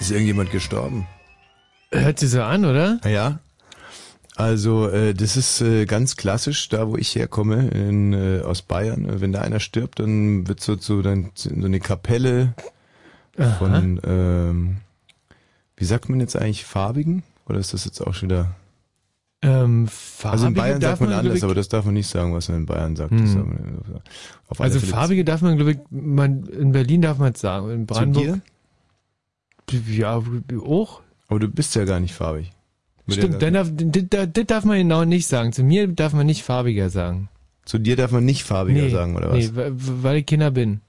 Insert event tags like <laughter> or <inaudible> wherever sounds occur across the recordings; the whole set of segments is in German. Ist irgendjemand gestorben? Hört sie so an, oder? Ja. Also äh, das ist äh, ganz klassisch, da wo ich herkomme, in, äh, aus Bayern. Wenn da einer stirbt, dann wird so, so, dann, so eine Kapelle von, ähm, wie sagt man jetzt eigentlich, farbigen? Oder ist das jetzt auch schon wieder... Ähm, Also in farbige Bayern darf sagt man man, anders, glaub aber das darf man nicht sagen, was man in Bayern sagt. Hm. Das darf man, auf alle Also Fälle- farbige darf man, glaube ich, man, in Berlin darf man es sagen. In Brandenburg. Ja, auch. Aber du bist ja gar nicht farbig. Wird ja Stimmt, gar dann darf, das, das- das darf man genau nicht sagen. Zu mir darf man nicht farbiger sagen. Zu dir darf man nicht farbiger Nee, sagen, oder was? Nee, weil- weil ich Kinder bin.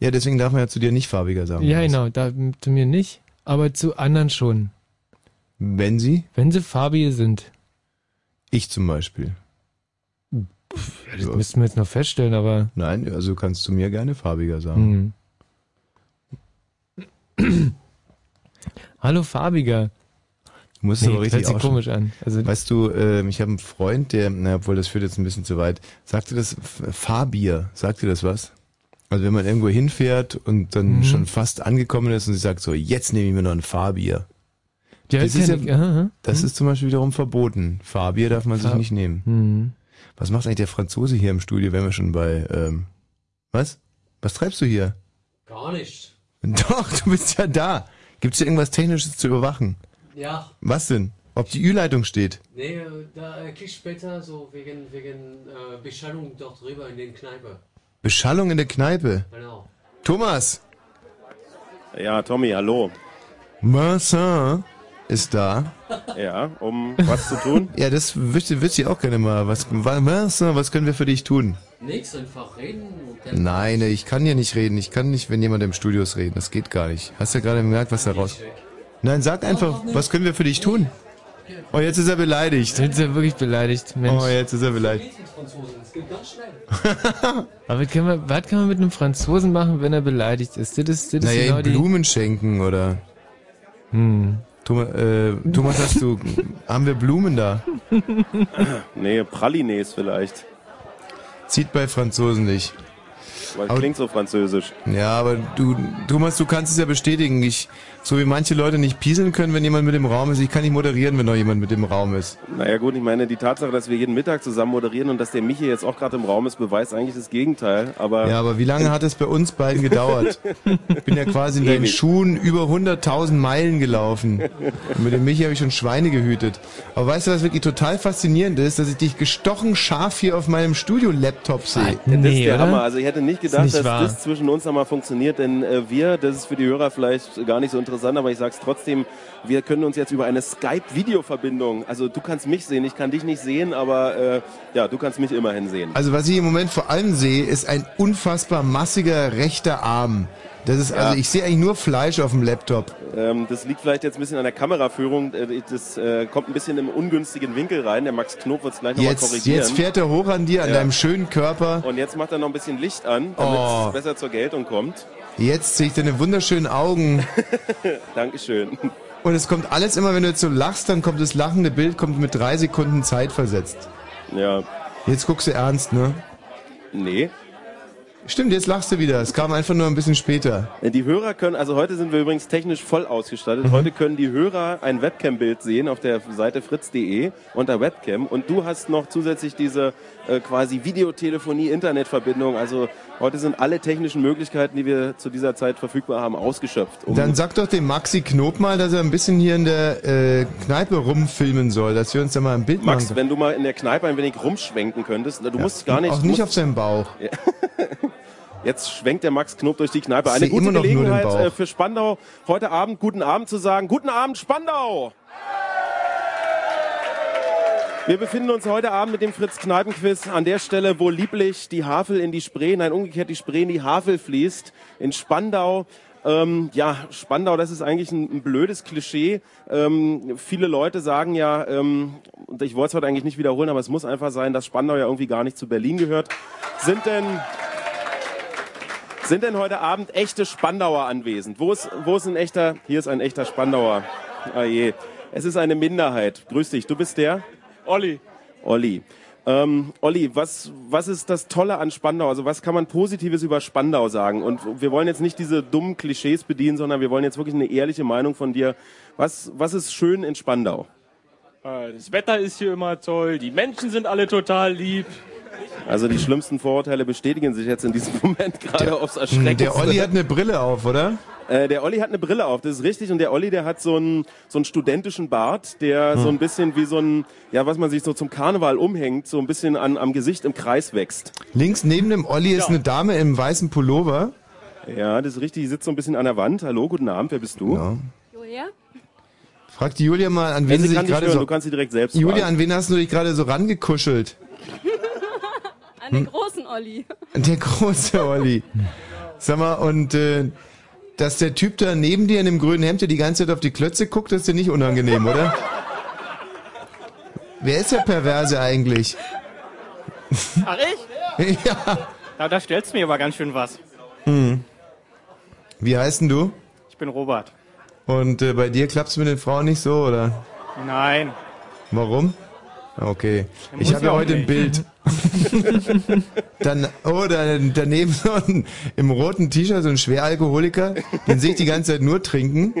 Ja, deswegen darf man ja zu dir nicht farbiger sagen. ja, oder was? genau, da, zu mir nicht, aber zu anderen schon. Wenn sie? Wenn sie farbige sind. Ich zum Beispiel. Ja, das müssten wir jetzt noch feststellen, aber. Nein, also kannst du mir gerne farbiger sagen. Hm. Hallo Farbiger. Du musst aber das richtig hört sich aussprechen. komisch an. Also, Weißt du, ähm, ich habe einen Freund, der, na, obwohl das führt jetzt ein bisschen zu weit, sagt dir das F- Fahrbier, sagt dir das was? Also wenn man irgendwo hinfährt und dann Mhm. schon fast angekommen ist und sie sagt so, jetzt nehme ich mir noch ein Fahrbier. Ja, das kenn ist, ich, aha, ja, aha. Mhm. das ist zum Beispiel wiederum verboten. Fahrbier darf man sich Fahr- nicht nehmen. Mhm. Was macht eigentlich der Franzose hier im Studio, wenn wir schon bei, ähm, was? Was treibst du hier? Gar nicht. <laughs> Doch, du bist ja da. Gibt's hier irgendwas Technisches zu überwachen? Ja. Was denn? Ob die Ü-Leitung steht? Nee, da äh, krieg ich später so wegen, wegen äh, Beschallung dort drüber in den Kneipe. Beschallung in der Kneipe. Genau. Thomas! Ja, Tommy, <laughs> hallo. Marcin ist da. Ja, um was zu tun? <laughs> Ja, das wüsste, wüsste ich auch gerne mal. Was, wa- Marcin, was können wir für dich tun? Nix, einfach reden und dann Nein, ich kann hier nicht reden. Ich kann nicht, wenn jemand im Studio ist, reden. Das geht gar nicht. Hast du gerade gemerkt, was da raus... Nein, sag einfach, was können wir für dich tun? Oh, jetzt ist er beleidigt. Jetzt ist er wirklich beleidigt, Mensch. Oh, jetzt ist er beleidigt. geht's mit Franzosen. Es geht ganz schnell. Aber was kann, man, was kann man mit einem Franzosen machen, wenn er beleidigt ist? Das ist, das ist Naja, genau ihm die. Blumen schenken oder. Hm. Thomas, äh, Thomas, hast du. haben wir Blumen da? Nee, Pralines vielleicht. Zieht bei Franzosen nicht. Weil Aber- klingt so französisch. Ja, aber du, Thomas, du kannst es ja bestätigen. Ich, so wie manche Leute nicht pieseln können, wenn jemand mit im Raum ist, ich kann nicht moderieren, wenn noch jemand mit im Raum ist. Naja gut, ich meine, die Tatsache, dass wir jeden Mittag zusammen moderieren und dass der Michi jetzt auch gerade im Raum ist, beweist eigentlich das Gegenteil. Aber Ja, aber wie lange hat es bei uns beiden gedauert? Ich bin ja quasi in deinen Ewig. Schuhen über 100.000 Meilen gelaufen. Und mit dem Michi habe ich schon Schweine gehütet. Aber weißt du, was wirklich total faszinierend ist, dass ich dich gestochen scharf hier auf meinem Studio-Laptop sehe. Ah, das ist Nee, der oder? Hammer. Also ich hätte nicht gedacht, nicht dass wahr. das zwischen uns nochmal funktioniert, denn äh, wir, das ist für die Hörer vielleicht gar nicht so interessant, aber ich sag's trotzdem, wir können uns jetzt über eine Skype-Videoverbindung, also du kannst mich sehen, ich kann dich nicht sehen, aber äh, ja, du kannst mich immerhin sehen. Also was ich im Moment vor allem sehe, ist ein unfassbar massiger rechter Arm. Das ist, also ich sehe eigentlich nur Fleisch auf dem Laptop. Ähm, das liegt vielleicht jetzt ein bisschen an der Kameraführung. Äh, Das äh, kommt ein bisschen im ungünstigen Winkel rein. Der Max Knob wird es gleich nochmal Jetzt, korrigieren. jetzt fährt er hoch an dir, an Ja. deinem schönen Körper. und jetzt macht er noch ein bisschen Licht an, damit Oh. es besser zur Geltung kommt. <laughs> Jetzt sehe ich deine wunderschönen Augen. Dankeschön. Und es kommt alles immer, wenn du jetzt so lachst, dann kommt das lachende Bild, kommt mit drei Sekunden Zeit versetzt. Ja, Jetzt guckst du ernst, ne? nee. Stimmt, jetzt lachst du wieder. Es kam einfach nur ein bisschen später. Die Hörer können, also heute sind wir übrigens technisch voll Mhm. ausgestattet. Heute können die Hörer ein Webcam-Bild sehen auf der Seite fritz.de unter Webcam. Und du hast noch zusätzlich diese äh, quasi Videotelefonie, Internetverbindung. Also heute sind alle technischen Möglichkeiten, die wir zu dieser Zeit verfügbar haben, ausgeschöpft. um- Dann sag doch dem Maxi Knob mal, dass er ein bisschen hier in der äh, Kneipe rumfilmen soll, dass wir uns da mal ein Bild machen Max, können. wenn du mal in der Kneipe ein wenig rumschwenken könntest, du musst gar nicht. Auch du nicht musst, auf seinen Bauch. jetzt schwenkt der Max Knob durch die Kneipe. Ich Eine seh gute immer noch nur den Gelegenheit Bauch. äh, für Spandau heute Abend guten Abend zu sagen. Guten Abend Spandau! Wir befinden uns heute Abend mit dem Fritz Kneipenquiz an der Stelle, wo lieblich die Havel in die Spree, nein umgekehrt die Spree in die Havel fließt, in Spandau. Ähm, ja, Spandau, das ist eigentlich ein, ein blödes Klischee. Ähm, viele Leute sagen ja, ähm, und ich wollte es heute eigentlich nicht wiederholen, aber es muss einfach sein, dass Spandau ja irgendwie gar nicht zu Berlin gehört. Sind denn sind denn heute Abend echte Spandauer anwesend? Wo ist, wo ist ein echter? Hier ist ein echter Spandauer. Ah je. Es ist eine Minderheit. Grüß dich. Du bist der? Olli. Olli. Ähm, Olli, was, was ist das Tolle an Spandau? Also was kann man Positives über Spandau sagen? Und wir wollen jetzt nicht diese dummen Klischees bedienen, sondern wir wollen jetzt wirklich eine ehrliche Meinung von dir. Was, was ist schön in Spandau? Äh, Das Wetter ist hier immer toll, die Menschen sind alle total lieb. Also die schlimmsten Vorurteile bestätigen sich jetzt in diesem <laughs> Moment gerade aufs Erschreckendste. Hm, Der Olli hat eine Brille auf, oder? Äh, der Olli hat eine Brille auf, das ist richtig. Und der Olli, der hat so einen, so einen studentischen Bart, Hm. der so ein bisschen wie so ein, ja, was man sich so zum Karneval umhängt, so ein bisschen an, am Gesicht im Kreis wächst. Links neben dem Olli ist eine Dame im weißen Pullover. Ja, das ist richtig. Die sitzt so ein bisschen an der Wand. Hallo, guten Abend, wer bist du? Ja. Julia? Frag die Julia mal, an Wenn wen sie sie Also sich kann dich gerade hören, du so... kannst sie direkt selbst Julia, fragen. an wen hast du dich gerade so rangekuschelt? <laughs> <laughs> An den großen Olli. Der große Olli. Sag mal, und äh, dass der Typ da neben dir in dem grünen Hemd, der die ganze Zeit auf die Klötze guckt, ist dir nicht unangenehm, oder? Wer ist der Perverse eigentlich? Ach ich? ja. Ja, da stellst du mir aber ganz schön was. Hm. Wie heißt denn du? Ich bin Robert. Und äh, bei dir klappt's mit den Frauen nicht so, oder? Nein. Warum? Okay. muss Ich habe ja ja auch heute ein nicht. <laughs> Bild. Dann, oh, da- daneben so ein, im roten T-Shirt so ein Schweralkoholiker, den sehe ich die ganze Zeit nur trinken.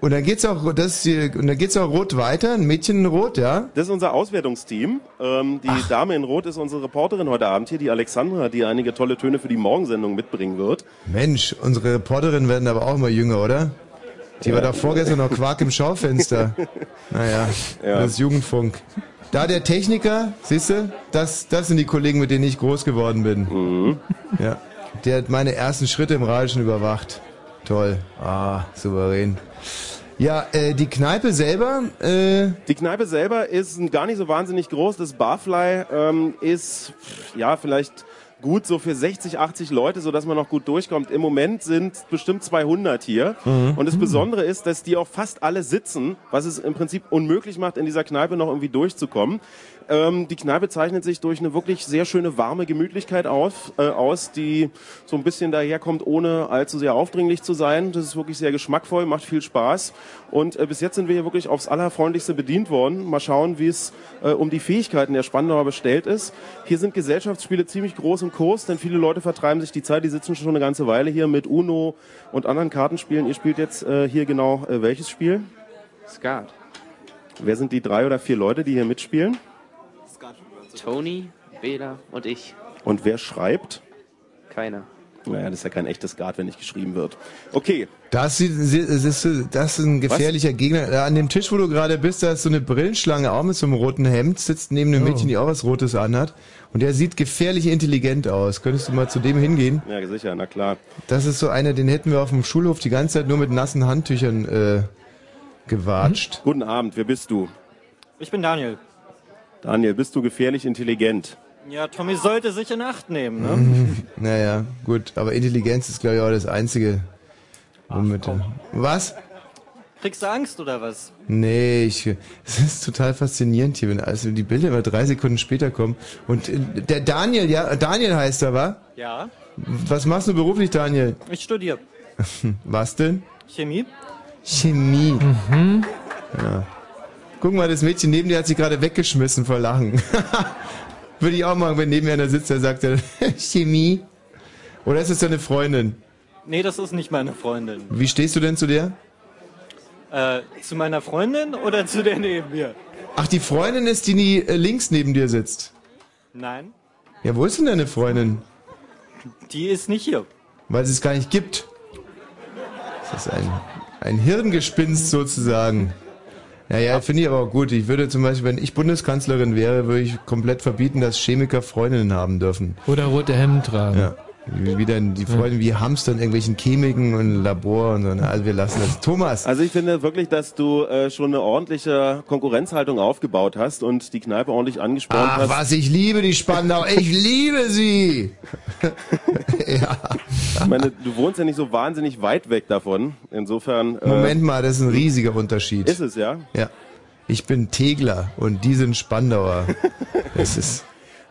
Und dann geht's auch, das hier, und dann geht's auch rot weiter, ein Mädchen in rot, ja? Das ist unser Auswertungsteam. Ähm, die Dame in Rot ist unsere Reporterin heute Abend hier, die Alexandra, die einige tolle Töne für die Morgensendung mitbringen wird. Mensch, unsere Reporterinnen werden aber auch immer jünger, oder? Die war da vorgestern noch Quark im Schaufenster. Naja, das ist Jugendfunk. Da der Techniker, siehst du, das, das sind die Kollegen, mit denen ich groß geworden bin. Ja, der hat meine ersten Schritte im Radischen überwacht. Toll. Ah, souverän. Ja, äh, die Kneipe selber, äh, Die Kneipe selber ist n- gar nicht so wahnsinnig groß. Das Barfly ähm, ist pff, ja vielleicht gut so für 60, 80 Leute, so dass man noch gut durchkommt. Im Moment sind bestimmt 200 hier. Und das Besondere ist, dass die auch fast alle sitzen, was es im Prinzip unmöglich macht, in dieser Kneipe noch irgendwie durchzukommen. Ähm, die Kneipe zeichnet sich durch eine wirklich sehr schöne warme Gemütlichkeit auf, äh, aus, die so ein bisschen daherkommt, ohne allzu sehr aufdringlich zu sein. Das ist wirklich sehr geschmackvoll, macht viel Spaß. Und äh, bis jetzt sind wir hier wirklich aufs Allerfreundlichste bedient worden. Mal schauen, wie es äh, um die Fähigkeiten der Spandauer bestellt ist. Hier sind Gesellschaftsspiele ziemlich groß im Kurs, denn viele Leute vertreiben sich die Zeit. Die sitzen schon eine ganze Weile hier mit Uno und anderen Kartenspielen. Ihr spielt jetzt äh, hier genau äh, welches Spiel? Skat. Wer sind die drei oder vier Leute, die hier mitspielen? Tony, Bela und ich. Und wer schreibt? Keiner. Naja, das ist ja kein echtes Skat, wenn nicht geschrieben wird. Okay, Das, sieht- sie- das, ist, das ist ein gefährlicher Gegner. Äh, An dem Tisch, wo du gerade bist, da ist so eine Brillenschlange, auch mit so einem roten Hemd, sitzt neben Oh. einem Mädchen, die auch was Rotes anhat. Und der sieht gefährlich intelligent aus. Könntest du mal zu dem hingehen? ja sicher, na klar. Das ist so einer, den hätten wir auf dem Schulhof die ganze Zeit nur mit nassen Handtüchern äh, gewatscht. Guten Abend, wer bist du? Ich bin Daniel. Daniel, bist du gefährlich intelligent? Ja, Tommy sollte sich in Acht Hm? nehmen, ne? Mhm. <laughs> Naja, gut. Aber Intelligenz ist, glaube ich, auch das Einzige. Womit was? Kriegst du Angst oder was? Nee, ich, es ist total faszinierend hier, wenn also die Bilder immer drei Sekunden später kommen. Und äh, der Daniel, ja, Daniel heißt er, wa? Ja, Was machst du beruflich, Daniel? <laughs> ich studiere Was denn? Chemie. Chemie. Mhm. Ja. Guck mal, das Mädchen neben dir hat sich gerade weggeschmissen vor Lachen. <laughs> Würde ich auch machen, wenn neben mir einer sitzt, der sagt, <laughs> dann, Chemie. Oder ist es deine Freundin? Nee, das ist nicht meine Freundin. Wie stehst du denn zu der? Äh, zu meiner Freundin oder zu der neben mir? Ach, die Freundin ist die, die äh, links neben dir sitzt. Nein, Ja, wo ist denn deine Freundin? die ist nicht hier. weil es es gar nicht gibt. Das ist ein, ein Hirngespinst sozusagen. Naja, finde ich aber auch gut. Ich würde zum Beispiel, wenn ich Bundeskanzlerin wäre, würde ich komplett verbieten, dass Chemiker Freundinnen haben dürfen. Oder rote Hemden tragen. Ja. Wie, wie dann die Freundinnen wie Hamstern irgendwelchen Chemiken und Labor und so. Na, Also wir lassen das. Thomas, Also ich finde wirklich, dass du äh, schon eine ordentliche Konkurrenzhaltung aufgebaut hast und die Kneipe ordentlich angespornt Ach, hast. was ich liebe die Spandau. Ich liebe sie. <laughs> Ich meine, du wohnst ja nicht so wahnsinnig weit weg davon. Insofern äh, Moment mal, das ist ein riesiger Unterschied. ist es ja. <laughs> Ja. Ich bin Tegler und die sind Spandauer. Das ist.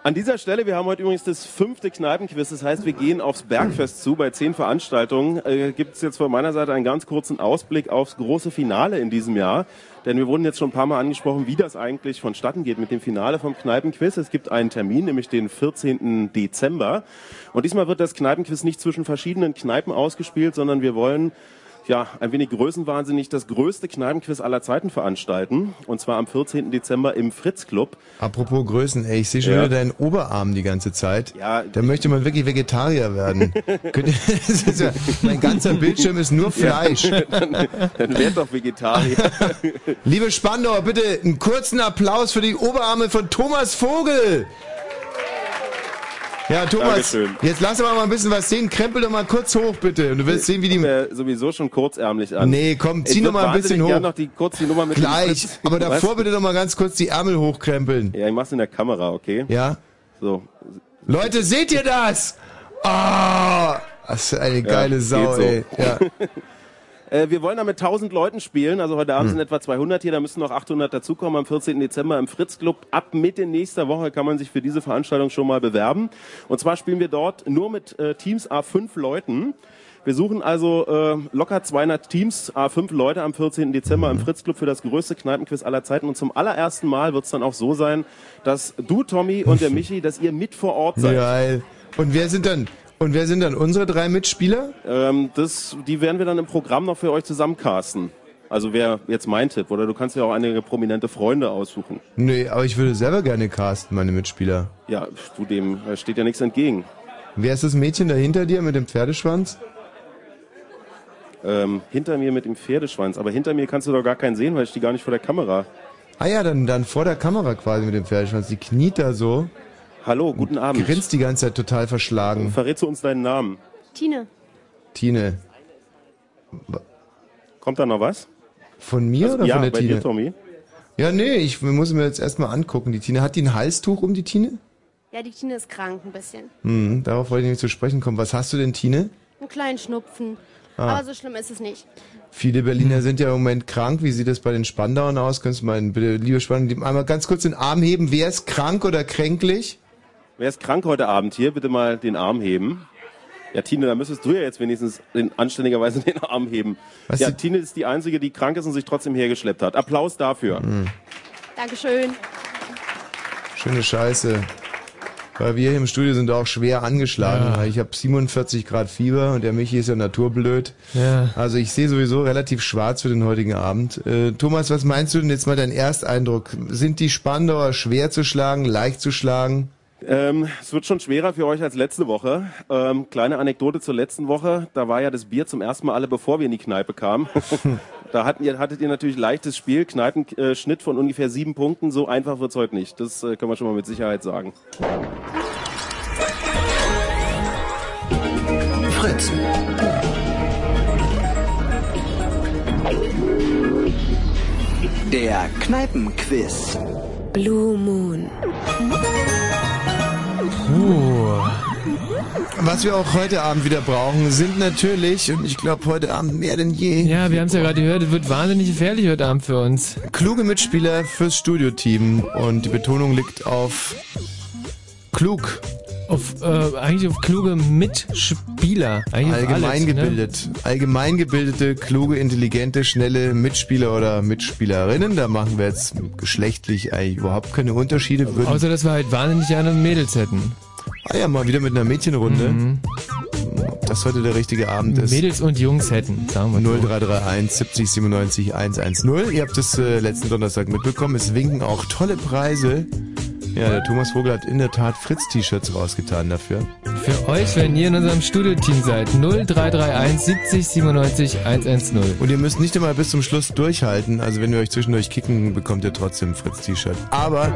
An dieser Stelle, wir haben heute übrigens das fünfte Kneipenquiz. Das heißt, wir gehen aufs Bergfest zu. Bei zehn Veranstaltungen äh, gibt es jetzt von meiner Seite einen ganz kurzen Ausblick aufs große Finale in diesem Jahr. Denn wir wurden jetzt schon ein paar Mal angesprochen, wie das eigentlich vonstatten geht mit dem Finale vom Kneipenquiz. Es gibt einen Termin, nämlich den 14. Dezember. Und diesmal wird das Kneipenquiz nicht zwischen verschiedenen Kneipen ausgespielt, sondern wir wollen ja, ein wenig größenwahnsinnig das größte Kneipenquiz aller Zeiten veranstalten. Und zwar am 14. Dezember im Fritz Club. Apropos Größen, ey, ich sehe schon Ja. wieder deinen Oberarm die ganze Zeit. Ja. Da möchte man wirklich <laughs> Vegetarier werden. Könnt ihr- <laughs> das ist ja, mein ganzer Bildschirm ist nur Fleisch. <laughs> Dann werd doch Vegetarier. <laughs> Liebe Spandauer, bitte einen kurzen Applaus für die Oberarme von Thomas Vogel. Ja, Thomas, Dankeschön. jetzt lass aber mal ein bisschen was sehen. Krempel doch mal kurz hoch, bitte. Und du wirst sehen, wie die... Äh, sowieso schon kurzärmlich an. Nee, komm, zieh Ich noch würd mal ein bisschen wahnsinnig gern hoch. noch die kurz die Nummer mit dem Gleich. Fritz- Aber davor Was? bitte noch mal ganz kurz die Ärmel hochkrempeln. Ja, ich mach's in der Kamera, okay? Ja? So. Leute, seht ihr das? Ah, das ist eine geile geht Sau, so. ey. Ja. <laughs> Äh, wir wollen da mit 1000 Leuten spielen. Also heute Hm. Abend sind etwa 200 hier. Da müssen noch 800 dazukommen am 14. Dezember im Fritz Club. Ab Mitte nächster Woche kann man sich für diese Veranstaltung schon mal bewerben. Und zwar spielen wir dort nur mit äh, Teams A5 Leuten. Wir suchen also äh, locker 200 Teams, A5 Leute am 14. Dezember im Fritz Club für das größte Kneipenquiz aller Zeiten. Und zum allerersten Mal wird es dann auch so sein, dass du, Tommy und <laughs> der Michi, dass ihr mit vor Ort seid. Geil. Und wer sind dann? Und wer sind dann unsere drei Mitspieler? Ähm, das, die werden wir dann im Programm noch für euch zusammencasten. Also wäre jetzt mein Tipp. Oder du kannst ja auch einige prominente Freunde aussuchen. Nee, aber ich würde selber gerne casten, meine Mitspieler. Ja, du, dem äh, steht ja nichts entgegen. Wer ist das Mädchen da hinter dir mit dem Pferdeschwanz? Ähm, hinter mir mit dem Pferdeschwanz. Aber hinter mir kannst du doch gar keinen sehen, weil ich die gar nicht vor der Kamera. Ah ja, dann, dann vor der Kamera quasi mit dem Pferdeschwanz. Die kniet da so, Hallo, guten Abend. grinst die ganze Zeit total verschlagen. Verrätst du uns deinen Namen? Tine. Tine. Kommt da noch was? Von mir oder ja, von der bei dir, Tine? Tommy. Ja, nee, ich muss mir jetzt erstmal angucken. Die Tine, hat die ein Halstuch um die Tine? Ja, die Tine ist krank ein bisschen. Hm, darauf wollte ich nicht zu sprechen kommen. Was hast du denn, Tine? Einen kleinen Schnupfen. Aber so schlimm ist es nicht. Viele Berliner sind ja im Moment krank. Wie sieht das bei den Spandauern aus? Könntest du mal, bitte, liebe Spandauer, einmal ganz kurz den Arm heben. Wer ist krank oder kränklich? Wer ist krank heute Abend hier? Bitte mal den Arm heben. Ja, Tine, da müsstest du ja jetzt wenigstens den, anständigerweise <laughs> den Arm heben. Was ja, die- Tine ist die Einzige, die krank ist und sich trotzdem hergeschleppt hat. Applaus dafür. Dankeschön. Schöne Scheiße. Weil wir hier im Studio sind auch schwer angeschlagen. Ich habe 47 Grad Fieber und der Michi ist ja naturblöd. Ja. Also ich sehe sowieso relativ schwarz für den heutigen Abend. Äh, Thomas, was meinst du denn jetzt mal dein Ersteindruck? Sind die Spandauer schwer zu schlagen, leicht zu schlagen? Ähm, es wird schon schwerer für euch als letzte Woche. Ähm, kleine Anekdote zur letzten Woche. Da war ja das Bier zum ersten Mal alle, bevor wir in die Kneipe kamen. da hatten ihr, hattet ihr natürlich leichtes Spiel. Kneipenschnitt äh, von ungefähr sieben Punkten. So einfach wird's heute nicht. Das äh, können wir schon mal mit Sicherheit sagen. Fritz. Der Kneipenquiz. Blue Moon. Was wir auch heute Abend wieder brauchen, sind natürlich, und ich glaube heute Abend mehr denn je, Ja, wir haben es ja gerade gehört, es wird wahnsinnig gefährlich heute Abend für uns. kluge Mitspieler fürs Studioteam. Und die Betonung liegt auf klug, Auf, äh, eigentlich auf kluge Mitspieler. Eigentlich auf alles, allgemein ne? gebildet. Allgemein gebildete, kluge, intelligente, schnelle Mitspieler oder Mitspielerinnen. Da machen wir jetzt geschlechtlich eigentlich überhaupt keine Unterschiede. Würden Außer, dass wir halt wahnsinnig gerne Mädels hätten. ah ja, mal wieder mit einer Mädchenrunde. Ob das heute der richtige Abend ist. Mhm. Mädels und Jungs hätten, sagen wir so. 0331 70 97 110. Ihr habt es äh, letzten Donnerstag mitbekommen. Es winken auch tolle Preise. Ja, der Thomas Vogel hat in der Tat Fritz-T-Shirts rausgetan dafür. Für euch, wenn ihr in unserem Studioteam seid, 0331 70 97 110. Und ihr müsst nicht immer bis zum Schluss durchhalten. Also wenn wir euch zwischendurch kicken, bekommt ihr trotzdem ein Fritz-T-Shirt. Aber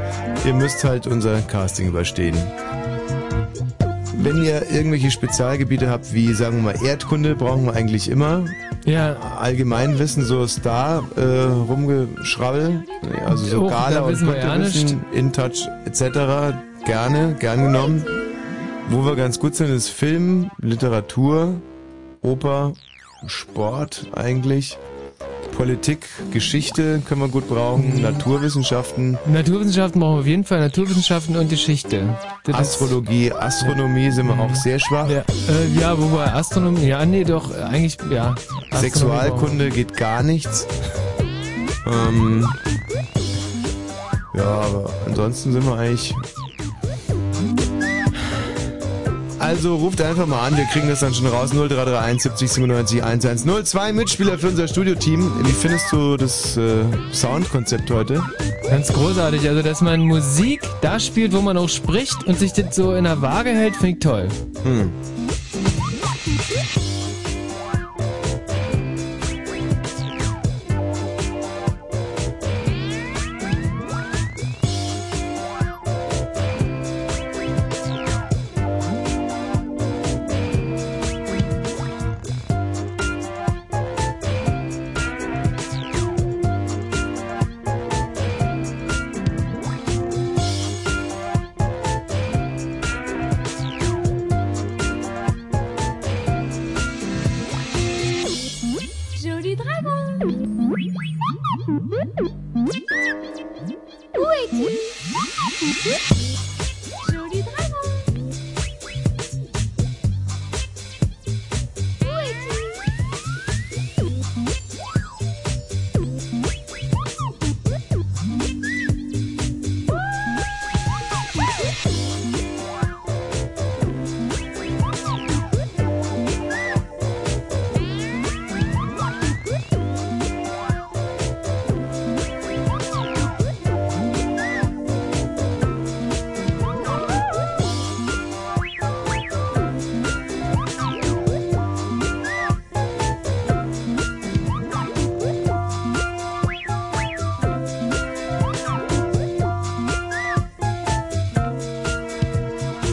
ihr müsst halt unser Casting überstehen. Wenn ihr irgendwelche Spezialgebiete habt, wie sagen wir mal Erdkunde, brauchen wir eigentlich immer. Ja, Allgemeinwissen, so Star äh, rumgeschrabbel, also so Oh, Gala da und wissen wir ja Konterwissen, InTouch etc. Gerne, gern genommen. Wo wir ganz gut sind, ist Film, Literatur, Oper, Sport eigentlich, Politik, Geschichte können wir gut brauchen, Naturwissenschaften, Naturwissenschaften brauchen wir auf jeden Fall. Naturwissenschaften und Geschichte. Astrologie, Astronomie sind wir auch sehr schwach. Äh, ja, wobei Astronomie, ja, nee, doch, äh, eigentlich, ja. Astronomie Sexualkunde geht gar nichts. <laughs> Ähm, ja, aber ansonsten sind wir eigentlich. Also ruft einfach mal an, wir kriegen das dann schon raus. 0331 70 97 110. Zwei Mitspieler für unser Studioteam. Wie findest du das äh, Soundkonzept heute? Ganz großartig. Also, dass man Musik da spielt, wo man auch spricht und sich das so in der Waage hält, finde ich toll. Hm. Joli dragon Où es-tu Joli dragon Où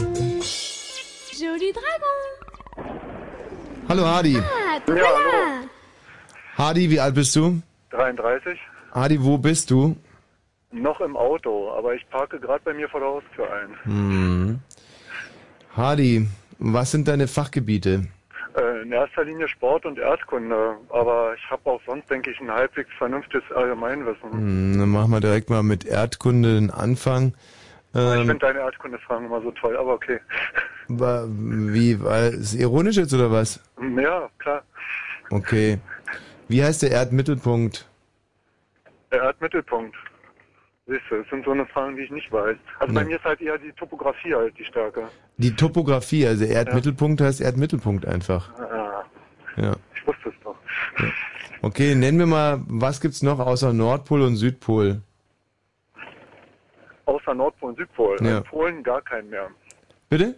es-tu Joli dragon Hallo Hardy. Ah, tu es là Hardy, wie alt bist du? 33. Hardy, wo bist du? Noch im Auto, aber ich parke gerade bei mir vor der Haustür ein. Hm. Hardy, was sind deine Fachgebiete? Äh, in erster Linie Sport und Erdkunde, aber ich habe auch sonst, denke ich, ein halbwegs vernünftiges Allgemeinwissen. Hm, dann machen wir direkt mal mit Erdkunde den Anfang. ich Ähm, finde deine Erdkundefragen immer so toll, aber okay. wa- wie, weil, ist ironisch jetzt oder was? Mm, Ja, klar. Okay. Wie heißt der Erdmittelpunkt? Der Erdmittelpunkt. Siehst du, das sind so eine Fragen, die ich nicht weiß. Also bei Nee. mir ist halt eher die Topografie halt die Stärke. Die Topografie, also Erdmittelpunkt heißt Erdmittelpunkt einfach. Ah, Ja. ich wusste es doch. Okay, nennen wir mal, was gibt's noch außer Nordpol und Südpol? Außer Nordpol und Südpol. Ja. An Polen gar keinen mehr. Bitte?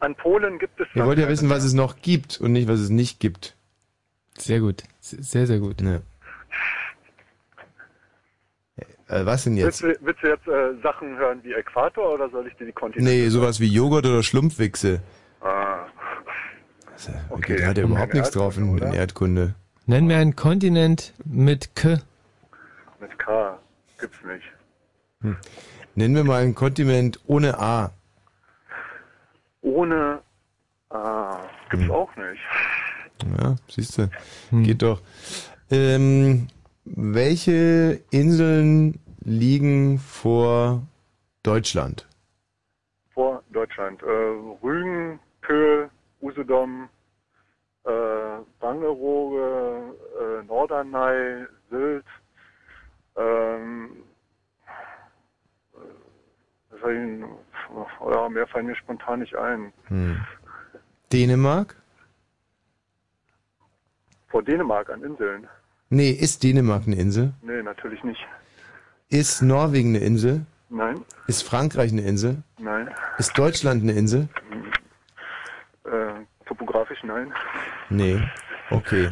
An Polen gibt es Ihr wollt ja wissen, was es noch gibt und nicht, was es nicht gibt. Sehr gut. Sehr, sehr gut. Ja. Äh, was denn jetzt? Willst du, willst du jetzt äh, Sachen hören wie Äquator oder soll ich dir die Kontinente? Nee, sowas wie Joghurt oder Schlumpfwichse. Ah. Also, Okay, da hat ja Komm, überhaupt in nichts drauf in, in Erdkunde. Nenn mir einen Kontinent mit K. Mit K gibt's nicht. Hm. Nennen wir mal einen Kontinent ohne A. Ohne ah, gibt's Hm. auch nicht. Ja, siehst du. Hm. Geht doch. Ähm, welche Inseln liegen vor Deutschland? Vor Deutschland. Äh, Rügen, Pöhl, Usedom, äh, Bangeroge, äh, Norderney, Sylt, ähm, äh, was soll ich denn- ja, mehr fallen mir spontan nicht ein. Hm. Dänemark? Vor Dänemark an Inseln? Nee, ist Dänemark eine Insel? Nee, natürlich nicht. Ist Norwegen eine Insel? Nein, Ist Frankreich eine Insel? nein. Ist Deutschland eine Insel? Äh, topografisch nein. Nee. Okay.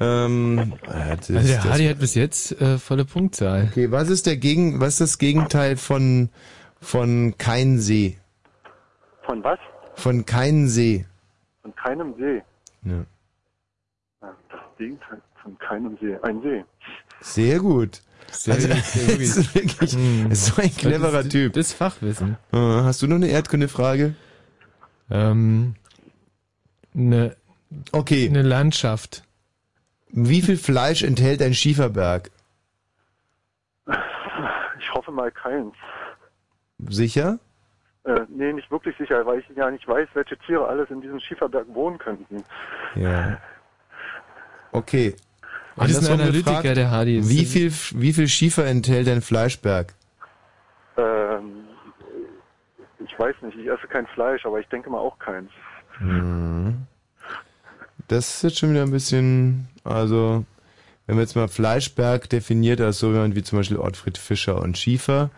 Ähm, ja, das, Also der das, Hardy hat bis jetzt äh, volle Punktzahl. okay, was ist der Gegen, was ist das Gegenteil von von kein See? Von was? Von kein See. Von keinem See. Ja. Ja, Das Gegenteil von keinem See. Ein See. Sehr gut. Sehr also, gut, sehr gut. Hm. das ist wirklich das ist so ein cleverer das ist, Typ. Das ist Fachwissen. Äh, Hast du noch eine Erdkundefrage? Ähm, eine, okay. eine Landschaft. Wie viel Fleisch enthält ein Schieferberg? Ich hoffe mal keins. Sicher? Äh, nee, nicht wirklich sicher, weil ich ja nicht weiß, welche Tiere alles in diesem Schieferberg wohnen könnten. Ja. Okay. Das ist ein Andersrum Analytiker, der Hardy. Wie viel, wie viel Schiefer enthält ein Fleischberg? Ähm, ich weiß nicht, ich esse kein Fleisch, aber ich denke mal auch keins. Hm. Das ist jetzt schon wieder ein bisschen, also, wenn man jetzt mal Fleischberg definiert als so jemand wie zum Beispiel Ottfried Fischer und Schiefer,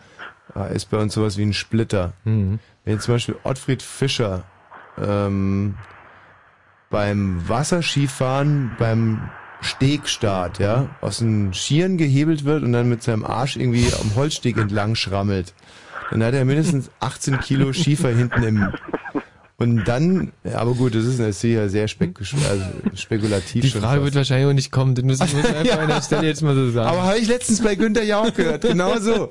äh, ist bei uns sowas wie ein Splitter. Mhm. Wenn jetzt zum Beispiel Ottfried Fischer ähm, beim Wasserskifahren, beim Stegstart, ja, aus den Skieren gehebelt wird und dann mit seinem Arsch irgendwie am Holzsteg entlang schrammelt, dann hat er mindestens 18 Kilo Schiefer hinten im und dann, ja, aber gut, das ist natürlich ja sehr spek also spekulativ Die schon Frage fast. wird wahrscheinlich auch nicht kommen, das muss <laughs> ich muss einfach Ja. an der Stelle jetzt mal so sagen. Aber habe ich letztens bei Günther Jauch gehört, genau so.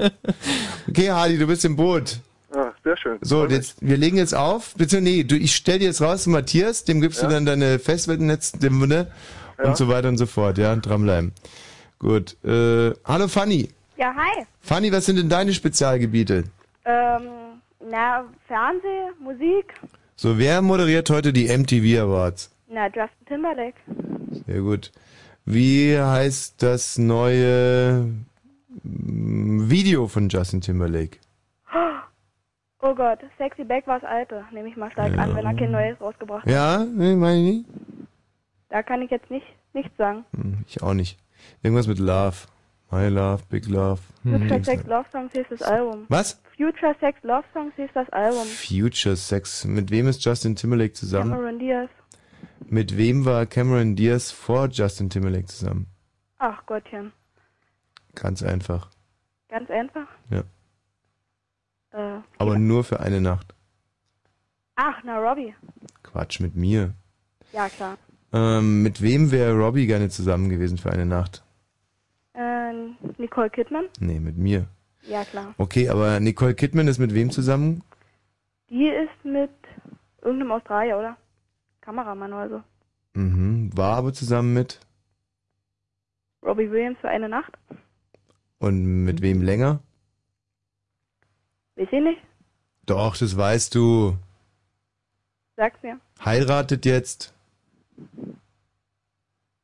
Okay, Hardy, du bist im Boot. Ja, Ah, sehr schön. So, jetzt, wir legen jetzt auf. Beziehungsweise, nee, du, ich stell dir jetzt raus, zu Matthias, dem gibst Ja. du dann deine Festwettennetz, dem, ne? Ja. Und so weiter und so fort, ja, dranbleiben. Gut, äh, hallo Fanny. Ja, hi. Fanny, was sind denn deine Spezialgebiete? Ähm, na, Fernseh, Musik. So, wer moderiert heute die MTV Awards? Na, Justin Timberlake. Sehr gut. Wie heißt das neue mm, Video von Justin Timberlake? Oh Gott, Sexy Back war's alte, nehme ich mal stark an, wenn er kein neues rausgebracht hat. Ja, nee, meine ich nicht. Da kann ich jetzt nicht nichts sagen. Hm, Ich auch nicht. Irgendwas mit Love. My Love, Big Love. Future Sex Love Songs hieß das Album. Hm, Was? Future Sex Love Songs hieß das Album. Future Sex. Mit wem ist Justin Timberlake zusammen? Cameron Diaz. Mit wem war Cameron Diaz vor Justin Timberlake zusammen? Ach Gottchen. Ganz einfach. Ganz einfach. Ja. Äh, Aber nur für eine Nacht. ach, na, Robbie. Quatsch mit mir. Ja, klar. Ähm, mit wem wäre Robbie gerne zusammen gewesen für eine Nacht? Äh, Nicole Kidman. Nee, mit mir. Ja, klar. Okay, aber Nicole Kidman ist mit wem zusammen? Die ist mit irgendeinem Australier, oder? Kameramann oder so. Mhm. War aber zusammen mit. Robbie Williams für eine Nacht? Und mit Mhm. wem länger? Weiß ich nicht. Doch, das weißt du. Sag's mir. Heiratet jetzt.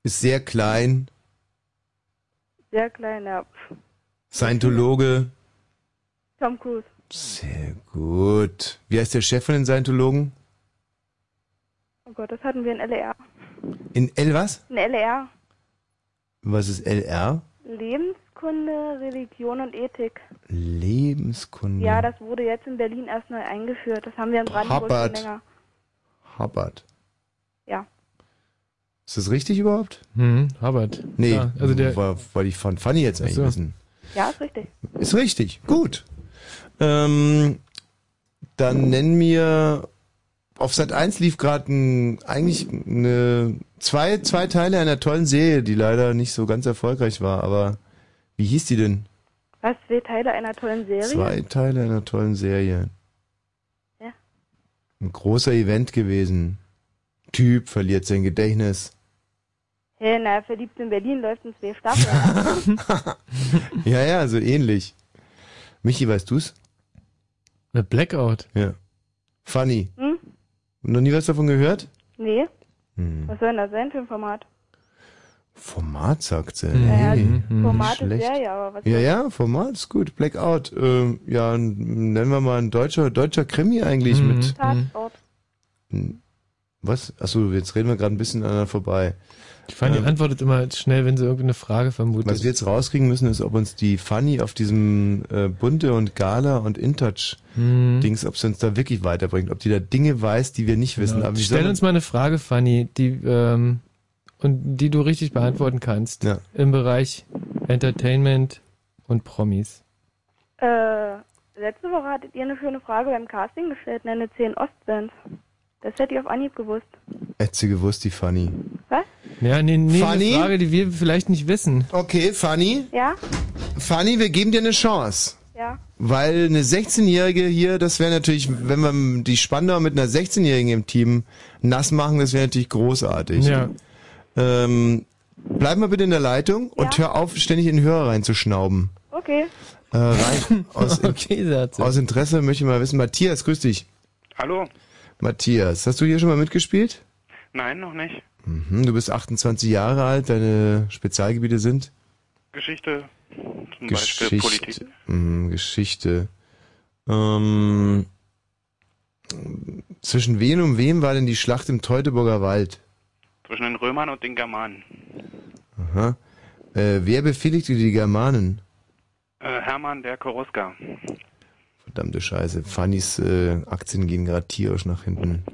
Ist sehr klein. Sehr klein, ja. Pff, Scientologe. Tom Cruise. Sehr gut. Wie heißt der Chef von den Scientologen? Oh Gott, das hatten wir in LR. In L was? In LR. Was ist LR? Lebenskunde, Religion und Ethik. Lebenskunde. Ja, das wurde jetzt in Berlin erst neu eingeführt. Das haben wir in Brandenburg Hubbard. schon länger. Hubbard. Ja. Ist das richtig überhaupt? Hm, Hubbard. Nee, Ja, also der, wo- wollte ich von Fanny jetzt eigentlich Ach so. wissen. Ja, ist richtig. Ist richtig, gut. Ähm, dann nennen mir auf Sat 1 lief gerade ein, eigentlich eine, zwei, zwei Teile einer tollen Serie, die leider nicht so ganz erfolgreich war, aber wie hieß die denn? Was, zwei Teile einer tollen Serie? Zwei Teile einer tollen Serie. Ja. Ein großer Event gewesen. Typ verliert sein Gedächtnis. Hey, na, verliebt in Berlin läuft in zwei <laughs> Staffeln. Ja, ja, so ähnlich. Michi, weißt du's? Mit Blackout. Ja. Funny. hm? Noch nie was davon gehört? Nee. Hm. Was soll denn das sein für ein Format? Format, sagt sie. Naja, Hey, Mhm, Format ist schlecht. Serie, aber was Ja, ja, Format ist gut. Blackout. Ähm, ja, n- nennen wir mal ein deutscher, deutscher Krimi eigentlich Mhm. mit. Tatort. hm. Was? Achso, jetzt reden wir gerade ein bisschen aneinander vorbei. die Fanny Ähm, antwortet immer schnell, wenn sie irgendeine Frage vermutet. Was wir jetzt rauskriegen müssen, ist, ob uns die Fanny auf diesem äh, Bunte und Gala und Hm. InTouch-Dings, ob sie uns da wirklich weiterbringt, ob die da Dinge weiß, die wir nicht wissen. Aber wie Genau. Stell soll- uns mal eine Frage, Fanny, die, ähm, und die du richtig beantworten kannst. Ja. Im Bereich Entertainment und Promis. Äh, letzte Woche hattet ihr eine schöne Frage beim Casting gestellt, nenne 10 Ostbands. Das hätte ich auf Anhieb gewusst. Hätte sie gewusst, die Fanny. Was? Ja, nee, nee, Fanny? eine Frage, die wir vielleicht nicht wissen. Okay, Fanny. Ja? Fanny, wir geben dir eine Chance. Ja. Weil eine 16-Jährige hier, das wäre natürlich, wenn wir die Spandauer mit einer 16-Jährigen im Team nass machen, das wäre natürlich großartig. Ja. Ähm, Bleib mal bitte in der Leitung und hör auf, ständig in den Hörer reinzuschnauben. Okay. Äh, rein, aus, aus Interesse möchte ich mal wissen, Matthias, grüß dich. Hallo? Matthias, hast du hier schon mal mitgespielt? Nein, noch nicht. Mhm, du bist 28 Jahre alt, deine Spezialgebiete sind? Geschichte, zum Beispiel Geschichte. Politik. Mhm, Geschichte. Ähm, zwischen wen und wem war denn die Schlacht im Teutoburger Wald? Zwischen den Römern und den Germanen. Aha. Äh, wer befehligte die Germanen? Äh, Hermann der Korusker. Verdammte Scheiße. Fannys äh, Aktien gehen gerade tierisch nach hinten.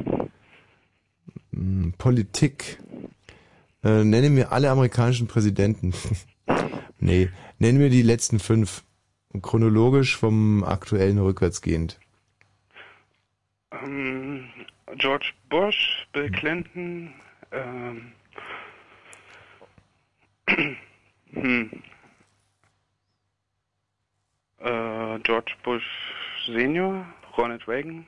Hm, Politik. Äh, nenne mir alle amerikanischen Präsidenten. <laughs> nee, nenne mir die letzten fünf. Chronologisch vom aktuellen rückwärtsgehend. Ähm, George Bush, Bill Clinton, ähm, <clears throat> hm. äh, George Bush Senior, Ronald Reagan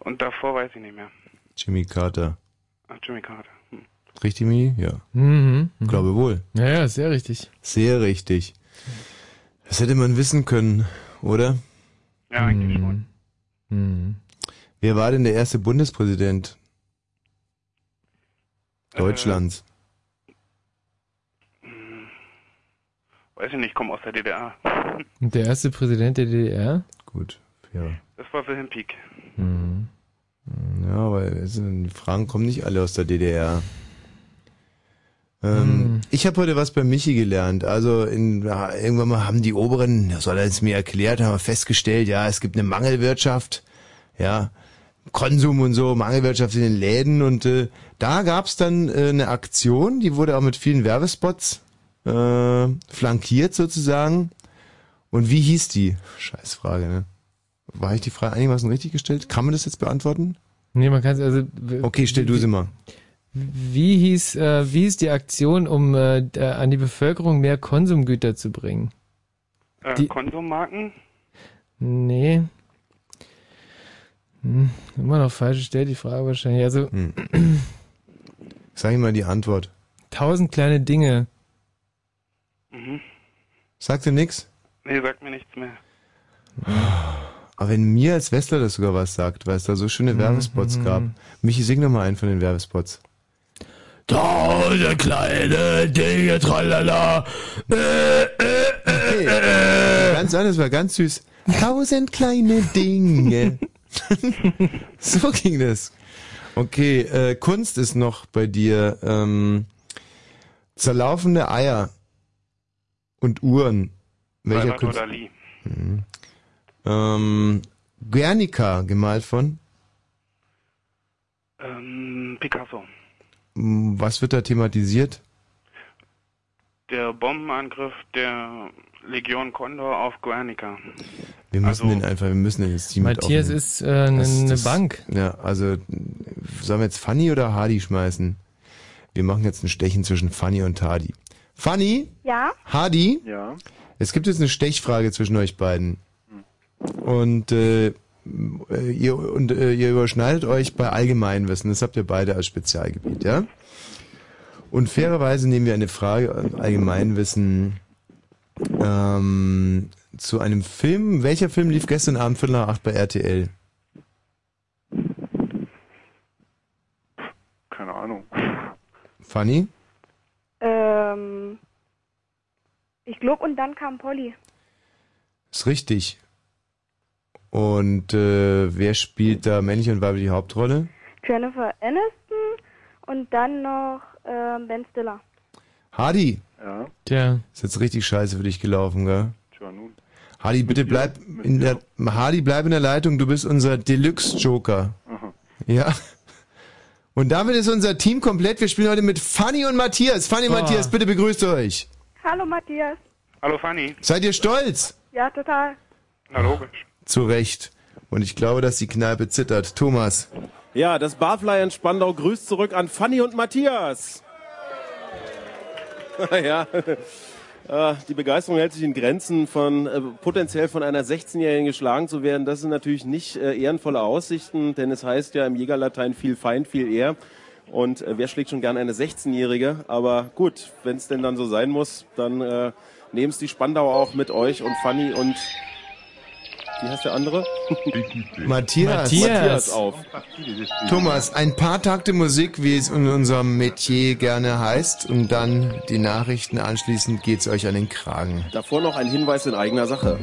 und davor weiß ich nicht mehr. Jimmy Carter. Ach, Jimmy Carter. Hm. Richtig, Mini? Ja. Mhm, mhm. Glaube wohl. Ja, ja, sehr richtig. Sehr richtig. Das hätte man wissen können, oder? Ja, Mhm. eigentlich schon. Wer war denn der erste Bundespräsident? Deutschlands. Weiß ich nicht, komm aus der DDR. Und der erste Präsident der DDR? Gut, ja. Das war Wilhelm Pieck. Mhm. Ja, weil es sind- die Fragen kommen nicht alle aus der DDR. Ähm, Ich habe heute was bei Michi gelernt. Also in, ja, irgendwann mal haben die Oberen, das hat er es mir erklärt, haben wir festgestellt, ja, es gibt eine Mangelwirtschaft, ja, Konsum und so, Mangelwirtschaft in den Läden und äh, da gab's dann äh, eine Aktion, die wurde auch mit vielen Werbespots äh, flankiert sozusagen. Und wie hieß die? Scheißfrage, ne? War ich die Frage einigermaßen richtig gestellt? Kann man das jetzt beantworten? Nee, man kann es also. Okay, stell du sie mal. Wie hieß, äh, wie hieß die Aktion, um äh, d- äh, an die Bevölkerung mehr Konsumgüter zu bringen? Äh, Die- Konsummarken? Nee. Hm, immer noch falsch gestellt, die Frage wahrscheinlich. Also, Hm. Sag ich mal die Antwort. tausend kleine Dinge. Mhm. Sagt dir nix? Nee, sagt mir nichts mehr. Aber wenn mir als Westler das sogar was sagt, weil es da so schöne Werbespots gab. Michi, sing doch mal einen von den Werbespots. Tausend kleine Dinge, tralala. Ganz anders, war ganz süß. Tausend kleine Dinge. so ging das. Okay, äh, Kunst ist noch bei dir. Ähm, zerlaufende Eier und Uhren. Welcher Salvador Kunst? Dali. Mhm. Ähm, Guernica, gemalt von. Ähm, Picasso. M, Was wird da thematisiert? Der Bombenangriff der Legion Condor auf Guernica. Wir müssen den einfach, wir müssen den ins Team mit Matthias aufnehmen. ist, äh, eine- Das- eine das- Bank. Ja, also sollen wir jetzt Fanny oder Hardy schmeißen? Wir machen jetzt ein Stechen zwischen Fanny und Hardy. Fanny? Ja? Hardy? Ja. Es gibt jetzt eine Stechfrage zwischen euch beiden. Und äh, äh, ihr und äh, ihr überschneidet euch bei Allgemeinwissen. Das habt ihr beide als Spezialgebiet, ja? Und fairerweise nehmen wir eine Frage äh, Allgemeinwissen ähm, zu einem Film. Welcher Film lief gestern Abend Viertel nach acht bei RTL? Keine Ahnung. Fanny? Ähm, ich glaub, und dann kam Polly. Ist richtig. Und äh, wer spielt da männlich und weiblich die Hauptrolle? Jennifer Aniston und dann noch ähm, Ben Stiller. Hardy. Ja. Tja. Ist jetzt richtig scheiße für dich gelaufen, gell? Tja, nun. Hardy, bitte bleib in der Hardy, bleib in der Leitung, du bist unser Deluxe Joker. Ja. Und damit ist unser Team komplett. Wir spielen heute mit Fanny und Matthias. Fanny Ah. Matthias, bitte begrüßt euch. Hallo Matthias. Hallo Fanny. Seid ihr stolz? Ja, total. Na logisch. Zu Recht. Und ich glaube, dass die Kneipe zittert. Thomas. Ja, das Barfly in Spandau grüßt zurück an Fanny und Matthias. <laughs> ja, äh, die Begeisterung hält sich in Grenzen. Von äh, potenziell von einer 16-Jährigen geschlagen zu werden, das sind natürlich nicht äh, ehrenvolle Aussichten, denn es heißt ja im Jägerlatein viel Feind, viel eher. Und äh, wer schlägt schon gern eine 16-Jährige? Aber gut, wenn es denn dann so sein muss, dann äh, nehmt die Spandau auch mit euch und Fanny und wie heißt der andere? Matthias. Matthias auf. Thomas, ein paar Takte Musik, wie es in unserem Metier gerne heißt, und dann die Nachrichten anschließend geht's euch an den Kragen. Davor noch ein Hinweis in eigener Sache.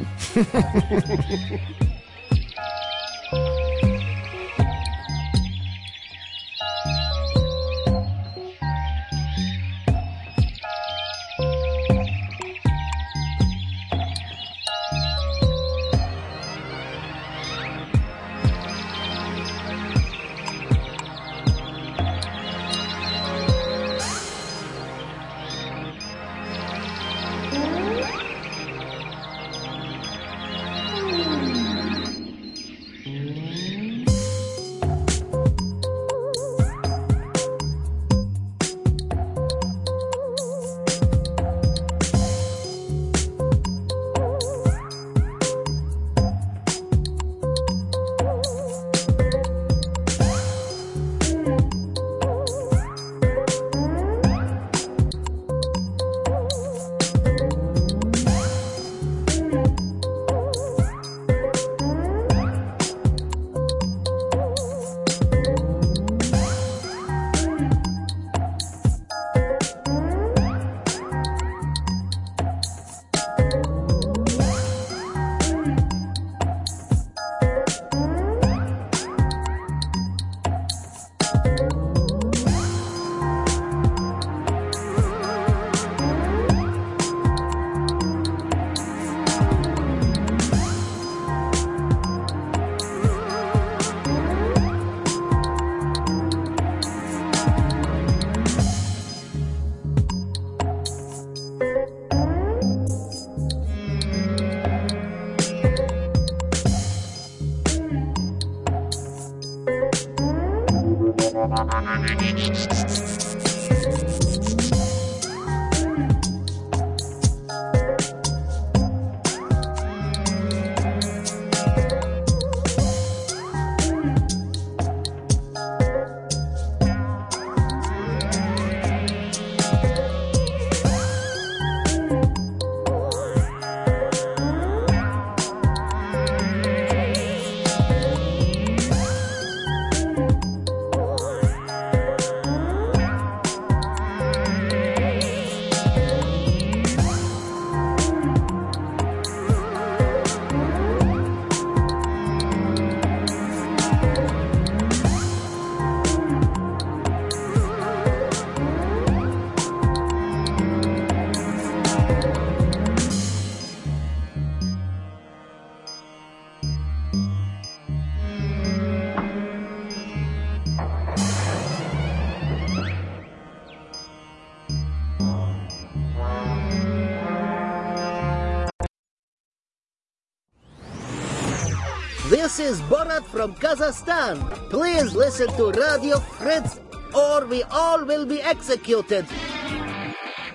This is Borat from Kazakhstan. Please listen to Radio Fritz or we all will be executed.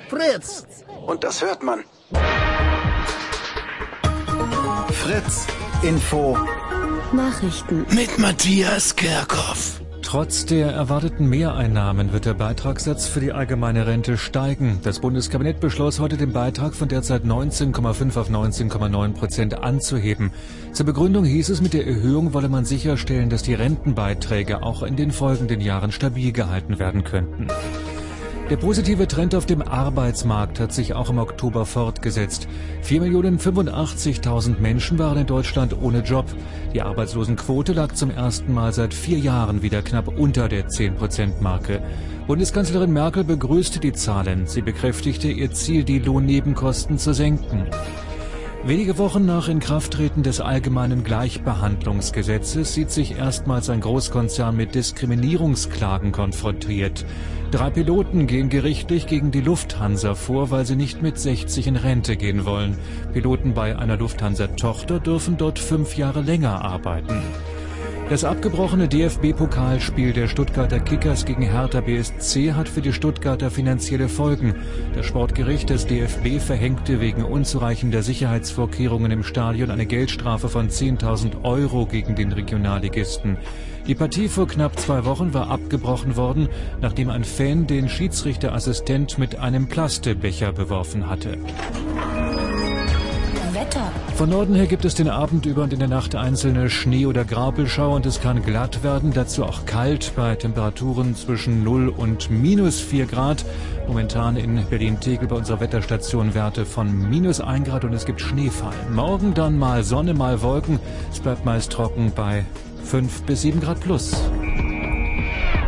Fritz. Und das hört man. Fritz Info. Nachrichten. Mit Matthias Kerkhoff. <laughs> Trotz der erwarteten Mehreinnahmen wird der Beitragssatz für die allgemeine Rente steigen. Das Bundeskabinett beschloss heute den Beitrag von derzeit 19,5 auf 19,9 Prozent anzuheben. Zur Begründung hieß es, mit der Erhöhung wolle man sicherstellen, dass die Rentenbeiträge auch in den folgenden Jahren stabil gehalten werden könnten. Der positive Trend auf dem Arbeitsmarkt hat sich auch im Oktober fortgesetzt. 4.085.000 Menschen waren in Deutschland ohne Job. Die Arbeitslosenquote lag zum ersten Mal seit vier Jahren wieder knapp unter der 10-Prozent-Marke. Bundeskanzlerin Merkel begrüßte die Zahlen. Sie bekräftigte ihr Ziel, die Lohnnebenkosten zu senken. Wenige Wochen nach Inkrafttreten des allgemeinen Gleichbehandlungsgesetzes sieht sich erstmals ein Großkonzern mit Diskriminierungsklagen konfrontiert. Drei Piloten gehen gerichtlich gegen die Lufthansa vor, weil sie nicht mit 60 in Rente gehen wollen. Piloten bei einer Lufthansa-Tochter dürfen dort fünf Jahre länger arbeiten. Das abgebrochene DFB-Pokalspiel der Stuttgarter Kickers gegen Hertha BSC hat für die Stuttgarter finanzielle Folgen. Das Sportgericht des DFB verhängte wegen unzureichender Sicherheitsvorkehrungen im Stadion eine Geldstrafe von 10.000 Euro gegen den Regionalligisten. Die Partie vor knapp zwei Wochen war abgebrochen worden, nachdem ein Fan den Schiedsrichterassistent mit einem Plastebecher beworfen hatte. Wetter. Von Norden her gibt es den Abend über und in der Nacht einzelne Schnee- oder Grapelschauer und es kann glatt werden, dazu auch kalt bei Temperaturen zwischen 0 und minus 4 Grad. Momentan in Berlin-Tegel bei unserer Wetterstation Werte von minus 1 Grad und es gibt Schneefall. Morgen dann mal Sonne, mal Wolken. Es bleibt meist trocken bei 5 bis 7 Grad plus.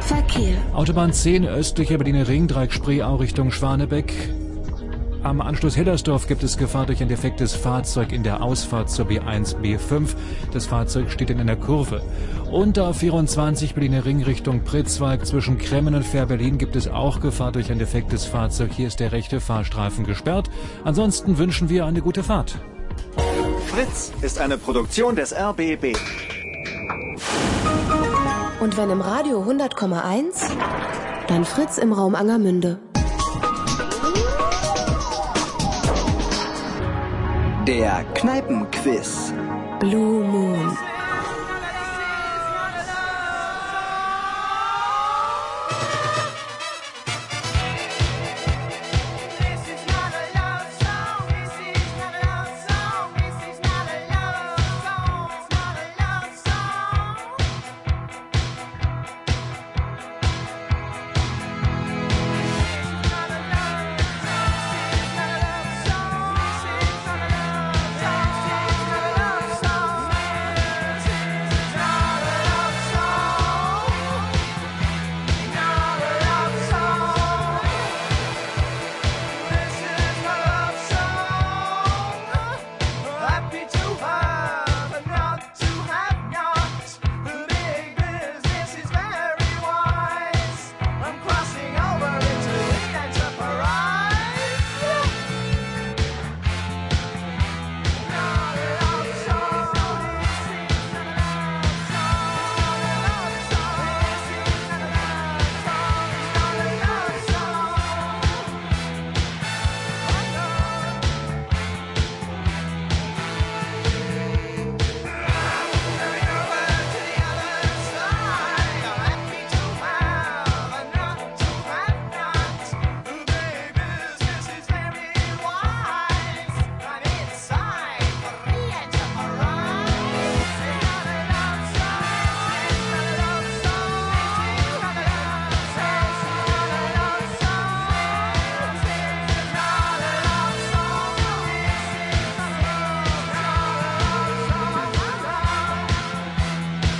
Verkehr. Autobahn 10 östlicher Berliner Ring, Dreieck Spreeau Richtung Schwanebeck. Am Anschluss Hellersdorf gibt es Gefahr durch ein defektes Fahrzeug in der Ausfahrt zur B1 B5. Das Fahrzeug steht in einer Kurve. Und auf 24 Berliner Ring Richtung Pritzwalk zwischen Kremmen und Fair-Berlin gibt es auch Gefahr durch ein defektes Fahrzeug. Hier ist der rechte Fahrstreifen gesperrt. Ansonsten wünschen wir eine gute Fahrt. Fritz ist eine Produktion des RBB. Und wenn im Radio 100,1, dann Fritz im Raum Angermünde. Der Kneipenquiz. Blue Moon.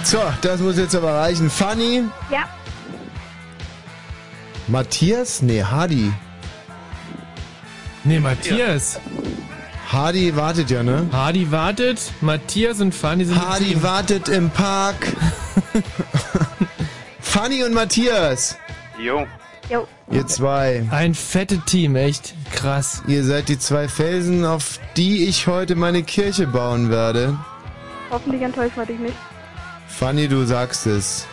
So, das muss jetzt aber reichen. Fanny, Ja, Matthias? Nee, Hardy. <laughs> Nee, Matthias. Hardy wartet ja, ne? Hardy wartet, Matthias und Fanny sind Hardy wartet im Park. <laughs> Fanny und Matthias. Jo. Jo. Ihr zwei. Ein fette Team, echt krass. Ihr seid die zwei Felsen, auf die ich heute meine Kirche bauen werde. hoffentlich enttäuscht man dich nicht. Fanny, du sagst es.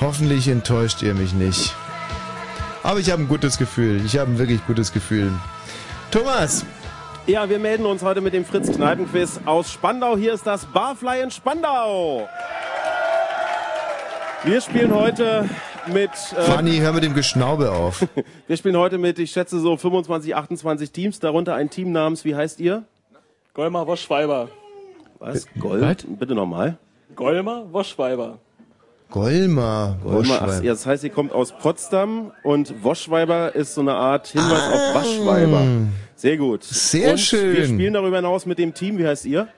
Hoffentlich enttäuscht ihr mich nicht. Aber ich habe ein gutes Gefühl. Ich habe ein wirklich gutes Gefühl. Thomas! Ja, wir melden uns heute mit dem Fritz Kneipenquiz aus Spandau. Hier ist das Barfly in Spandau. Wir spielen heute mit äh, Fanny, hör mit dem <laughs> Geschnaube auf. wir spielen heute mit, ich schätze so 25, 28 Teams, darunter ein Team namens, wie heißt ihr? Golmar Woschweiber. Was? Gold? Bitte nochmal. Golmar Woschweiber. Golmer. Golmar, ach, Woschweib. ja, das heißt, ihr kommt aus Potsdam und Woschweiber ist so eine Art Hinweis auf Waschweiber. Sehr gut. Ah. Sehr und schön. Wir spielen darüber hinaus mit dem Team, wie heißt ihr?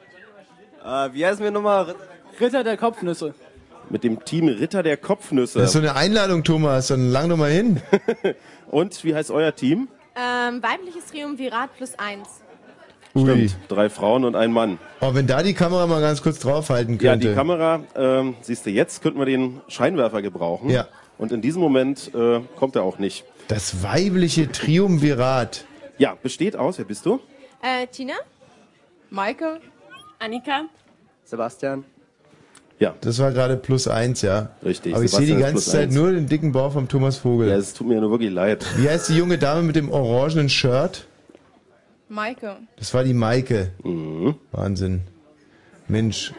Äh, wie heißen wir nochmal? Ritter der Kopfnüsse. Mit dem Team Ritter der Kopfnüsse. Das ist so eine Einladung, Thomas. Dann lang doch mal hin. Und wie heißt euer Team? Ähm, weibliches Triumvirat plus eins. Ui. Drei Frauen und ein Mann. Oh, wenn da die Kamera mal ganz kurz draufhalten Ja, könnte. die Kamera, ähm, siehst du, jetzt könnten wir den Scheinwerfer gebrauchen. Ja. Und in diesem Moment äh, kommt er auch nicht. Das weibliche Triumvirat. Ja, besteht aus, wer bist du? Äh, Tina? Maike? Annika? Sebastian. Ja. Das war gerade plus eins, ja. Richtig. Aber ich sehe die Sebastian ist ganze plus Zeit eins. nur den dicken Bauch vom Thomas Vogel. Ja, es tut mir nur wirklich leid. Wie heißt die junge Dame mit dem orangenen Shirt? Maike. Das war die Maike. Wahnsinn. Mensch.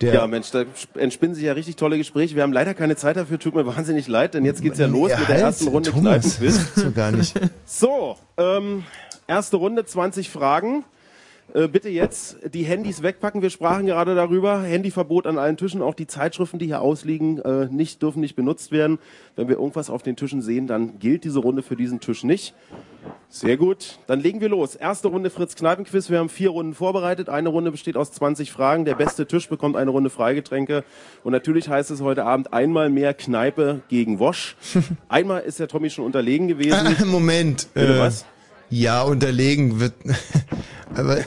Der Mhm. ja, Mensch, da sp- entspinnen sich ja richtig tolle Gespräche. Wir haben leider keine Zeit dafür, tut mir wahnsinnig leid, denn jetzt geht's ja los Ja, mit der halt, ersten Runde Thomas, Kneipenquiz. das gibt's doch gar nicht. <laughs> So, ähm, erste Runde, 20 Fragen. Äh, bitte jetzt die Handys wegpacken. Wir sprachen gerade darüber. Handyverbot an allen Tischen. Auch die Zeitschriften, die hier ausliegen, äh, nicht, dürfen nicht benutzt werden. Wenn wir irgendwas auf den Tischen sehen, dann gilt diese Runde für diesen Tisch nicht. Sehr gut. Dann legen wir los. Erste Runde Fritz Kneipenquiz. Wir haben vier Runden vorbereitet. Eine Runde besteht aus 20 Fragen. Der beste Tisch bekommt eine Runde Freigetränke. Und natürlich heißt es heute Abend einmal mehr Kneipe gegen <laughs> Wosch. Einmal ist der Tommy schon unterlegen gewesen. Ähm, Moment. äh, Bitte was? Ja, unterlegen wird. <laughs> Aber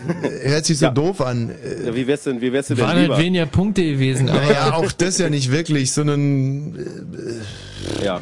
hört sich so doof an. Äh, Ja, wie wär's denn, wie wär's denn Waren lieber? halt weniger Punkte gewesen. Aber Naja, auch das ja nicht wirklich, sondern Ja.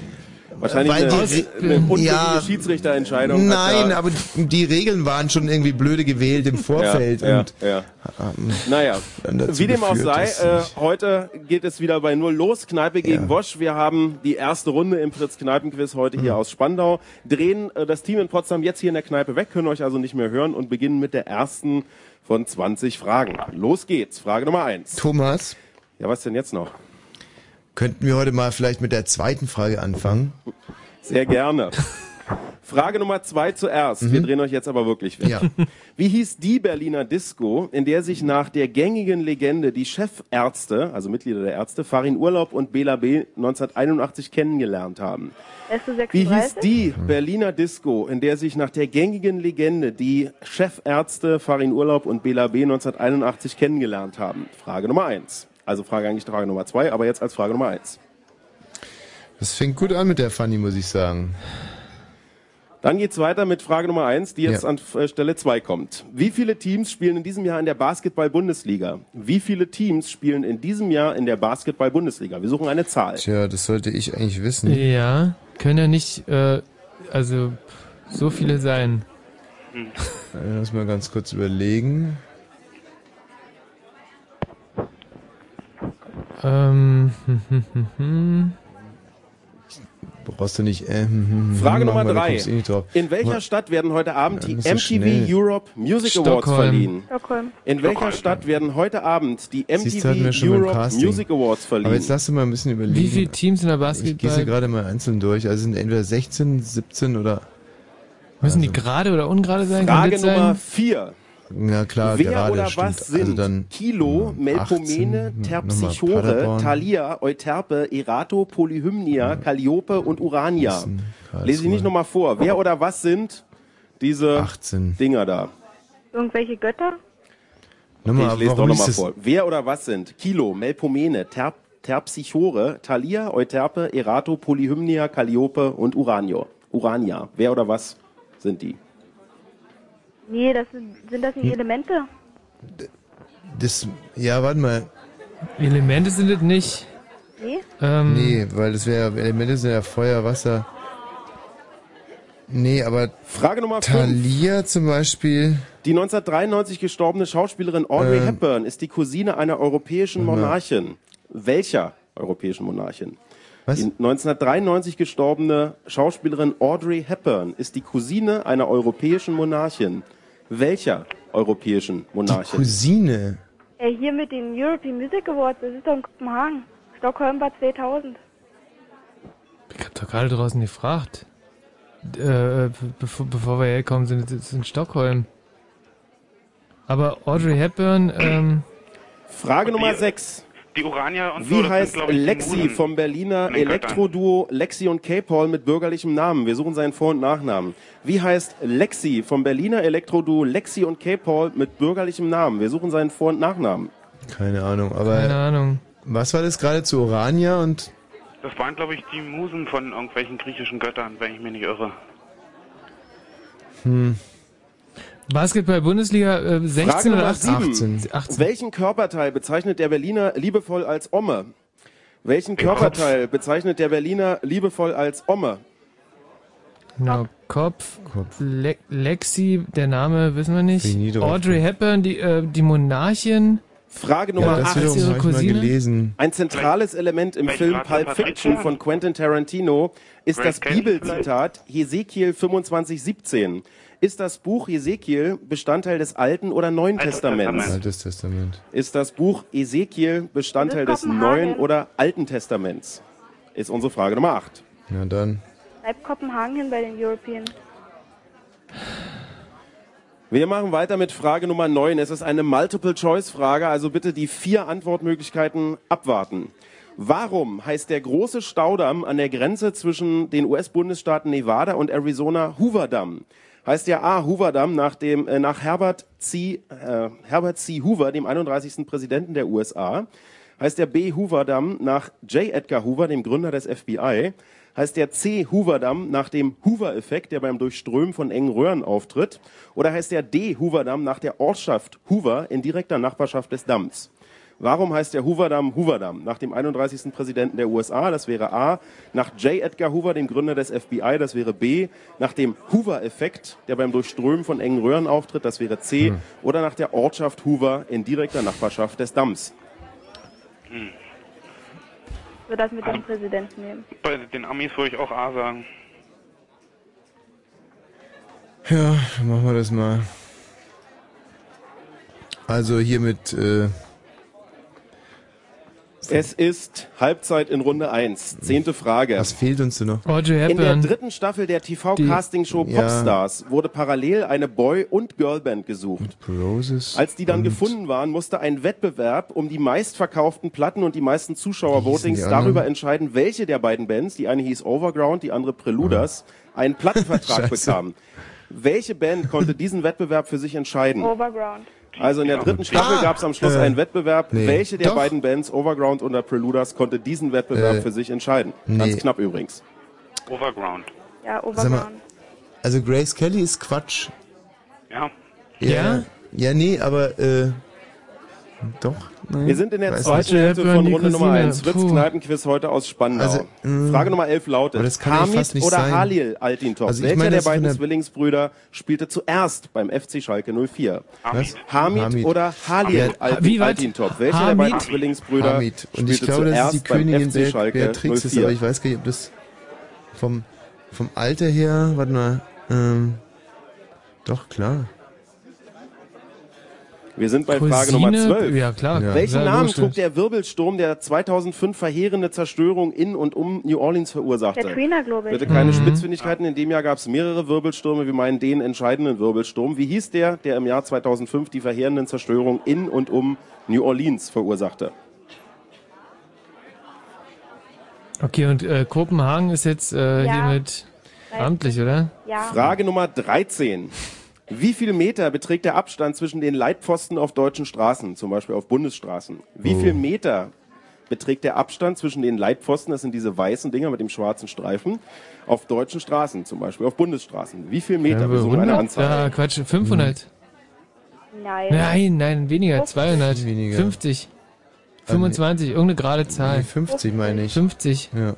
Wahrscheinlich Weil eine, die- eine unglückliche Ja. Schiedsrichterentscheidung. hat Nein, da- aber die Regeln waren schon irgendwie blöde gewählt im Vorfeld. ja, und ja. haben Naja, dann dazu wie dem auch geführt, sei, dass äh, ich- heute geht es wieder bei Null los. Kneipe gegen Bosch. Wir haben die erste Runde im Fritz-Kneipen-Quiz heute hier aus Spandau. Drehen äh, das Team in Potsdam jetzt hier in der Kneipe weg, können euch also nicht mehr hören und beginnen mit der ersten von 20 Fragen. Los geht's. Frage Nummer eins. Thomas, Ja, was denn jetzt noch? könnten wir heute mal vielleicht mit der zweiten Frage anfangen? Sehr gerne. Frage Nummer zwei zuerst. Wir drehen euch jetzt aber wirklich weg. Ja. Wie hieß die Berliner Disco, in der sich nach der gängigen Legende die Chefärzte, also Mitglieder der Ärzte, Farin Urlaub und Bela B. 1981 kennengelernt haben? Wie hieß 36? die Berliner Disco, in der sich nach der gängigen Legende die Chefärzte Farin Urlaub und Bela B. 1981 kennengelernt haben? Frage Nummer eins. Also Frage eigentlich Frage Nummer zwei, aber jetzt als Frage Nummer eins. Das fängt gut an mit der Fanny, muss ich sagen. Dann geht's weiter mit Frage Nummer eins, die jetzt Ja. an äh, Stelle zwei kommt. Wie viele Teams spielen in diesem Jahr in der Basketball-Bundesliga? Wie viele Teams spielen in diesem Jahr in der Basketball-Bundesliga? Wir suchen eine Zahl. Tja, das sollte ich eigentlich wissen. Ja, können ja nicht, äh, also so viele sein. Hm. Äh, Lass mal ganz kurz überlegen. <laughs> Ähm, hm, hm, hm, hm. Brauchst du nicht. Äh, hm, hm, hm, Frage Nummer machen wir, da drei. kommst du eh nicht drauf. In welcher Ma- Stadt werden heute Abend die nicht so MTV schnell. Europe Music Awards Stockholm. verliehen? Stockholm. In welcher Stadt werden heute Abend die Siehst du, hatten wir MTV schon beim Europe Casting. Music Awards verliehen? Aber jetzt lass du mal ein bisschen überlegen. Wie viele Teams in der Ich gehe sie Basketball? gerade mal einzeln durch. Also sind entweder 16, 17 oder. Müssen Also. die gerade oder ungerade sein? Kann Frage das sein? Nummer vier. Na klar, Wer gerade oder stimmt. was sind also dann Kilo, Melpomene, 18, nochmal Terpsichore, Paderborn. Thalia, Euterpe, Erato, Polyhymnia, Calliope und Urania? Essen, Karlsruhe. Lese ich nicht nochmal vor. Wer oder was sind diese 18. Dinger da? Irgendwelche Götter? Nochmal, ich lese doch warum nochmal ist das- vor. Wer oder was sind Kilo, Melpomene, Terp Terpsichore, Thalia, Euterpe, Erato, Polyhymnia, Calliope und Uranio? Urania. Wer oder was sind die? Nee, das sind, sind das nicht Hm. Elemente? Das, ja, warte mal. Elemente sind es nicht. Nee? Ähm, nee, weil das wäre Elemente sind ja Feuer, Wasser. Nee, aber Frage Nummer fünf. Thalia zum Beispiel. Die 1993 gestorbene Schauspielerin Audrey Ähm. Hepburn ist die Cousine einer europäischen Warte mal. Monarchin. Welcher europäischen Monarchin? Was? Die 1993 gestorbene Schauspielerin Audrey Hepburn ist die Cousine einer europäischen Monarchin. Welcher europäischen Monarchin? Cousine. Äh, hier mit den European Music Awards, das ist doch in Kopenhagen. Stockholm war 2000. Ich hab doch gerade draußen gefragt. Äh, bevor, bevor wir hergekommen sind, es ist in Stockholm. Aber Audrey Hepburn, ähm, Frage Nummer 6. Die Urania und so, Wie das heißt sind, glaub ich, Lexi Dämonen. vom Berliner Von den Göttern. Elektroduo Lexi und K-Paul mit bürgerlichem Namen? Wir suchen seinen Vor- und Nachnamen. Wie heißt Lexi vom Berliner Elektroduo Lexi und K-Paul mit bürgerlichem Namen? Wir suchen seinen Vor- und Nachnamen. Keine Ahnung, aber. Keine Ahnung. Was war das gerade zu Orania und. Das waren, glaube ich, die Musen von irgendwelchen griechischen Göttern, wenn ich mich nicht irre. Hm. Basketball-Bundesliga äh, 16 oder 18? Frage Nummer sieben. Welchen Körperteil bezeichnet der Berliner liebevoll als Omme? Welchen Den Kopf. Körperteil bezeichnet der Berliner liebevoll als Omme? Genau, Kopf. Le Lexi, der Name wissen wir nicht. Bin ich nie drauf Audrey Hepburn, die, äh, die Monarchin. Frage Nummer das 8. wiederum Ist ihre hab ich mal Cousine? gelesen. Ein zentrales Element im Vielleicht Film gerade Pulp Nummer Fiction 13. von Quentin Tarantino ist Ray das Kane Bibelzitat Hesekiel 25,17. Ist das Buch Hesekiel Bestandteil des Alten oder Neuen Testaments? Altes Testament. Ist das Buch Ezekiel Bestandteil Das ist des Kopenhagen. Neuen oder Alten Testaments? Ist unsere Frage Nummer 8. Na dann. Bleib Kopenhagen hin bei den European. Wir machen weiter mit Frage Nummer 9. Es ist eine Multiple-Choice-Frage, also bitte die vier Antwortmöglichkeiten abwarten. Warum heißt der große Staudamm an der Grenze zwischen den US-Bundesstaaten Nevada und Arizona Hoover Damm? Heißt ja A. Hoover Damm nach, dem, äh, nach Herbert, C., äh, Herbert C. Hoover, dem 31. Präsidenten der USA? Heißt der B. Hoover Damm nach J. Edgar Hoover, dem Gründer des FBI? Heißt der C. Hoover Damm nach dem Hoover-Effekt, der beim Durchströmen von engen Röhren auftritt? Oder heißt der D. Hoover Damm nach der Ortschaft Hoover in direkter Nachbarschaft des Damms? Warum heißt der Hoover Damm Hoover Damm? Nach dem 31. Präsidenten der USA, das wäre A. Nach J. Edgar Hoover, dem Gründer des FBI, das wäre B. Nach dem Hoover-Effekt, der beim Durchströmen von engen Röhren auftritt, das wäre C. Oder nach der Ortschaft Hoover in direkter Nachbarschaft des Damms. Ich würde das mit dem Präsidenten nehmen. Bei den Amis würde ich auch A sagen. Ja, dann machen wir das mal. Also hier mit äh, Es ist Halbzeit in Runde 1. Zehnte Frage. Was fehlt uns denn noch? Audrey In der Hepburn. dritten Staffel der TV-Casting-Show Ja. Popstars wurde parallel eine Boy- und Girlband gesucht. Roses. Als die dann gefunden waren, musste ein Wettbewerb um die meistverkauften Platten und die meisten Wie Zuschauervotings hießen die anderen? darüber entscheiden, welche der beiden Bands, die eine hieß Overground, die andere Preluders, einen Plattenvertrag <laughs> Scheiße. bekam. Welche Band konnte diesen Wettbewerb für sich entscheiden? Overground. Also in der dritten Staffel Ah! gab es am Schluss Äh, einen Wettbewerb. nee. Welche der Doch. beiden Bands, Overground oder Preluders, konnte diesen Wettbewerb Äh, für sich entscheiden? nee. Ganz knapp übrigens. Overground. Ja, Sag Overground. mal, also Grace Kelly ist Quatsch. Ja. Ja? Ja, nee, aber äh, doch. Nee, Wir sind in der weiß zweiten nicht. Hälfte von Runde Nummer 1. Fritz Kneipenquiz heute aus Spandau. Also, mh. Frage Nummer 11 lautet, Aber das kann ja Hamid fast nicht oder sein. Halil Altintop, Also ich welcher meine, der das von beiden der- Zwillingsbrüder spielte zuerst beim FC Schalke 04? Was? Hamid, Hamid. oder Halil Hamid. Alt Wie weit? Altintop, welcher der beiden Hamid? Zwillingsbrüder Hamid. Und ich spielte glaube, das zuerst ist die beim Königin FC Be Schalke Beatrix, ist, 04? aber ich weiß gar nicht, ob das vom, vom Alter her, warte mal, ähm, doch, klar. Wir sind bei Cousine- Frage Nummer 12. Ja, klar. Ja. Welchen Ja, Namen logisch. trug der Wirbelsturm, der 2005 verheerende Zerstörung in und um New Orleans verursachte? Katrina, glaube ich. Bitte keine Mhm. Spitzfindigkeiten. In dem Jahr gab es mehrere Wirbelstürme. Wir meinen den entscheidenden Wirbelsturm. Wie hieß der, der im Jahr 2005 die verheerenden Zerstörungen in und um New Orleans verursachte? Okay, und äh, Kopenhagen ist jetzt äh, Ja. hiermit amtlich, oder? Frage Nummer 13. Wie viel Meter beträgt der Abstand zwischen den Leitpfosten auf deutschen Straßen, zum Beispiel auf Bundesstraßen? Wie Oh. viel Meter beträgt der Abstand zwischen den Leitpfosten, das sind diese weißen Dinger mit dem schwarzen Streifen, auf deutschen Straßen, zum Beispiel auf Bundesstraßen? Wie viel Meter? Haben wir Wir suchen eine 100? Anzahl. Ja, Quatsch, 500. Nein. Nein, nein, weniger, 200. Weniger. 50. Äh, 25, irgendeine gerade Zahl. 50 meine ich. 50. Ja.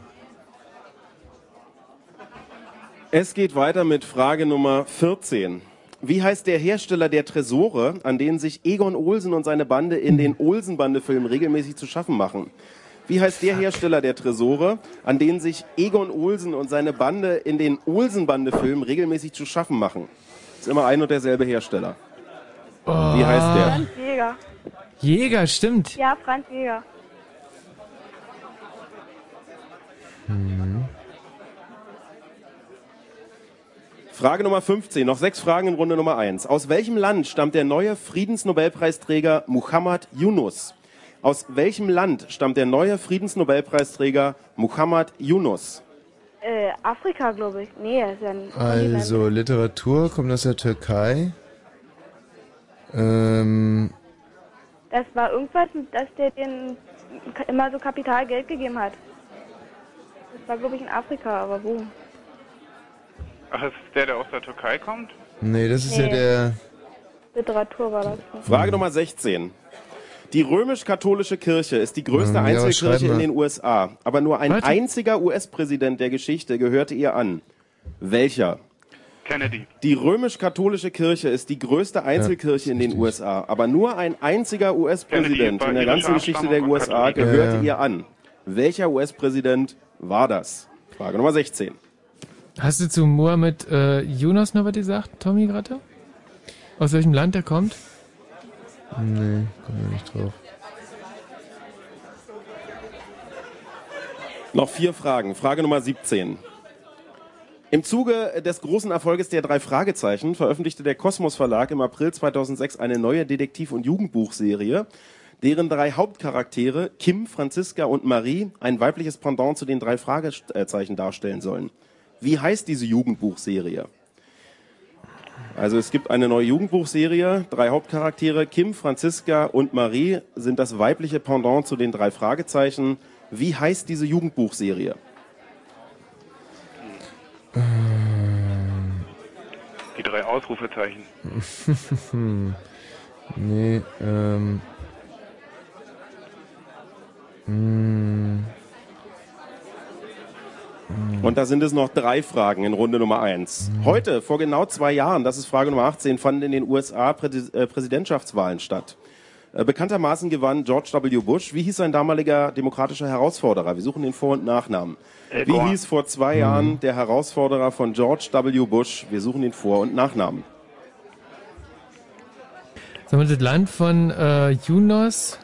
Es geht weiter mit Frage Nummer 14. Wie heißt der Hersteller der Tresore, an denen sich Egon Olsen und seine Bande in den Olsen-Bande-Filmen regelmäßig zu schaffen machen? Wie heißt der Hersteller der Tresore, an denen sich Egon Olsen und seine Bande in den Olsen-Bande-Filmen regelmäßig zu schaffen machen? Ist immer ein und derselbe Hersteller. Wie heißt der? Franz Jäger. Oh. Jäger, stimmt. Ja, Franz Jäger. Frage Nummer 15, noch sechs Fragen in Runde Nummer 1. Aus welchem Land stammt der neue Friedensnobelpreisträger Muhammad Yunus? Aus welchem Land stammt der neue Friedensnobelpreisträger Muhammad Yunus? Äh, Afrika, glaube ich. Nee, ist ja ein Kontinent. Also, Literatur kommt aus der Türkei. Ähm, Das war irgendwas, dass der den immer so Kapitalgeld gegeben hat. Das war, glaube ich, in Afrika, aber wo? Ach, das ist der, der aus der Türkei kommt? nee, das ist ja Nee. der... Literatur war das. Frage Nummer 16. Die römisch-katholische Kirche ist die größte Hm, Ja, aber Einzelkirche schreib mal. in den USA, aber nur ein Warte. einziger US-Präsident der Geschichte gehörte ihr an. Welcher? Kennedy. Die römisch-katholische Kirche ist die größte Einzelkirche in den USA, aber nur ein einziger US-Präsident war in der irischer ganzen Geschichte Abstammung der und USA Katholik. gehörte Ja, ja. ihr an. Welcher US-Präsident war das? Frage Nummer 16. Hast du zu Mohammed äh, Jonas noch was gesagt, Tommy gerade? Aus welchem Land der kommt? Nee, komm nicht drauf. Noch vier Fragen. Frage Nummer 17. Im Zuge des großen Erfolges der drei Fragezeichen veröffentlichte der Kosmos Verlag im April 2006 eine neue Detektiv- und Jugendbuchserie, deren drei Hauptcharaktere Kim, Franziska und Marie ein weibliches Pendant zu den drei Fragezeichen darstellen sollen. Wie heißt diese Jugendbuchserie? Also es gibt eine neue Jugendbuchserie. Drei Hauptcharaktere, Kim, Franziska und Marie, sind das weibliche Pendant zu den drei Fragezeichen. Wie heißt diese Jugendbuchserie? <laughs> Die drei Ausrufezeichen. <laughs> nee, ähm. Mm, Und da sind es noch drei Fragen in Runde Nummer eins. Heute, vor genau zwei Jahren, das ist Frage Nummer 18, fanden in den USA Präsi- äh, Präsidentschaftswahlen statt. Äh, Bekanntermaßen gewann George W. Bush. Wie hieß sein damaliger demokratischer Herausforderer? Wir suchen den Vor- und Nachnamen. Al Wie Gore. hieß vor zwei Jahren der Herausforderer von George W. Bush? Wir suchen den Vor- und Nachnamen. Sag mal, das Land von äh, Jonas,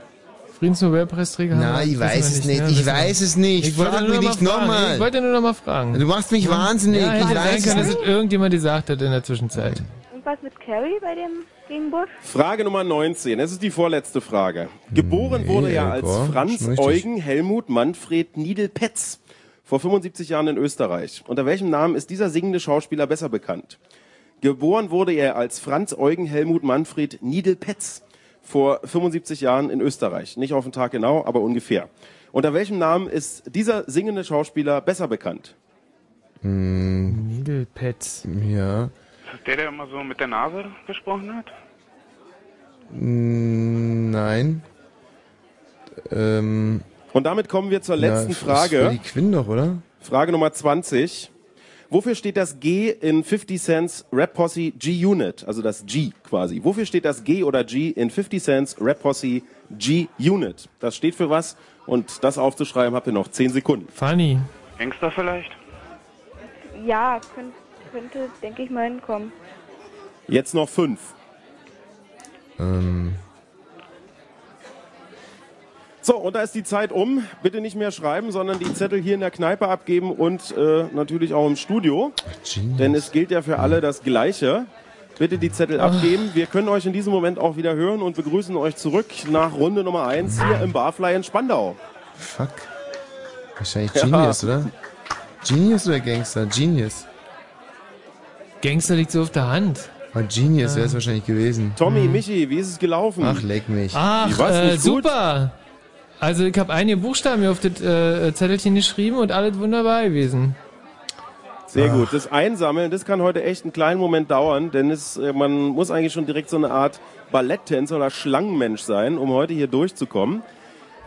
Friedensnobelpreisträger? Na, ich Wissen weiß wir es nicht. ne? Ich Wissen wir weiß es nicht. Ich wollte Frag nur mich nicht noch mal fragen. nochmal. Ich wollte nur noch mal fragen. Du machst mich wahnsinnig. Ja, Ich hätte weiß sein es können, dass nicht. es irgendjemand gesagt hat in der Zwischenzeit. Irgendwas mit Carrie bei dem gegen Bush? Frage Nummer 19, es ist die vorletzte Frage. Geboren wurde er als Elgar, Franz schon richtig. Eugen Helmut Manfred Niedel-Petz vor 75 Jahren in Österreich. Unter welchem Namen ist dieser singende Schauspieler besser bekannt? Geboren wurde er als Franz Eugen Helmut Manfred Niedel-Petz vor 75 Jahren in Österreich. Nicht auf den Tag genau, aber ungefähr. Unter welchem Namen ist dieser singende Schauspieler besser bekannt? mm, Niedelpets. ja. Ist das der, der immer so mit der Nase gesprochen hat? Mm, nein. Ähm. Und damit kommen wir zur letzten na, Frage. Ist Freddy Quinn doch, oder? Frage Nummer 20. Wofür steht das G in 50 Cents Rap Posse G-Unit? Also das G quasi. Wofür steht das G oder G in 50 Cents Rap Posse G-Unit? Das steht für was? Und das aufzuschreiben habt ihr noch 10 Sekunden. Funny. Gangster vielleicht? Ja, könnt, könnte, denke ich mal, hinkommen. Jetzt noch 5. Ähm. So, und da ist die Zeit um. Bitte nicht mehr schreiben, sondern die Zettel hier in der Kneipe abgeben und äh, natürlich auch im Studio. Denn es gilt ja für alle das Gleiche. Bitte die Zettel abgeben. Wir können euch in diesem Moment auch wieder hören und begrüßen euch zurück nach Runde Nummer 1 hier im Barfly in Spandau. Fuck. Wahrscheinlich Genius, oder? Genius oder Gangster? Genius. Gangster liegt so auf der Hand. Ah, Genius wäre es wahrscheinlich gewesen. Hm. Tommy, Michi, wie ist es gelaufen? Ach, leck mich. Ach, äh, super. Also ich habe einige Buchstaben hier auf das äh, Zettelchen geschrieben und alles wunderbar gewesen. Ah. Sehr gut. Das Einsammeln, das kann heute echt einen kleinen Moment dauern, denn es, äh, man muss eigentlich schon direkt so eine Art Balletttänzer oder Schlangenmensch sein, um heute hier durchzukommen.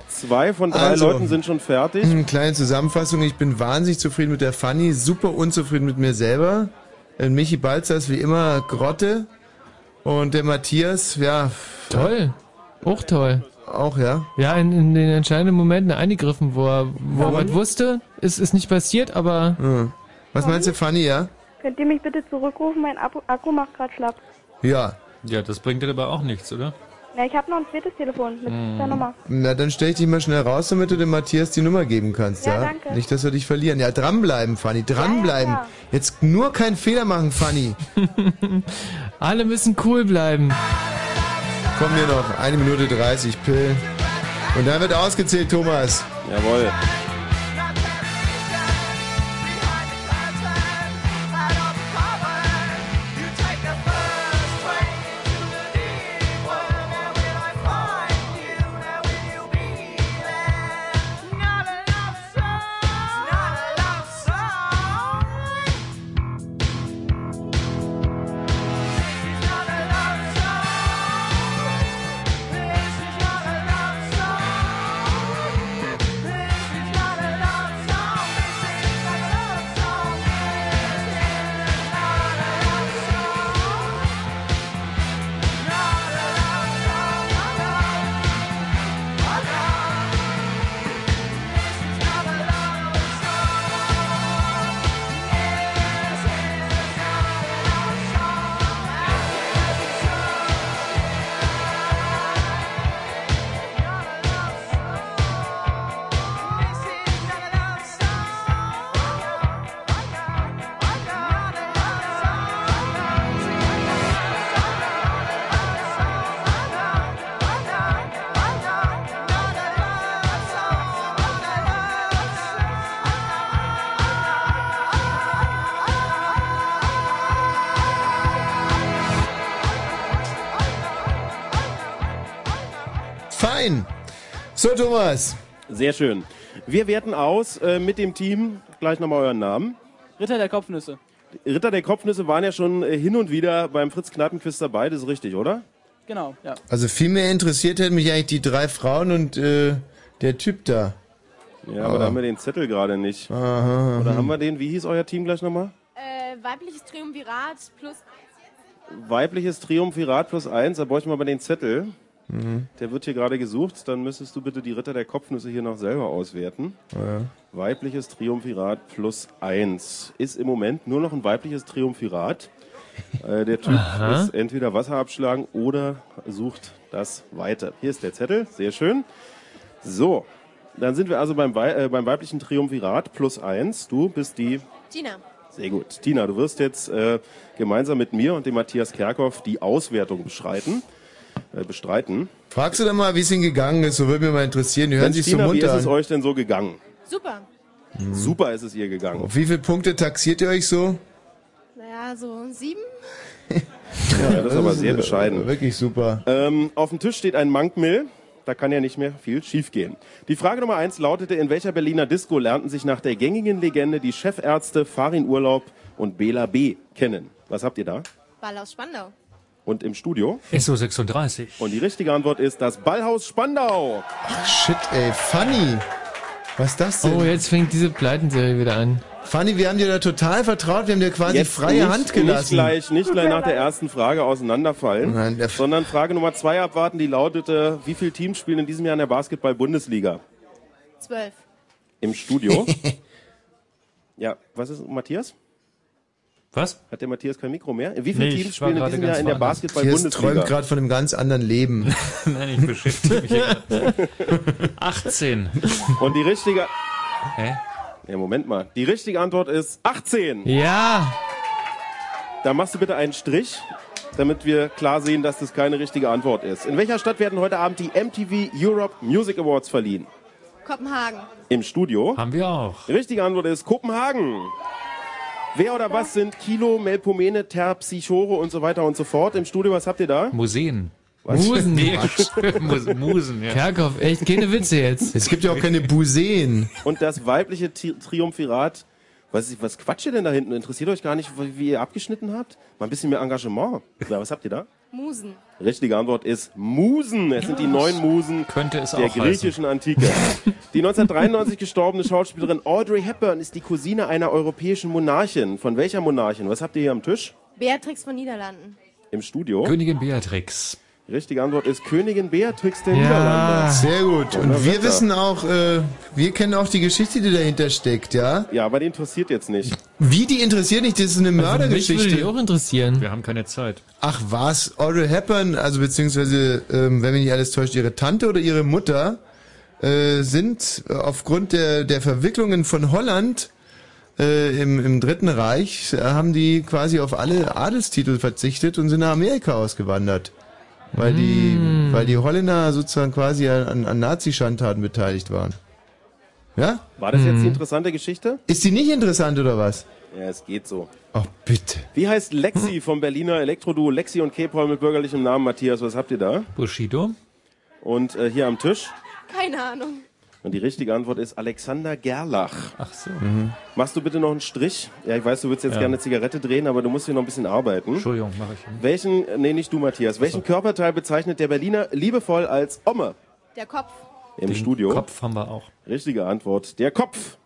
Zwei von drei Also. Leuten sind schon fertig. Eine Hm, kleine Zusammenfassung. Ich bin wahnsinnig zufrieden mit der Fanny, super unzufrieden mit mir selber. Äh, Michi Balzer ist wie immer Grotte. Und der Matthias, ja. Toll. Auch toll. Auch, ja. Ja, in, in den entscheidenden Momenten eingegriffen, wo er, wo er Aber- was wusste. Es ist nicht passiert, aber... Was meinst du, Fanny, ja? Könnt ihr mich bitte zurückrufen? Mein Akku, Akku macht gerade schlapp. Ja. Ja, das bringt dir aber auch nichts, oder? Na, ich habe noch ein zweites Telefon mit Mhm. der Nummer. Na, dann stell ich dich mal schnell raus, damit du dem Matthias die Nummer geben kannst, ja? Ja, danke. Nicht, dass wir dich verlieren. Ja, dranbleiben, Fanny, dranbleiben. Ja, ja, Jetzt nur keinen Fehler machen, Fanny. <laughs> Alle müssen cool bleiben. Kommen wir noch. Eine Minute 30, Pill. Und dann wird ausgezählt, Thomas. Jawohl. This is not a love song. This is not Nein! So, Thomas. Sehr schön. Wir werten aus äh, mit dem Team, gleich nochmal euren Namen. Ritter der Kopfnüsse. Ritter der Kopfnüsse waren ja schon äh, hin und wieder beim Fritz Kneipenquiz dabei, das ist richtig, oder? Genau, ja. Also viel mehr interessiert hätten mich eigentlich die drei Frauen und äh, der Typ da. Ja, Ah. aber da haben wir den Zettel gerade nicht. Aha. Oder hm. haben wir den, wie hieß euer Team gleich nochmal? Äh, weibliches Triumvirat plus Weibliches Triumvirat plus eins, da bräuchte man mal den Zettel. Mhm. Der wird hier gerade gesucht, dann müsstest du bitte die Ritter der Kopfnüsse hier noch selber auswerten. Ja. Weibliches Triumvirat plus eins ist im Moment nur noch ein weibliches Triumvirat. Äh, der Typ Aha. muss entweder Wasser abschlagen oder sucht das weiter. Hier ist der Zettel, sehr schön. So, dann sind wir also beim, Wei äh, beim weiblichen Triumvirat plus eins. Du bist die Gina. sehr gut. Tina, du wirst jetzt äh, gemeinsam mit mir und dem Matthias Kerkhoff die Auswertung beschreiten, äh, bestreiten. Fragst du dann mal, wie es ihnen gegangen ist? So würde mich mal interessieren. Die hören Mensch, sich so Tina, wie munter ist es an. Mhm. euch denn so gegangen? Super. Super ist es ihr gegangen. Auf wie viele Punkte taxiert ihr euch so? Naja, so sieben. Ja, das ist aber sehr äh, bescheiden. <laughs> Wirklich super. Ähm, auf dem Tisch steht ein Mankmill. Da kann ja nicht mehr viel schiefgehen. Die Frage Nummer eins lautete, in welcher Berliner Disco lernten sich nach der gängigen Legende die Chefärzte Farin Urlaub und Bela B. kennen? Was habt ihr da? Ball aus Spandau. Und im Studio? SO36. Und die richtige Antwort ist das Ballhaus Spandau. Shit, ey, Funny. Was ist das denn? Oh, jetzt fängt diese Pleitenserie wieder an. Funny, wir haben dir da total vertraut, wir haben dir quasi Ah, freie nicht, Hand gelassen. Nicht gleich, nicht gleich nach <laughs> der ersten Frage auseinanderfallen, sondern Frage Nummer zwei abwarten, die lautete, wie viele Teams spielen in diesem Jahr in der Basketball-Bundesliga? Zwölf. Im <laughs> Studio. ja, was ist, Matthias? Was? Hat der Matthias kein Mikro mehr? Wie viele Nee, ich Teams war spielen in gerade diesem Jahr ganz in der woanders. Matthias Basketball-Bundesliga? träumt gerade von einem ganz anderen <laughs> Leben. Nein, ich beschäftige mich hier <laughs> gerade. 18. Und die richtige... Hä? Ja, Moment mal. Die richtige Antwort ist 18. Ja. Da machst du bitte einen Strich, damit wir klar sehen, dass das keine richtige Antwort ist. In welcher Stadt werden heute Abend die MTV Europe Music Awards verliehen? Kopenhagen. Im Studio. Haben wir auch. Die richtige Antwort ist Kopenhagen. Wer oder was sind Kilo, Melpomene, Terpsichore und so weiter und so fort? Im Studio, was habt ihr da? Museen. Was? Musen. Nee, Mus Musen, ja. Kerkhoff, echt keine Witze jetzt. Es gibt ja auch keine Buseen. Und das weibliche Tri Triumvirat. Was, ist- was quatscht ihr denn da hinten? Interessiert euch gar nicht, wie ihr abgeschnitten habt? Mal ein bisschen mehr Engagement. Ja, was habt ihr da? Musen. Richtige Antwort ist Musen. Es sind die neun Musen der auch heißen. griechischen Antike. Die 1993 gestorbene Schauspielerin Audrey Hepburn ist die Cousine einer europäischen Monarchin. Von welcher Monarchin? Was habt ihr hier am Tisch? Beatrix von Niederlanden. Im Studio? Königin Beatrix. Richtige Antwort ist Königin Beatrix der Ja. Niederlande. Sehr gut. Und wir Donnerwetter. wissen auch, äh, wir kennen auch die Geschichte, die dahinter steckt, ja? Ja, aber die interessiert jetzt nicht. Wie die interessiert nicht, das ist eine Mich würde die Mördergeschichte. auch interessieren. Wir haben keine Zeit. Ach was, Audrey Hepburn, also beziehungsweise, ähm, wenn mich nicht alles täuscht, ihre Tante oder ihre Mutter äh, sind äh, aufgrund der, der Verwicklungen von Holland äh, im, im Dritten Reich, äh, haben die quasi auf alle Adelstitel verzichtet und sind nach Amerika ausgewandert. Weil die, weil die Holländer sozusagen quasi an, an Nazi-Schandtaten beteiligt waren. Ja? War das Mhm. jetzt die interessante Geschichte? Ist die nicht interessant oder was? Ja, es geht so. Ach, bitte. Wie heißt Hm. Lexi vom Berliner Elektroduo Lexi und K-Paul mit bürgerlichem Namen Matthias? Was habt ihr da? <laughs> Bushido. Und äh, hier am Tisch? Keine Ahnung. Und die richtige Antwort ist Alexander Gerlach. Ach so. Mhm. Machst du bitte noch einen Strich? Ja, ich weiß, du würdest jetzt Ja. gerne eine Zigarette drehen, aber du musst hier noch ein bisschen arbeiten. Entschuldigung, mache ich. Welchen, äh, nee, nicht du, Matthias. Welchen Körperteil bezeichnet der Berliner liebevoll als Omme Der Kopf. im Den Studio? Kopf haben wir auch. Richtige Antwort, der Kopf.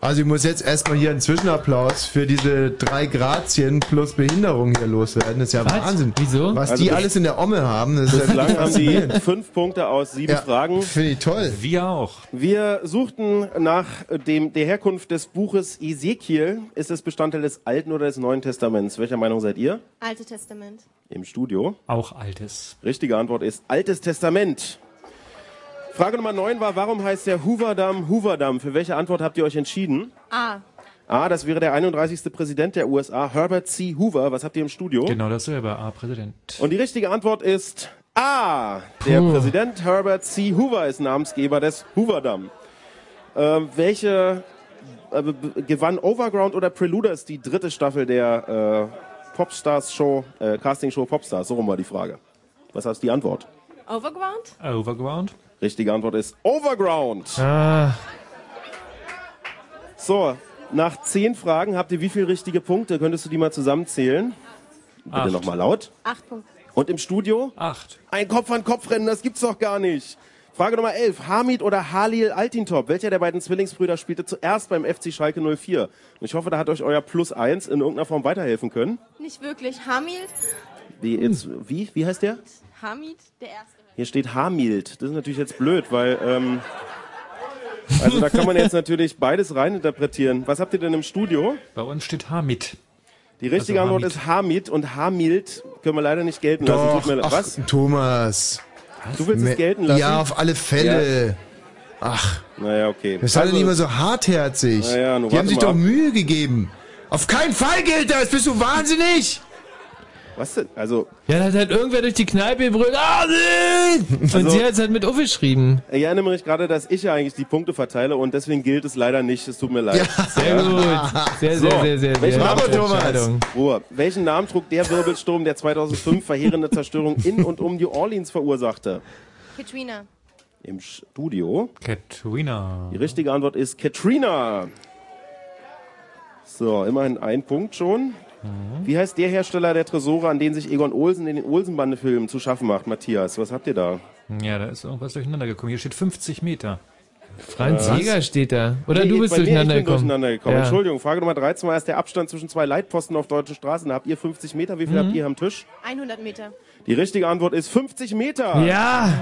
Also ich muss jetzt erstmal hier einen Zwischenapplaus für diese drei Grazien plus Behinderung hier loswerden. Das ist ja Wahnsinn. Wieso? Was Also die bis- alles in der Omme haben, das ist ja <laughs> Bislang haben sie faszinierend. fünf Punkte aus sieben Ja, Fragen. Finde ich toll. Wir auch. Wir suchten nach dem, der Herkunft des Buches Ezekiel. Ist es Bestandteil des Alten oder des Neuen Testaments? Welcher Meinung seid ihr? Alte Testament. Im Studio. Auch altes. Richtige Antwort ist Altes Testament. Frage Nummer 9 war, warum heißt der Hoover-Damm Hoover-Damm? Für welche Antwort habt ihr euch entschieden? Ah. A, das wäre der 31. Präsident der USA, Herbert C. Hoover. Was habt ihr im Studio? Genau dasselbe. Ah, Präsident. Und die richtige Antwort ist A. Der Puh. Präsident Herbert C. Hoover ist Namensgeber des Hoover-Damm. Ähm, welche äh, b- b- gewann Overground oder Preluders die dritte Staffel der äh, Popstars-Show, äh, Casting-Show Popstars? So rum war die Frage. Was heißt die Antwort? Overground? Overground? Richtige Antwort ist Overground. So, nach zehn Fragen habt ihr wie viele richtige Punkte? Könntest du die mal zusammenzählen? Bitte Acht. nochmal laut. Acht Punkte. Und im Studio? Acht. Ein Kopf-an-Kopf-Rennen, das gibt's doch gar nicht. Frage Nummer 11. Hamid oder Halil Altintop? Welcher der beiden Zwillingsbrüder spielte zuerst beim FC Schalke 04? Und ich hoffe, da hat euch euer Plus 1 in irgendeiner Form weiterhelfen können. Nicht wirklich. Hamid? Wie, jetzt, wie, wie heißt der? Hamid, der Erste. Hier steht Hamild. Das ist natürlich jetzt blöd, weil... Ähm, also da kann man jetzt natürlich beides reininterpretieren. Was habt ihr denn im Studio? Bei uns steht Hamid. Die richtige Also Antwort ist Hamid und Hamild können wir leider nicht gelten lassen. Doch, Tut mir leid. ach, Was? Thomas. Du willst es Me- gelten lassen? Ja, auf alle Fälle. Ach. Naja, okay. Das sei doch Also- nicht mehr so hartherzig. Naja, nun Die haben warte sich mal doch ab. Mühe gegeben. Auf keinen Fall gilt das. Bist du wahnsinnig? Was denn? Also, Ja, da hat halt irgendwer durch die Kneipe gebrüllt. Ah, Hm. Und Also- sie hat es halt mit Uffe geschrieben. ich erinnere mich gerade, dass ich ja eigentlich die Punkte verteile und deswegen gilt es leider nicht. Es tut mir leid. Sehr gut. Sehr, sehr, sehr, sehr, Welchen sehr Namen, gute Entscheidung. Ruhe. Welchen Namen trug der Wirbelsturm, der 2005 verheerende Zerstörung in und um New Orleans verursachte? Katrina. Im Studio. Katrina. Ah. Die richtige Antwort ist Katrina. So, immerhin ein Punkt schon. Mhm. Wie heißt der Hersteller der Tresore, an den sich Egon Olsen in den Olsenbande-Filmen zu schaffen macht, Matthias? Was habt ihr da? Ja, da ist irgendwas durcheinander gekommen. Hier steht 50 Meter. Franz Jäger steht da. Oder Nee, du bist bei mir, durcheinander ich bin gekommen. durcheinander gekommen. Ja. Entschuldigung, Frage Nummer 13 war erst der Abstand zwischen zwei Leitposten auf deutschen Straßen. Da habt ihr 50 Meter. Wie viel Mhm. habt ihr am Tisch? 100 Meter. Die richtige Antwort ist 50 Meter. Ja.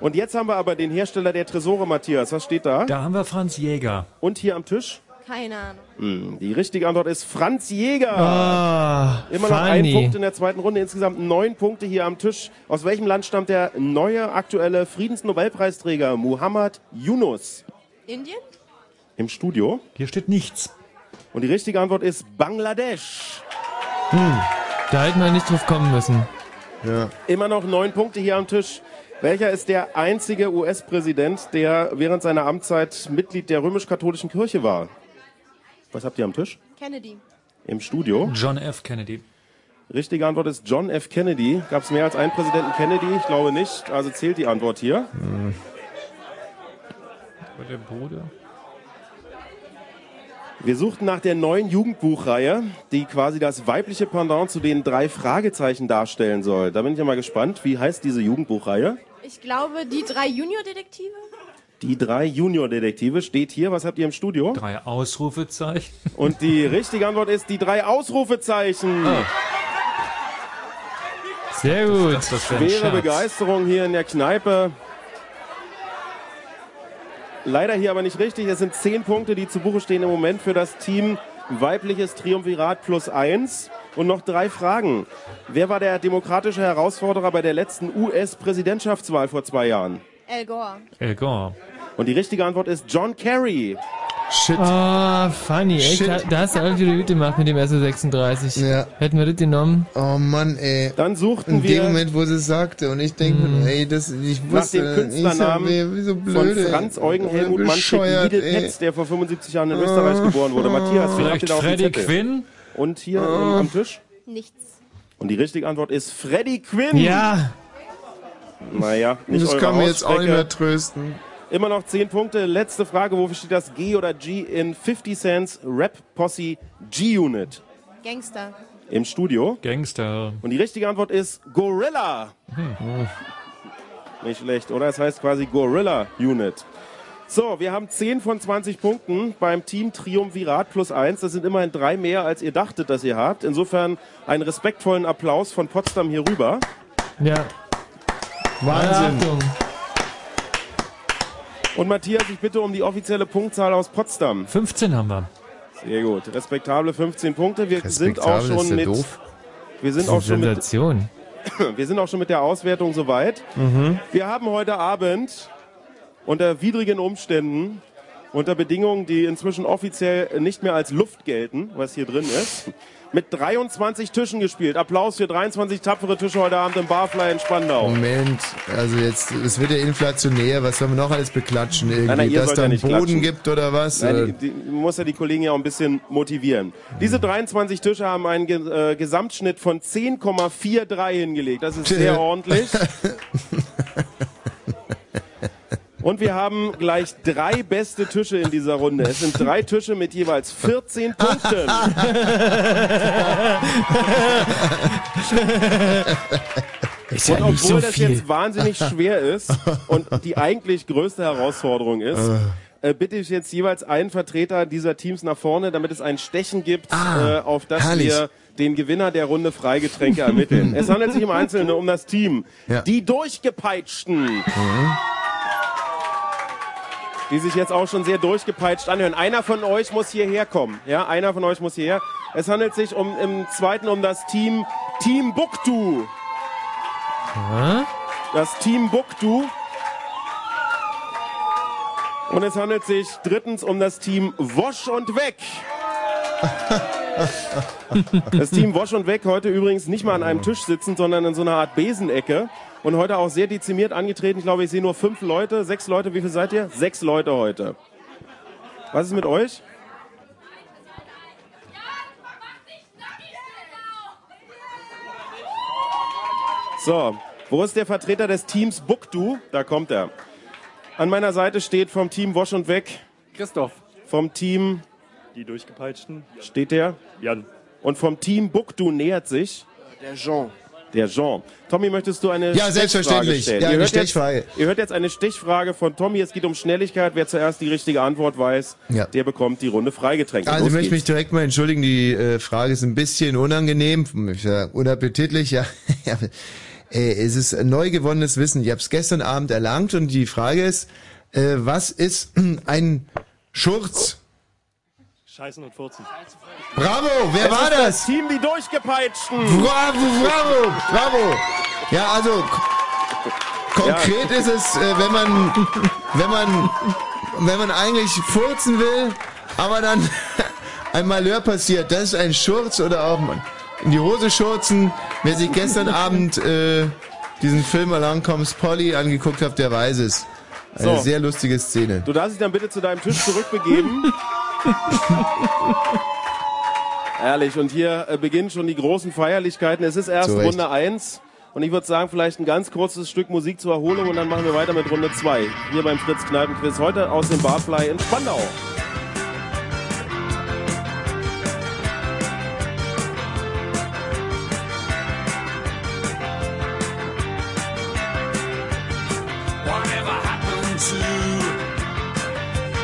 Und jetzt haben wir aber den Hersteller der Tresore, Matthias. Was steht da? Da haben wir Franz Jäger. Und hier am Tisch? Keine Ahnung. Hm, Die richtige Antwort ist Franz Jäger. Ah, Immer noch ein funny. Punkt in der zweiten Runde, insgesamt neun Punkte hier am Tisch. Aus welchem Land stammt der neue aktuelle Friedensnobelpreisträger Muhammad Yunus? Indien? Im Studio? Hier steht nichts. Und die richtige Antwort ist Bangladesch. Hm. Da hätte man nicht drauf kommen müssen. Ja. Immer noch neun Punkte hier am Tisch. Welcher ist der einzige US-Präsident, der während seiner Amtszeit Mitglied der römisch-katholischen Kirche war? Was habt ihr am Tisch? Kennedy. Im Studio? John F. Kennedy. Richtige Antwort ist John F. Kennedy. Gab es mehr als einen Präsidenten Kennedy? Ich glaube nicht. Also zählt die Antwort hier. War der Bruder? Wir suchten nach der neuen Jugendbuchreihe, die quasi das weibliche Pendant zu den drei Fragezeichen darstellen soll. Da bin ich ja mal gespannt. Wie heißt diese Jugendbuchreihe? Ich glaube, die drei Junior-Detektive? Die drei Junior-Detektive steht hier. Was habt ihr im Studio? Drei Ausrufezeichen. Und die richtige Antwort ist die drei Ausrufezeichen. Ah. Sehr gut. Das, das Schwere Begeisterung hier in der Kneipe. Leider hier aber nicht richtig. Es sind zehn Punkte, die zu Buche stehen im Moment für das Team weibliches Triumvirat plus eins. Und noch drei Fragen. Wer war der demokratische Herausforderer bei der letzten US-Präsidentschaftswahl vor zwei Jahren? Al Gore. El Gore. Und die richtige Antwort ist John Kerry. Shit. Ah, funny. Echt? Shit. Da, da hast du alle wieder gut gemacht mit dem SO36. Ja. Hätten wir das genommen? Oh Mann, ey. Dann suchten In wir- dem Moment, wo sie es sagte. Und ich denke, ey, das, ich Nach wusste. dem Künstlernamen äh, ich sag, ey, wie so von blöd, ey. Franz Eugen Helmut Manfred Bescheuert, Idel ey. Ah. Petz, der vor 75 Jahren in Österreich geboren wurde. Matthias, wen habt ihr da auf dem Freddy Zettel? Quinn? Und hier Ah. ähm, am Tisch? Nichts. Und die richtige Antwort ist Freddy Quinn. Ja. Naja, nicht Das eure kann mir jetzt auch nicht Hausstrecke. mehr trösten. Immer noch 10 Punkte. Letzte Frage. Wofür steht das G oder G in 50 Cents Rap Posse G-Unit? Gangster. Im Studio. Gangster. Und die richtige Antwort ist Gorilla. Nicht schlecht, oder? Es heißt quasi Gorilla Unit. So, wir haben 10 von 20 Punkten beim Team Triumvirat plus 1. Das sind immerhin drei mehr, als ihr dachtet, dass ihr habt. Insofern einen respektvollen Applaus von Potsdam hier rüber. Ja. Wahnsinn. Achtung. Und Matthias, ich bitte um die offizielle Punktzahl aus Potsdam. 15 haben wir. Sehr gut. Respektable 15 Punkte. Wir sind auch Respektabel, ist schon der mit. doof? Wir sind auch schon mit. Sensation. <coughs> Wir sind auch schon mit der Auswertung soweit. Mhm. Wir haben heute Abend unter widrigen Umständen, unter Bedingungen, die inzwischen offiziell nicht mehr als Luft gelten, was hier drin ist, mit 23 Tischen gespielt. Applaus für 23 tapfere Tische heute Abend im Barfly in Spandau. Moment, also jetzt, es wird ja inflationär, was sollen wir noch alles beklatschen? Irgendwie, Nein, nein, ihr dass sollt da ja einen nicht Boden klatschen. gibt oder was? Äh, Mhm. Nein, die, die, muss ja die Kollegen ja auch ein bisschen motivieren. Diese 23 Tische haben einen Ge äh, Gesamtschnitt von 10,43 hingelegt. Das ist <laughs> sehr ordentlich. Und wir haben gleich drei beste Tische in dieser Runde. Es sind drei Tische mit <laughs> jeweils 14 <laughs> Punkten. <laughs> Ist ja und nicht so obwohl das viel. jetzt wahnsinnig schwer ist und die eigentlich größte Herausforderung ist, äh, bitte ich jetzt jeweils einen Vertreter dieser Teams nach vorne, damit es ein Stechen gibt, Ah, äh, auf das herrlich. wir den Gewinner der Runde Freigetränke ermitteln. es handelt <laughs> sich im Einzelnen um das Team. Ja. Die Durchgepeitschten. Die sich jetzt auch schon sehr durchgepeitscht anhören. Einer von euch muss hierher kommen. Ja, einer von euch muss hierher. Es handelt sich um, im zweiten um das Team Team Buktu. Das Team Buktu. Und es handelt sich drittens um das Team Wosch und Weg. Das Team Wosch und Weg heute übrigens nicht mal an einem Tisch sitzend, sondern in so einer Art Besenecke. Und heute auch sehr dezimiert angetreten. Ich glaube, ich sehe nur fünf Leute, sechs Leute. Wie viel seid ihr? Sechs Leute heute. Was ist mit euch? So, wo ist der Vertreter des Teams Buktu? Da kommt er. An meiner Seite steht vom Team Wosch und Weg. Christoph. Vom Team Die durchgepeitschten. steht der. Jan. Und vom Team Buktu nähert sich. Der Jean. Der Jean. Tommy, möchtest du eine Ja, Stechfrage selbstverständlich. Stellen? Ja, ihr, eine hört Stechfrage. Jetzt, ihr hört jetzt eine Stechfrage von Tommy. Es geht um Schnelligkeit. Wer zuerst die richtige Antwort weiß, Ja. der bekommt die Runde freigetränkt. Also ich möchte mich direkt mal entschuldigen, die äh, Frage ist ein bisschen unangenehm, ich sag, unappetitlich, ja. <laughs> ja. Äh, es ist neu gewonnenes Wissen. Ich habe es gestern Abend erlangt und die Frage ist, äh, was ist <clears throat> ein Schurz? Scheißen und Furzen. Bravo, wer Es war ist das? das Team die durchgepeitschten. Bravo, bravo, bravo. Ja, also k- konkret ist es, äh, wenn man, wenn man, wenn man eigentlich furzen will, aber dann <laughs> ein Malheur passiert, das ist ein Schurz oder auch man- in die Hose schurzen. Wer sich gestern Abend äh, diesen Film Along Comes Polly angeguckt hat, der weiß es. Eine So. sehr lustige Szene. Du darfst dich dann bitte zu deinem Tisch <laughs> zurückbegeben. Ehrlich, und hier äh, beginnen schon die großen Feierlichkeiten. Es ist erst Zu Recht. Runde 1. Und ich würde sagen, vielleicht ein ganz kurzes Stück Musik zur Erholung und dann machen wir weiter mit Runde 2. Hier beim Fritz Kneipenquiz heute aus dem Barfly in Spandau. Whatever happened to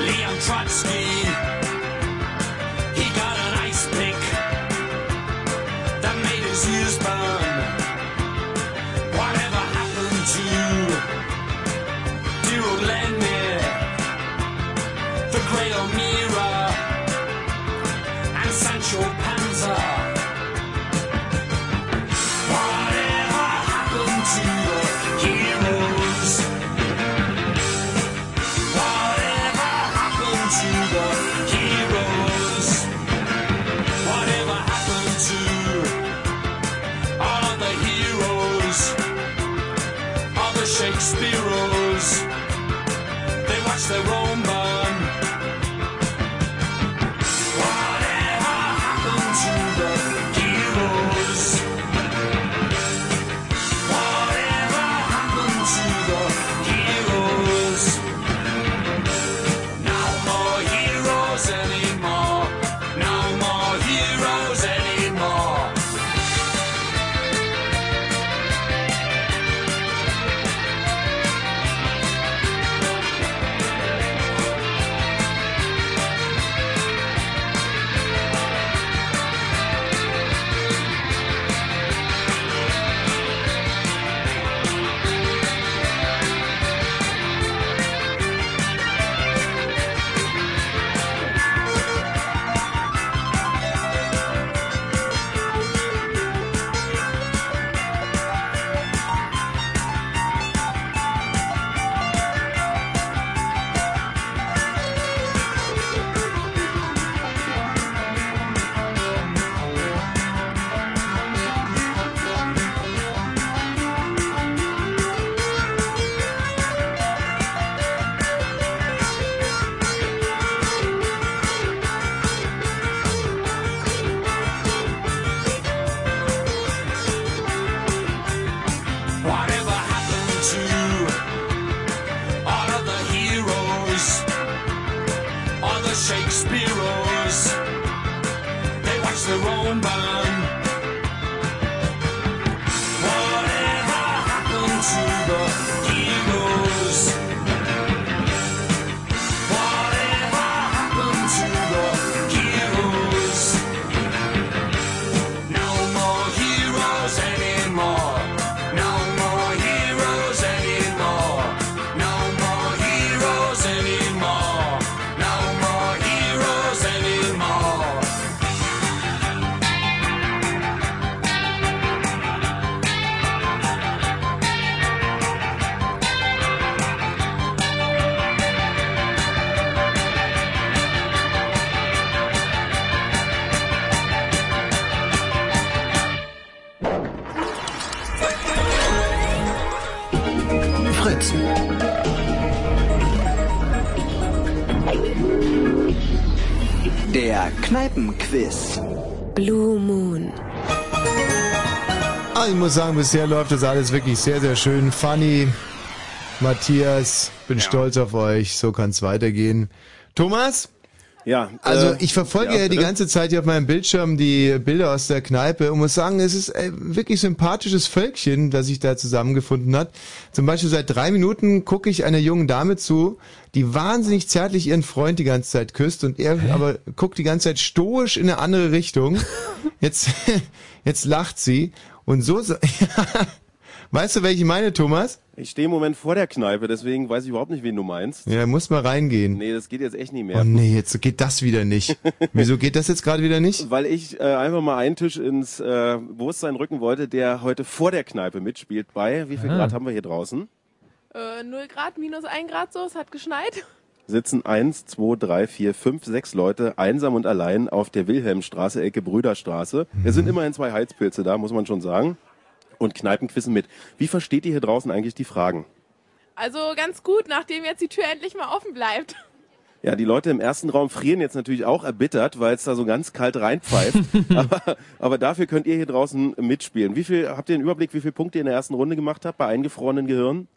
Leon Trotsky? He got an ice pick that made his ears burn. Whatever happened to Dude Lenny, the great O'Meara, and Sancho Panza? Whatever happened to the heroes? Whatever happened to the heroes? Whatever happened to all of the heroes? All the Shakespeareos? They watch their own burn. Whatever happened to the heroes? Whatever happened to the heroes? No more heroes anymore. No more heroes anymore. Der Kneipenquiz. Blue Moon. Ah, ich muss sagen, bisher läuft das alles wirklich sehr, sehr schön. Fanny, Matthias, bin stolz auf euch. So kann es weitergehen. Thomas? Ja. Also äh, ich verfolge ja, die bitte? ganze Zeit hier auf meinem Bildschirm die Bilder aus der Kneipe und muss sagen, es ist ein wirklich sympathisches Völkchen, das sich da zusammengefunden hat. Zum Beispiel seit drei Minuten gucke ich einer jungen Dame zu, die wahnsinnig zärtlich ihren Freund die ganze Zeit küsst und er aber guckt die ganze Zeit stoisch in eine andere Richtung. Jetzt, jetzt lacht sie und so, so weißt du, welche ich meine, Thomas? Ich stehe im Moment vor der Kneipe, deswegen weiß ich überhaupt nicht, wen du meinst. <laughs> Ja, muss mal reingehen. Nee, das geht jetzt echt nicht mehr. Oh nee, jetzt geht das wieder nicht. Wieso geht das jetzt gerade wieder nicht? Weil ich äh, einfach mal einen Tisch ins äh, Bewusstsein rücken wollte, der heute vor der Kneipe mitspielt. Bei wie viel Ah. Grad haben wir hier draußen? Äh, 0 Grad, minus 1 Grad so, es hat geschneit. Sitzen eins, zwei, drei, vier, fünf, sechs Leute einsam und allein auf der Wilhelmstraße, Ecke Brüderstraße. Es Mhm. sind immerhin zwei Heizpilze da, muss man schon sagen. Und Kneipenquissen mit. Wie versteht ihr hier draußen eigentlich die Fragen? Also ganz gut, nachdem jetzt die Tür endlich mal offen bleibt. Ja, die Leute im ersten Raum frieren jetzt natürlich auch erbittert, weil es da so ganz kalt <laughs> reinpfeift. aber, aber dafür könnt ihr hier draußen mitspielen. Wie viel, habt ihr einen Überblick, wie viele Punkte ihr in der ersten Runde gemacht habt bei eingefrorenen Gehirnen?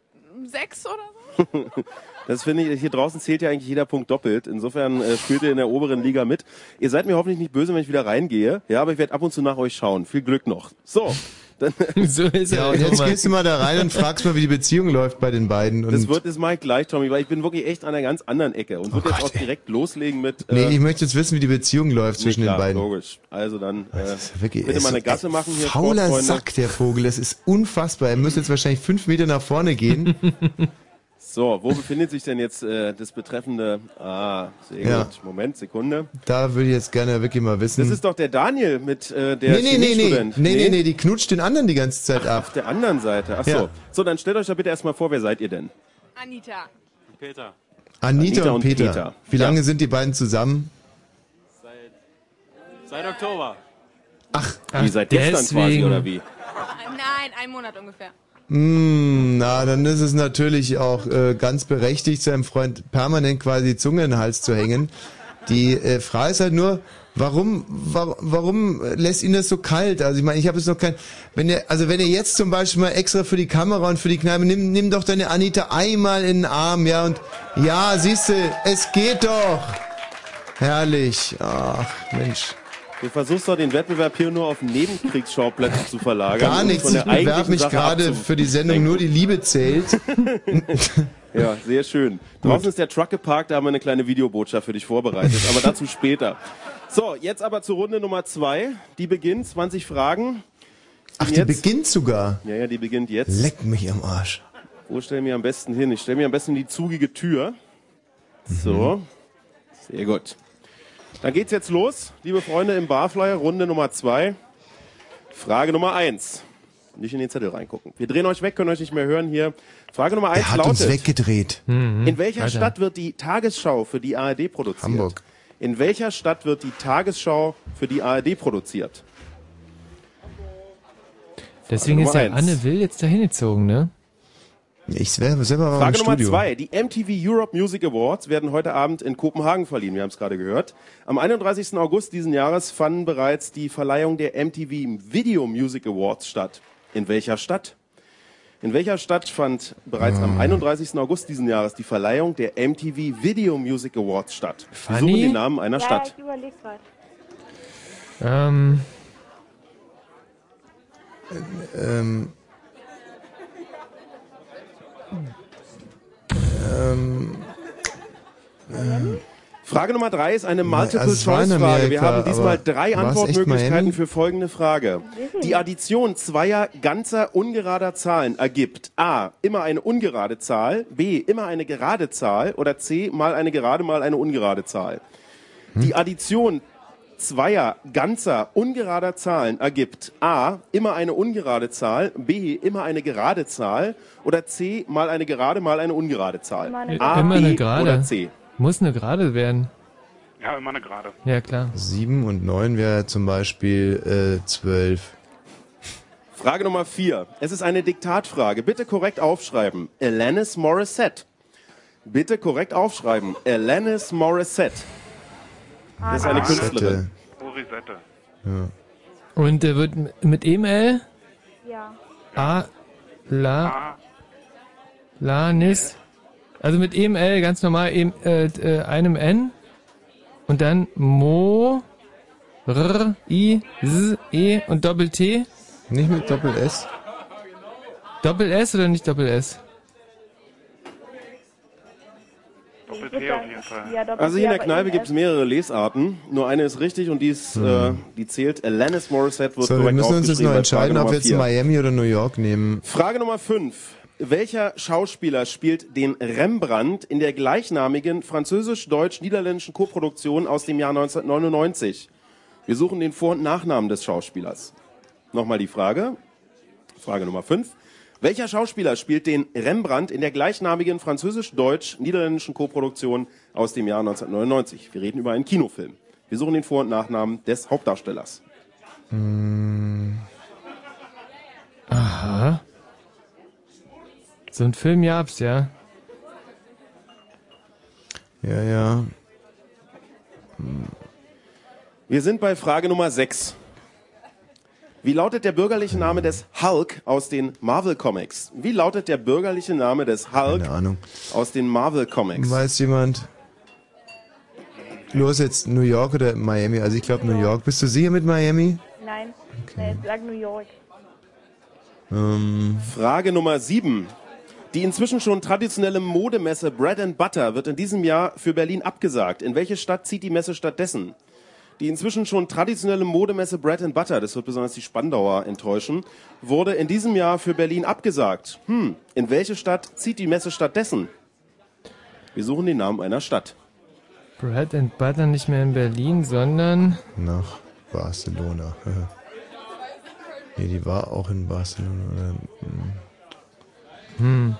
<laughs> Sechs oder so? Das finde ich, hier draußen zählt ja eigentlich jeder Punkt doppelt. Insofern äh, spielt ihr in der oberen Liga mit. Ihr seid mir hoffentlich nicht böse, wenn ich wieder reingehe. Ja, aber ich werde ab und zu nach euch schauen. Viel Glück noch. So. <laughs> Dann, so ist Ja, und jetzt gehst du mal da rein und fragst mal, wie die Beziehung läuft bei den beiden. Und Das wird es mal gleich, Tommy, weil ich bin wirklich echt an einer ganz anderen Ecke und würde jetzt auch direkt loslegen mit. Oh nee, ich möchte jetzt wissen, wie die Beziehung läuft zwischen Äh, klar, den beiden. Logisch. Also dann äh, Wirklich, er bitte ist mal so eine Gasse ein machen hier. Fauler Sportfreunde. Sack, der Vogel. Das ist unfassbar. Er müsste jetzt wahrscheinlich fünf Meter nach <laughs> vorne gehen. So, wo befindet sich denn jetzt äh, das betreffende? Ah, sehr Ja. Hm. gut. Moment, Sekunde. da würde ich jetzt gerne wirklich mal wissen. Das ist doch der Daniel mit äh, der nee, nee, nee, nee, nee, Chemiestudent. nee, nee, die knutscht den anderen die ganze Zeit Auf ab. der anderen Seite. Ach so. Ja. So, dann stellt euch da bitte erstmal vor, wer seid ihr denn? Anita. Peter. Anita, Anita und und Peter. Peter. Wie lange sind die beiden zusammen? Seit Oktober. Wie seit gestern quasi deswegen. oder wie? Nein, ein Monat ungefähr. Hm, na, dann ist es natürlich auch äh, ganz berechtigt, seinem Freund permanent quasi die Zunge in den Hals zu hängen. Die äh, Frage ist halt nur, warum, wa warum äh, lässt ihn das so kalt? Also ich meine, ich habe jetzt noch kein, wenn er, also wenn er jetzt zum Beispiel mal extra für die Kamera und für die Kneipe, nimm, nimm doch deine Anita einmal in den Arm, ja und ja, siehste, es geht doch. Herrlich, ach Mensch. Du versuchst doch den Wettbewerb hier nur auf Nebenkriegsschauplätze zu verlagern. Gar um nichts, von der ich bewerbe eigentlichen mich Sache gerade abzu- für die Sendung Nur die <laughs> Liebe zählt. <laughs> Ja, sehr schön. Draußen ist der Truck geparkt, da haben wir eine kleine Videobotschaft für dich vorbereitet, aber <laughs> dazu später. So, jetzt aber zur Runde Nummer zwei. Die beginnt, 20 Fragen. Ach, die beginnt sogar. Ja, ja, die beginnt jetzt. Leck mich am Arsch. Wo stellen wir am besten hin? Ich stelle mir am besten in die zugige Tür. Mhm. So. Sehr gut. Dann geht's jetzt los, liebe Freunde im Barflyer, Runde Nummer zwei. Frage Nummer eins. Nicht in den Zettel reingucken. Wir drehen euch weg, können euch nicht mehr hören hier. Frage Nummer eins Er hat lautet. Mhm. uns weggedreht. In welcher Hm? Weiter. Stadt wird die Tagesschau für die ARD produziert? Hamburg. In welcher Stadt wird die Tagesschau für die ARD produziert? Deswegen ist Nummer der eins. Anne Will jetzt dahin gezogen, ne? Ich wäre Ah, selber mal Frage Nummer zwei. Die MTV Europe Music Awards werden heute Abend in Kopenhagen verliehen. Wir haben es gerade gehört. Am 31. August diesen Jahres fanden bereits die Verleihung der MTV Video Music Awards statt. In welcher Stadt? In welcher Stadt fand bereits am 31. August diesen Jahres die Verleihung der MTV Video Music Awards statt? Wir suchen Fanny? den Namen einer ja, Stadt. ich überlege gerade. Ähm, Ähm, ähm, ähm, Frage Nummer drei ist eine also es war in Multiple-Choice-Frage. Wir Amerika, haben diesmal aber drei war's echt Antwortmöglichkeiten Miami? für folgende Frage. Die Addition zweier ganzer ungerader Zahlen ergibt A. immer eine ungerade Zahl, B. immer eine gerade Zahl oder C. mal eine gerade, mal eine ungerade Zahl. Hm? Die Addition zweier ganzer ungerader Zahlen ergibt A. immer eine ungerade Zahl, B. immer eine gerade Zahl oder C. mal eine gerade, mal eine ungerade Zahl. Immer eine A, Gerade. Immer eine B Gerade. oder C. muss eine gerade werden. Ja, immer eine gerade. Ja, klar. Sieben und neun wäre zum Beispiel äh, zwölf. Frage Nummer vier. Es ist eine Diktatfrage. Bitte korrekt aufschreiben. Alanis Morissette. Bitte korrekt aufschreiben. Alanis Morissette. Das ist eine Künstlerin. Oh, Morisette. Und der wird m- mit EML Ja. A La Lanis. Also mit EML ganz normal em, äh, äh, einem N und dann Mo R I S E und Doppel T. Nicht mit Doppel S. Doppel S oder nicht Doppel S? Doppel T auf jeden Fall. Ja, doppelt Also hier in der aber Kneipe eben gibt es mehrere Lesarten. Nur eine ist richtig und die, ist, äh, die zählt. Alanis Morissette wird Hm. So, wir korrekt müssen uns jetzt aufgeschrieben noch bei entscheiden, Frage ob wir Nummer jetzt vier. Miami oder New York nehmen. Frage Nummer 5. Welcher Schauspieler spielt den Rembrandt in der gleichnamigen französisch-deutsch-niederländischen Koproduktion aus dem Jahr 1999? Wir suchen den Vor- und Nachnamen des Schauspielers. Nochmal die Frage. Frage Nummer 5. Welcher Schauspieler spielt den Rembrandt in der gleichnamigen französisch-deutsch-niederländischen Koproduktion aus dem Jahr 1999? Wir reden über einen Kinofilm. Wir suchen den Vor- und Nachnamen des Hauptdarstellers. Hm. Aha. So ein Film gab's, ja. Ja, ja. Wir sind bei Frage Nummer 6. Wie lautet der bürgerliche Name des Hulk aus den Marvel Comics? Wie lautet der bürgerliche Name des Hulk aus den Marvel Comics? Weiß jemand? Los jetzt New York oder Miami? Also ich glaube New York. Bist du sicher mit Miami? Nein, okay. ich sag New York. Ähm, Frage Nummer 7. Die inzwischen schon traditionelle Modemesse Bread and Butter wird in diesem Jahr für Berlin abgesagt. In welche Stadt zieht die Messe stattdessen? Die inzwischen schon traditionelle Modemesse Bread and Butter, das wird besonders die Spandauer enttäuschen, wurde in diesem Jahr für Berlin abgesagt. Hm, in welche Stadt zieht die Messe stattdessen? Wir suchen den Namen einer Stadt. Bread and Butter nicht mehr in Berlin, sondern Nach Barcelona. <laughs> nee, die war auch in Barcelona. Oder? Hm.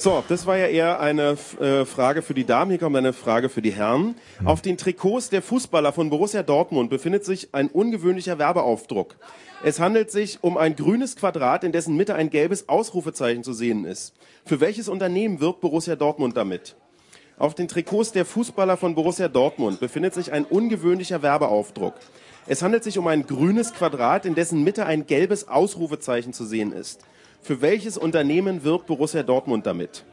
So, das war ja eher eine äh, Frage für die Damen. Hier kommt eine Frage für die Herren. Auf den Trikots der Fußballer von Borussia Dortmund befindet sich ein ungewöhnlicher Werbeaufdruck. Es handelt sich um ein grünes Quadrat, in dessen Mitte ein gelbes Ausrufezeichen zu sehen ist. Für welches Unternehmen wirbt Borussia Dortmund damit? Auf den Trikots der Fußballer von Borussia Dortmund befindet sich ein ungewöhnlicher Werbeaufdruck. Es handelt sich um ein grünes Quadrat, in dessen Mitte ein gelbes Ausrufezeichen zu sehen ist. Für welches Unternehmen wirbt Borussia Dortmund damit?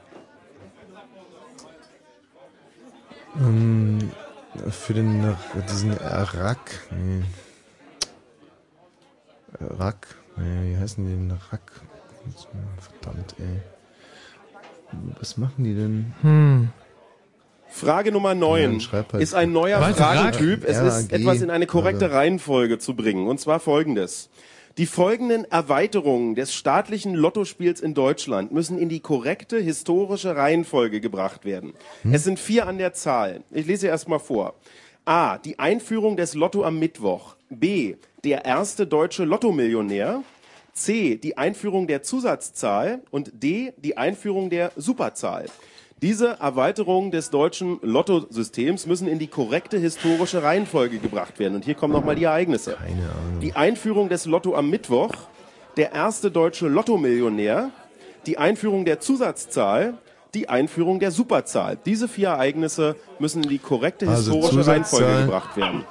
Ähm, für den diesen Rack. Nee. Rack. Nee, wie heißen die denn? Rack. Verdammt, ey. Was machen die denn? Hm. Frage Nummer 9 schreib halt. ist ein neuer Warte, Fragentyp. Frage. Es ist RAG, etwas in eine korrekte Alter. Reihenfolge zu bringen. Und zwar folgendes. Die folgenden Erweiterungen des staatlichen Lottospiels in Deutschland müssen in die korrekte historische Reihenfolge gebracht werden. Es sind vier an der Zahl. Ich lese erstmal vor. A. Die Einführung des Lotto am Mittwoch. B. Der erste deutsche Lottomillionär. C. Die Einführung der Zusatzzahl und D. Die Einführung der Superzahl. Diese Erweiterungen des deutschen Lottosystems müssen in die korrekte historische Reihenfolge gebracht werden. Und hier kommen nochmal die Ereignisse. Die Einführung des Lotto am Mittwoch, der erste deutsche Lottomillionär, die Einführung der Zusatzzahl, die Einführung der Superzahl. Diese vier Ereignisse müssen in die korrekte Also historische Reihenfolge Zusatzzahl. gebracht werden.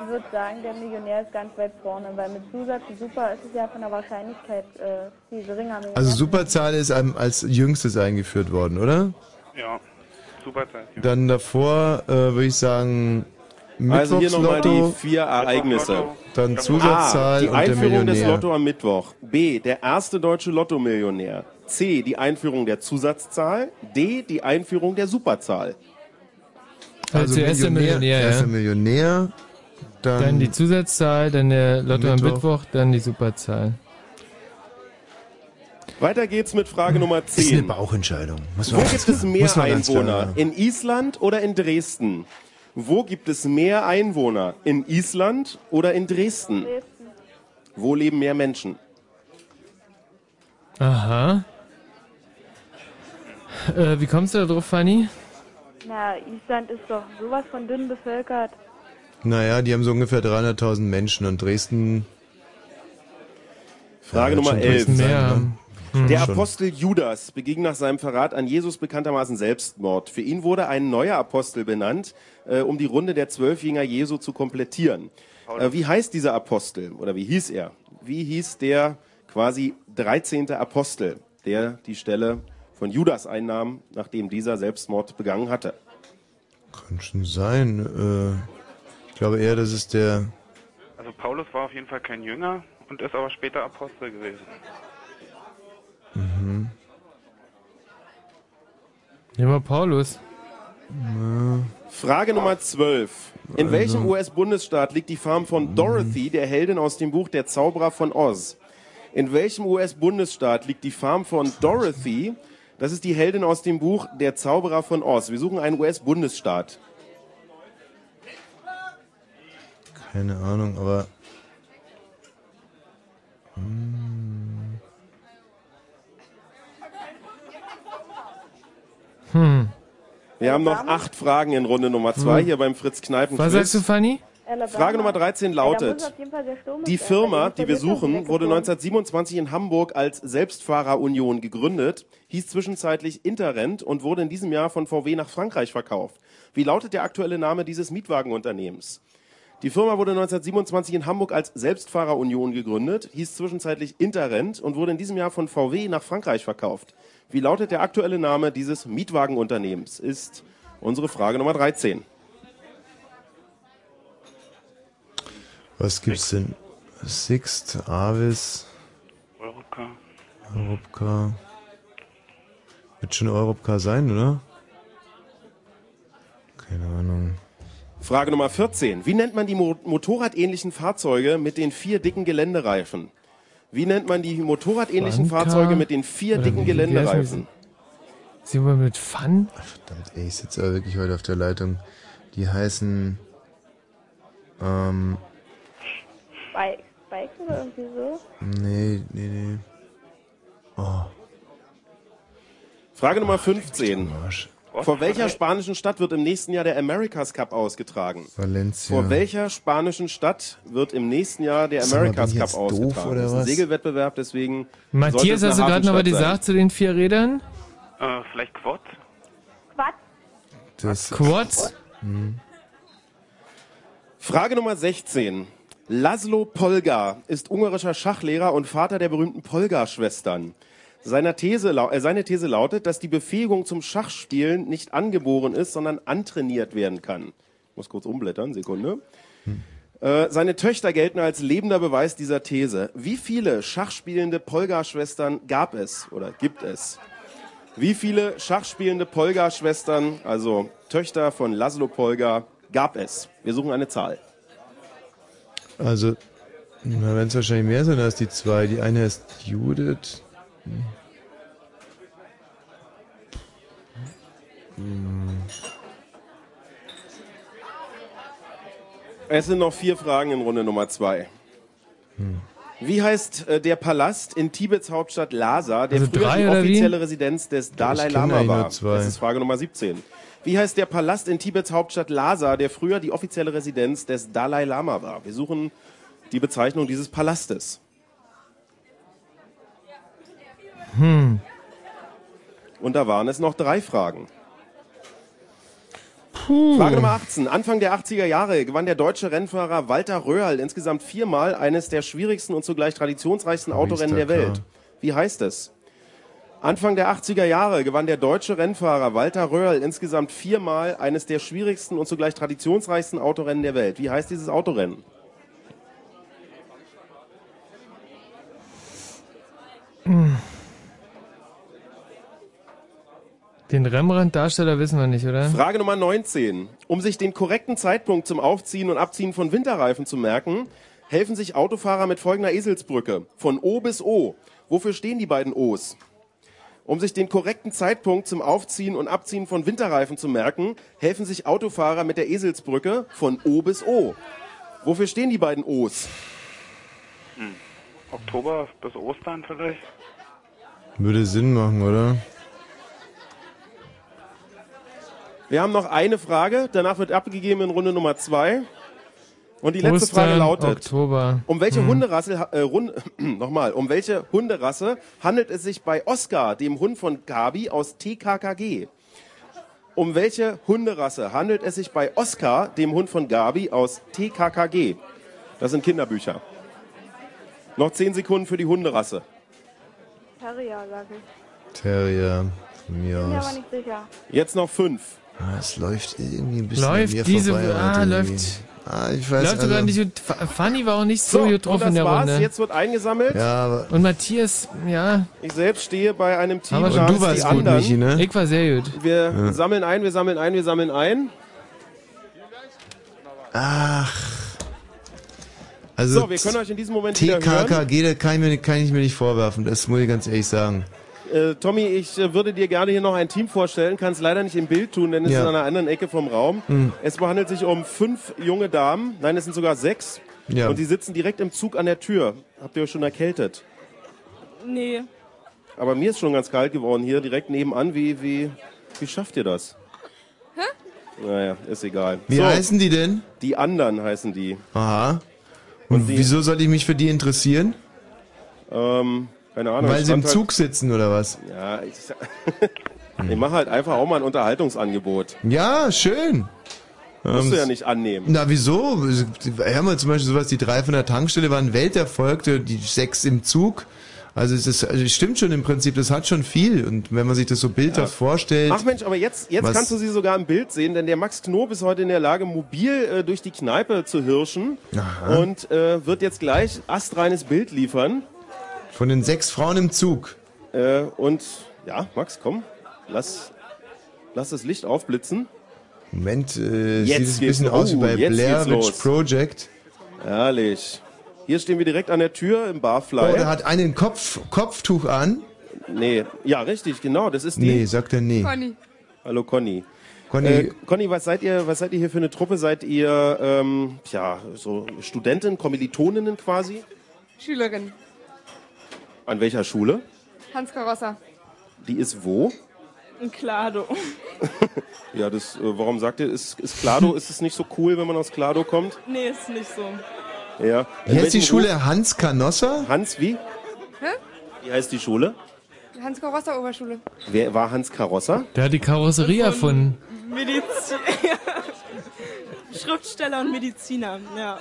Ich würde sagen, der Millionär ist ganz weit vorne, weil mit Zusatz und Super ist es ja von der Wahrscheinlichkeit äh, viel geringer. Also Superzahl ist am- als jüngstes eingeführt worden, oder? Ja, super Zeit. Dann davor äh, würde ich sagen Also hier nochmal die Mittwochslotto, vier Ereignisse. dann Zusatzzahl A. Die und der Einführung des Millionär. Lotto am Mittwoch. B. Der erste deutsche Lotto-Millionär. C. Die Einführung der Zusatzzahl. D. Die Einführung der Superzahl. also zuerst der Millionär, erst ja. der Millionär, dann, Dann die Zusatzzahl, dann der Lotto am Mittwoch. Mittwoch, dann die Superzahl. Weiter geht's mit Frage Nummer 10. Hm. ist eine Bauchentscheidung. Muss Wo man gibt es mehr muss man ganz klar Einwohner? sagen. In Island oder in Dresden? Wo gibt es mehr Einwohner? In Island oder in Dresden? Wo leben mehr Menschen? Aha. Äh, wie kommst du da drauf, Fanny? Na, Island ist doch sowas von dünn bevölkert. Naja, die haben so ungefähr 300.000 Menschen und Dresden Frage Nummer 11. Hm. Der Schon. Apostel Judas beging nach seinem Verrat an Jesus bekanntermaßen Selbstmord. Für ihn wurde ein neuer Apostel benannt, äh, um die Runde der Zwölfjänger Jesu zu komplettieren. Äh, wie heißt dieser Apostel oder wie hieß er? Wie hieß der quasi 13. Apostel, der die Stelle von Judas einnahm, nachdem dieser Selbstmord begangen hatte? Kann schon sein. Äh, ich glaube eher, das ist der. Also Paulus war auf jeden Fall kein Jünger und ist aber später Apostel gewesen. Mhm. Nehmen wir Paulus. Frage Nummer 12. In Also. welchem US-Bundesstaat liegt die Farm von Dorothy, Mhm. der Heldin aus dem Buch Der Zauberer von Oz? In welchem US-Bundesstaat liegt die Farm von Dorothy? Das ist die Heldin aus dem Buch Der Zauberer von Oz. Wir suchen einen US-Bundesstaat. Keine Ahnung, aber. Hm. Hm. Wir haben noch acht Fragen in Runde Nummer zwei Hm. hier beim Fritz Kneipen. Was sagst du, Fanny? Frage Nummer 13 Ja, da muss lautet, auf jeden Fall Äh, der Sturm Die sein, Firma, weil die wir versucht haben, suchen, wurde wegzukommen. 1927 in Hamburg als Selbstfahrerunion gegründet, hieß zwischenzeitlich Interrent und wurde in diesem Jahr von VW nach Frankreich verkauft. Wie lautet der aktuelle Name dieses Mietwagenunternehmens? Die Firma wurde 1927 in Hamburg als Selbstfahrerunion gegründet, hieß zwischenzeitlich Interrent und wurde in diesem Jahr von VW nach Frankreich verkauft. Wie lautet der aktuelle Name dieses Mietwagenunternehmens? Ist unsere Frage Nummer 13. Was gibt's denn? Sixt, Avis, Europa. Europcar. Wird schon Europcar sein, oder? Keine Ahnung. Frage Nummer 14. Wie nennt man die Mo motorradähnlichen Fahrzeuge mit den vier dicken Geländereifen? Wie nennt man die motorradähnlichen Wanka? Fahrzeuge mit den vier Oder dicken wie- wie heißen die? Geländereifen? Sind wir mit Fun? Verdammt, ey, ich sitze aber wirklich heute auf der Leitung. Die heißen. Ähm. Bike, Bike oder irgendwie so? Nee, nee, nee. Oh. Frage Nummer 15. Vor welcher spanischen Stadt wird im nächsten Jahr der America's Cup ausgetragen? Valencia. Vor welcher spanischen Stadt wird im nächsten Jahr der Sag mal, America's bin ich Cup jetzt doof ausgetragen? oder das ist ein was? also Segelwettbewerb, deswegen. sollte es Matthias, eine hast du also gerade noch was Hafenstadt sein. gesagt zu den vier Rädern? Äh, vielleicht Quad? Das Quads? Hm. Frage Nummer 16. Laszlo Polgar ist ungarischer Schachlehrer und Vater der berühmten Polgar-Schwestern. Seiner These, lau- äh, seine These lautet, dass die Befähigung zum Schachspielen nicht angeboren ist, sondern antrainiert werden kann. Ich muss kurz umblättern, Sekunde. Äh, seine Töchter gelten als lebender Beweis dieser These. Wie viele schachspielende Polgar-Schwestern gab es oder gibt es? Wie viele schachspielende Polgar-Schwestern, also Töchter von Laszlo Polgar, gab es? Wir suchen eine Zahl. Also, da werden es wahrscheinlich mehr sein als die zwei. Die eine ist Judith. Hm. Es sind noch vier Fragen in Runde Nummer zwei. Hm. Wie heißt äh, der Palast in Tibets Hauptstadt Lhasa, der Also früher drei die oder wie? offizielle Residenz des Dalai kenn Lama eigentlich nur war? zwei. Das ist Frage Nummer 17. Wie heißt der Palast in Tibets Hauptstadt Lhasa, der früher die offizielle Residenz des Dalai Lama war? Wir suchen die Bezeichnung dieses Palastes. Hm. Und da waren es noch drei Fragen. Frage Nummer 18. Anfang der 80er Jahre gewann der deutsche Rennfahrer Walter Röhrl insgesamt viermal eines der schwierigsten und zugleich traditionsreichsten Autorennen der Dakar. Welt. Wie heißt es? Anfang der 80er Jahre gewann der deutsche Rennfahrer Walter Röhrl insgesamt viermal eines der schwierigsten und zugleich traditionsreichsten Autorennen der Welt. Wie heißt dieses Autorennen? Hm. Den Rembrandt-Darsteller wissen wir nicht, oder? Frage Nummer 19. Um sich den korrekten Zeitpunkt zum Aufziehen und Abziehen von Winterreifen zu merken, helfen sich Autofahrer mit folgender Eselsbrücke. Von O bis O. Wofür stehen die beiden O's? Um sich den korrekten Zeitpunkt zum Aufziehen und Abziehen von Winterreifen zu merken, helfen sich Autofahrer mit der Eselsbrücke von O bis O. Wofür stehen die beiden O's? Hm. Oktober bis Ostern vielleicht? Würde Sinn machen, oder? Wir haben noch eine Frage, danach wird abgegeben in Runde Nummer zwei. Und die letzte Ostern, Frage lautet: Oktober. Um welche Hm. Hunderasse ha- äh, Run, <clears throat> nochmal, um welche Hunderasse handelt es sich bei Oscar, dem Hund von Gabi aus TKKG? Um welche Hunderasse handelt es sich bei Oscar, dem Hund von Gabi aus TKKG? Das sind Kinderbücher. Noch 10 Sekunden für die Hunderasse. Terrier, sag ich. Terrier von mir Bin mir aber aus. nicht sicher. Jetzt noch fünf. Ah, es läuft irgendwie ein bisschen Läuft an mir diese- vorbei. ah, heute läuft- irgendwie. Ah, ich weiß Läuft sogar nicht gut. Fa- Fanny war auch nicht so, gut drauf und das in der war's. Runde. Jetzt wird eingesammelt. und Matthias, ja. Ich selbst stehe bei einem Team Aber namens du warst die gut, anderen. Michi, ne? Ich war sehr gut. Wir Ja. sammeln ein, wir sammeln ein, wir sammeln ein. Ach. Also so, wir können euch in diesem Moment wieder hören. TKKG, das kann ich, mir, nicht- kann ich mir nicht vorwerfen, das muss ich ganz ehrlich sagen. Äh, Tommy, ich äh, würde dir gerne hier noch ein Team vorstellen, kann es leider nicht im Bild tun, denn es Ja. ist an einer anderen Ecke vom Raum. Mhm. Es handelt sich um fünf junge Damen, nein, es sind sogar sechs. Ja. Und die sitzen direkt im Zug an der Tür. Habt ihr euch schon erkältet? Nee. Aber mir ist schon ganz kalt geworden hier, direkt nebenan. Wie, wie, wie schafft ihr das? Hä? Naja, ist egal. Wie heißen die denn? Die anderen heißen die. Aha. Und, wieso soll ich mich für die interessieren? Ähm, keine Ahnung. Weil es sie im stand halt- Zug sitzen oder was? Ja, ich, <laughs> ich mache halt einfach auch mal ein Unterhaltungsangebot. Ja, schön. Musst du Ähm, ja nicht annehmen. Na wieso? Hör mal zum Beispiel sowas, die drei von der Tankstelle waren Welterfolg, die- die sechs im Zug. Also es ist, also es stimmt schon im Prinzip, das hat schon viel. Und wenn man sich das so bildhaft vorstellt. Ach Mensch, aber jetzt, jetzt Was- kannst du sie sogar im Bild sehen, denn der Max Knob ist heute in der Lage, mobil äh, durch die Kneipe zu hirschen Aha. und äh, wird jetzt gleich astreines Bild liefern. Von den sechs Frauen im Zug. Äh, und ja, Max, komm, lass, lass das Licht aufblitzen. Moment, äh, Jetzt sieht es ein geht's bisschen los. aus wie bei Oh, jetzt Blair geht's Witch los. Project. Herrlich. Hier stehen wir direkt an der Tür im Oh, Barfly. der hat einen Kopf, Kopftuch an. nee, ja, richtig, genau, das ist die. Nee, sagt er nee. Hallo Conny. Conny- äh, Conny, was seid ihr? Was seid ihr hier für eine Truppe? Seid ihr ähm, ja so Studenten, Kommilitoninnen quasi? Schülerin, An welcher Schule? Hans Karossa. Die ist wo? Ein Klado. Ja, das. Äh, warum sagt ihr? Ist, ist <laughs> Klado? ist es nicht so cool, wenn man aus Klado kommt? Nee, ist nicht so. Ja. Wie heißt die welchem Schule? Hans Canossa? Hans wie? Hä? Wie heißt die Schule? Hans Karossa Oberschule. Wer war Hans Karossa? Der hat die Karosserie Hm. erfunden. Medizin. Schriftsteller und Mediziner, ja.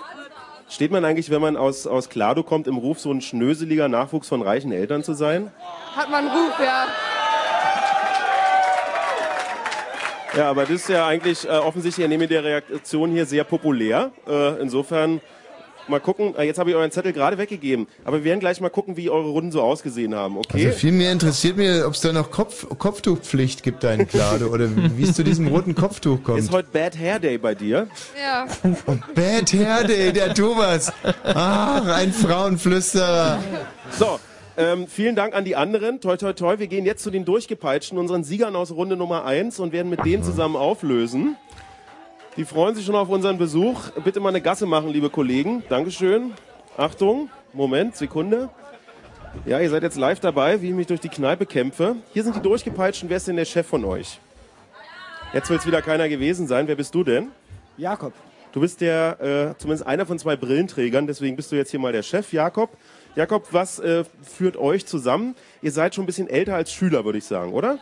Steht man eigentlich, wenn man aus aus Klado kommt, im Ruf so ein schnöseliger Nachwuchs von reichen Eltern zu sein? Hat man einen Ruf, ja. Ja, aber das ist ja eigentlich äh, offensichtlich neben der Reaktion hier sehr populär. Äh, insofern mal gucken. Äh, jetzt habe ich euren Zettel gerade weggegeben, aber wir werden gleich mal gucken, wie eure Runden so ausgesehen haben. Okay? Also viel mehr interessiert mir, ob es da noch Kopf, Kopftuchpflicht gibt, deinen Klade, oder wie es zu diesem roten Kopftuch kommt. ist heute Bad Hair Day bei dir? Ja. Bad Hair Day, der Thomas. Ach, ein Frauenflüsterer. So. Ähm, vielen Dank an die anderen. Toi, toi, toi. Wir gehen jetzt zu den Durchgepeitschten, unseren Siegern aus Runde Nummer 1 und werden mit denen zusammen auflösen. Die freuen sich schon auf unseren Besuch. Bitte mal eine Gasse machen, liebe Kollegen. Dankeschön. Achtung. Moment, Sekunde. Ja, ihr seid jetzt live dabei, wie ich mich durch die Kneipe kämpfe. Hier sind die Durchgepeitschten. Wer ist denn der Chef von euch? Jetzt will es wieder keiner gewesen sein. Wer bist du denn? Jakob. Du bist der, äh, zumindest einer von zwei Brillenträgern, deswegen bist du jetzt hier mal der Chef, Jakob. Jakob, was äh, führt euch zusammen? Ihr seid schon ein bisschen älter als Schüler, würde ich sagen, oder?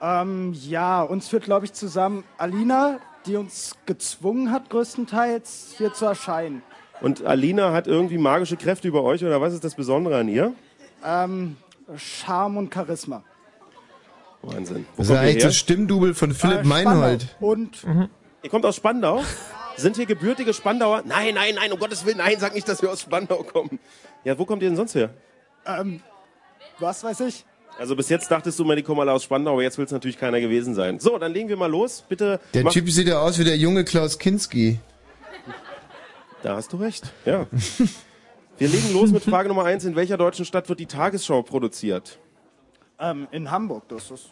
Ähm, ja, uns führt, glaube ich, zusammen Alina, die uns gezwungen hat, größtenteils hier zu erscheinen. Und Alina hat irgendwie magische Kräfte über euch, oder was ist das Besondere an ihr? Ähm, Charme und Charisma. Wahnsinn. Wo Das ist kommt ihr eigentlich her? das Stimmdubel von Philipp Meinhold. Äh, Und Mhm. Ihr kommt aus Spandau? Sind hier gebürtige Spandauer? Nein, nein, nein, um Gottes Willen, nein, sag nicht, dass wir aus Spandau kommen. Ja, wo kommt ihr denn sonst her? ähm, was weiß ich? Also bis jetzt dachtest du mal, die kommen alle aus Spandau, aber jetzt will es natürlich keiner gewesen sein. So, dann legen wir mal los. Bitte. Der mach- Typ sieht ja aus wie der junge Klaus Kinski. Da hast du recht, ja. Wir legen los mit Frage Nummer eins. In welcher deutschen Stadt wird die Tagesschau produziert? Ähm, in Hamburg, das ist.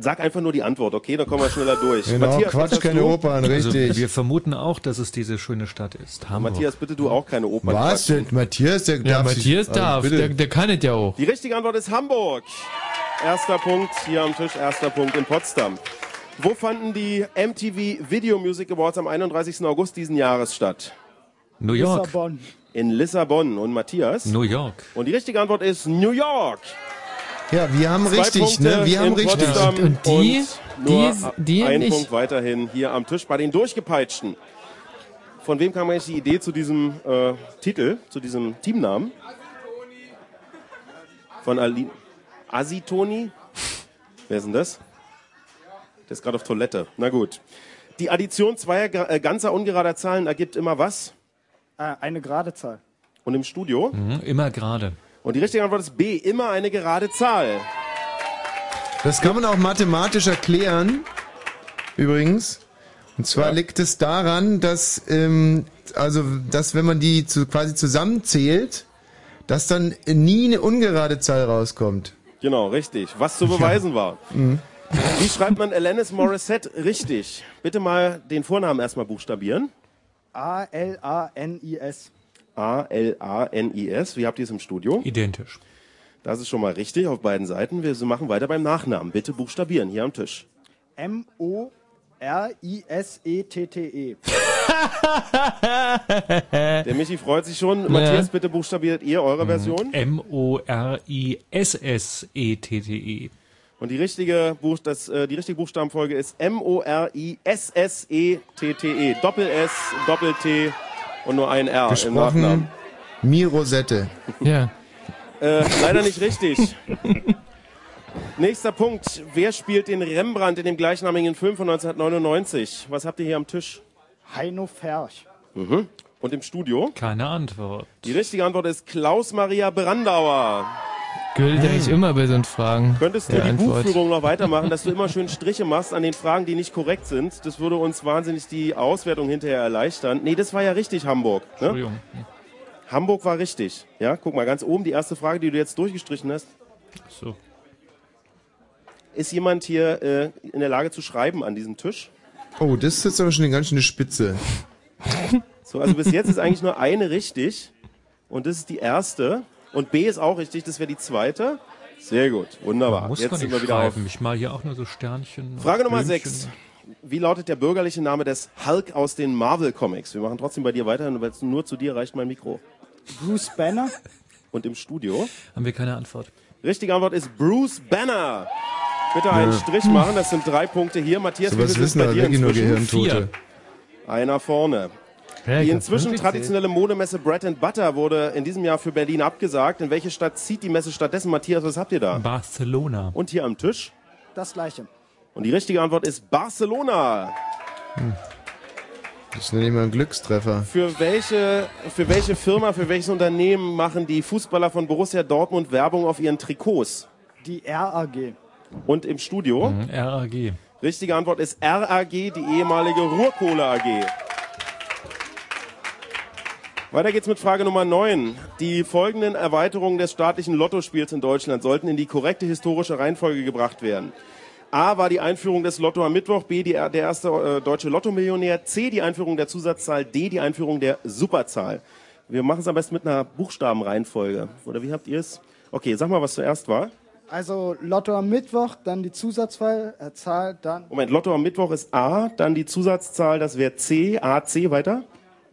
Sag einfach nur die Antwort, okay? Dann kommen wir schneller durch. Genau, was hast du? Also, wir vermuten auch, dass es diese schöne Stadt ist. Hamburg. Matthias, bitte du auch keine Opern. Was? quatschen. Der Matthias, der Ja, darf sich- Matthias also darf, bitte. der, der kann es ja auch. Die richtige Antwort ist Hamburg. Erster Punkt hier am Tisch, erster Punkt in Potsdam. Wo fanden die MTV Video Music Awards am 31. August diesen Jahres statt? New York. Lissabon. In Lissabon. Und Matthias? New York. Und die richtige Antwort ist New York. Ja, wir haben Zwei richtig, Punkte ne? Wir in haben richtig. Potsdam Und die- und nur die- die ein nicht. Punkt weiterhin hier am Tisch bei den Durchgepeitschten. Von wem kam eigentlich die Idee zu diesem äh, Titel, zu diesem Teamnamen? Von Ali Asitoni? Wer ist denn das? Der ist gerade auf Toilette. Na gut. Die Addition zweier gra- äh, ganzer ungerader Zahlen ergibt immer was? Äh, eine gerade Zahl. Und im Studio? Mhm, immer gerade. Und die richtige Antwort ist B, immer eine gerade Zahl. Das kann man auch mathematisch erklären, übrigens. Und zwar liegt es daran, dass, ähm, also, dass wenn man die zu, quasi zusammenzählt, dass dann nie eine ungerade Zahl rauskommt. Genau, richtig. Was zu beweisen war. Mhm. Wie schreibt man Alanis Morissette richtig? Bitte mal den Vornamen erstmal buchstabieren. A-L-A-N-I-S. A-L-A-N-I-S. Wie habt ihr es im Studio? Identisch. Das ist schon mal richtig auf beiden Seiten. Wir machen weiter beim Nachnamen. Bitte buchstabieren hier am <laughs> Tisch. E <laughs> M-O-R-I-S-E-T-T-E. Der Michi freut sich schon. Matthias, bitte buchstabiert ihr Mhm. eure Mhm. Version. E M-O-R-I-S-S-E-T-T-E. Und die richtige, Buch, das, äh, die richtige Buchstabenfolge ist E M-O-R-I-S-S-E-T-T-E. Doppel-S, Doppel-T und nur ein R im Nachnamen. Gesprochen, Mirosette. Ja. Äh, leider nicht richtig. Nächster Punkt. Wer spielt den Rembrandt in dem gleichnamigen Film von 1999? Was habt ihr hier am Tisch? Heino Ferch. Mhm. Und im Studio? Keine Antwort. Die richtige Antwort ist Klaus-Maria Brandauer. Gilt eigentlich immer bei so Fragen. Könntest du der die Antwort. Buchführung noch weitermachen, dass du immer schön Striche machst an den Fragen, die nicht korrekt sind? Das würde uns wahnsinnig die Auswertung hinterher erleichtern. Nee, das war ja richtig, Hamburg. Ne? Entschuldigung. Hamburg war richtig. Ja, guck mal, ganz oben die erste Frage, die du jetzt durchgestrichen hast. So. Ist jemand hier äh, in der Lage zu schreiben an diesem Tisch? Oh, das ist jetzt aber schon eine ganz schöne Spitze. So, also bis jetzt ist eigentlich nur eine richtig. Und das ist die erste. Und B ist auch richtig, das wäre die zweite. Sehr gut, wunderbar. Muss Ah, Jetzt man sind nicht wir wieder auf. schreiben. Ich mal hier auch nur so Sternchen. und Frage Nummer Blümchen. 6. Wie lautet der bürgerliche Name des Hulk aus den Marvel Comics? Wir machen trotzdem bei dir weiter, weil es nur zu dir reicht mein Mikro. Bruce Banner? Und im Studio? Haben wir keine Antwort. Richtige Antwort ist Bruce Banner. Bitte einen Ja. Strich machen, das sind drei Punkte hier. Matthias, Sowas viel ist wissen bei aber dir wirklich nur inzwischen? Gehirntote. Einer vorne. Ja, ich die hab's inzwischen wirklich traditionelle Modemesse Bread and Butter wurde in diesem Jahr für Berlin abgesagt. In welche Stadt zieht die Messe stattdessen? Matthias, was habt ihr da? Barcelona. Und hier am Tisch? Das gleiche. Und die richtige Antwort ist Barcelona. Das nenne ich mal einen Glückstreffer. Für welche, für welche Firma, für welches Unternehmen machen die Fußballer von Borussia Dortmund Werbung auf ihren Trikots? Die RAG. Und im Studio? RAG. Richtige Antwort ist RAG, die ehemalige Ruhrkohle AG. Weiter geht's mit Frage Nummer 9. Die folgenden Erweiterungen des staatlichen Lottospiels in Deutschland sollten in die korrekte historische Reihenfolge gebracht werden. A war die Einführung des Lotto am Mittwoch, B die, der erste äh, deutsche Lottomillionär, C die Einführung der Zusatzzahl, D die Einführung der Superzahl. Wir machen es am besten mit einer Buchstabenreihenfolge. Oder wie habt ihr es? Okay, sag mal, was zuerst war. Also Lotto am Mittwoch, dann die Zusatzzahl, äh, Zahl, dann Moment, Lotto am Mittwoch ist A, dann die Zusatzzahl, das wäre C, A, C weiter.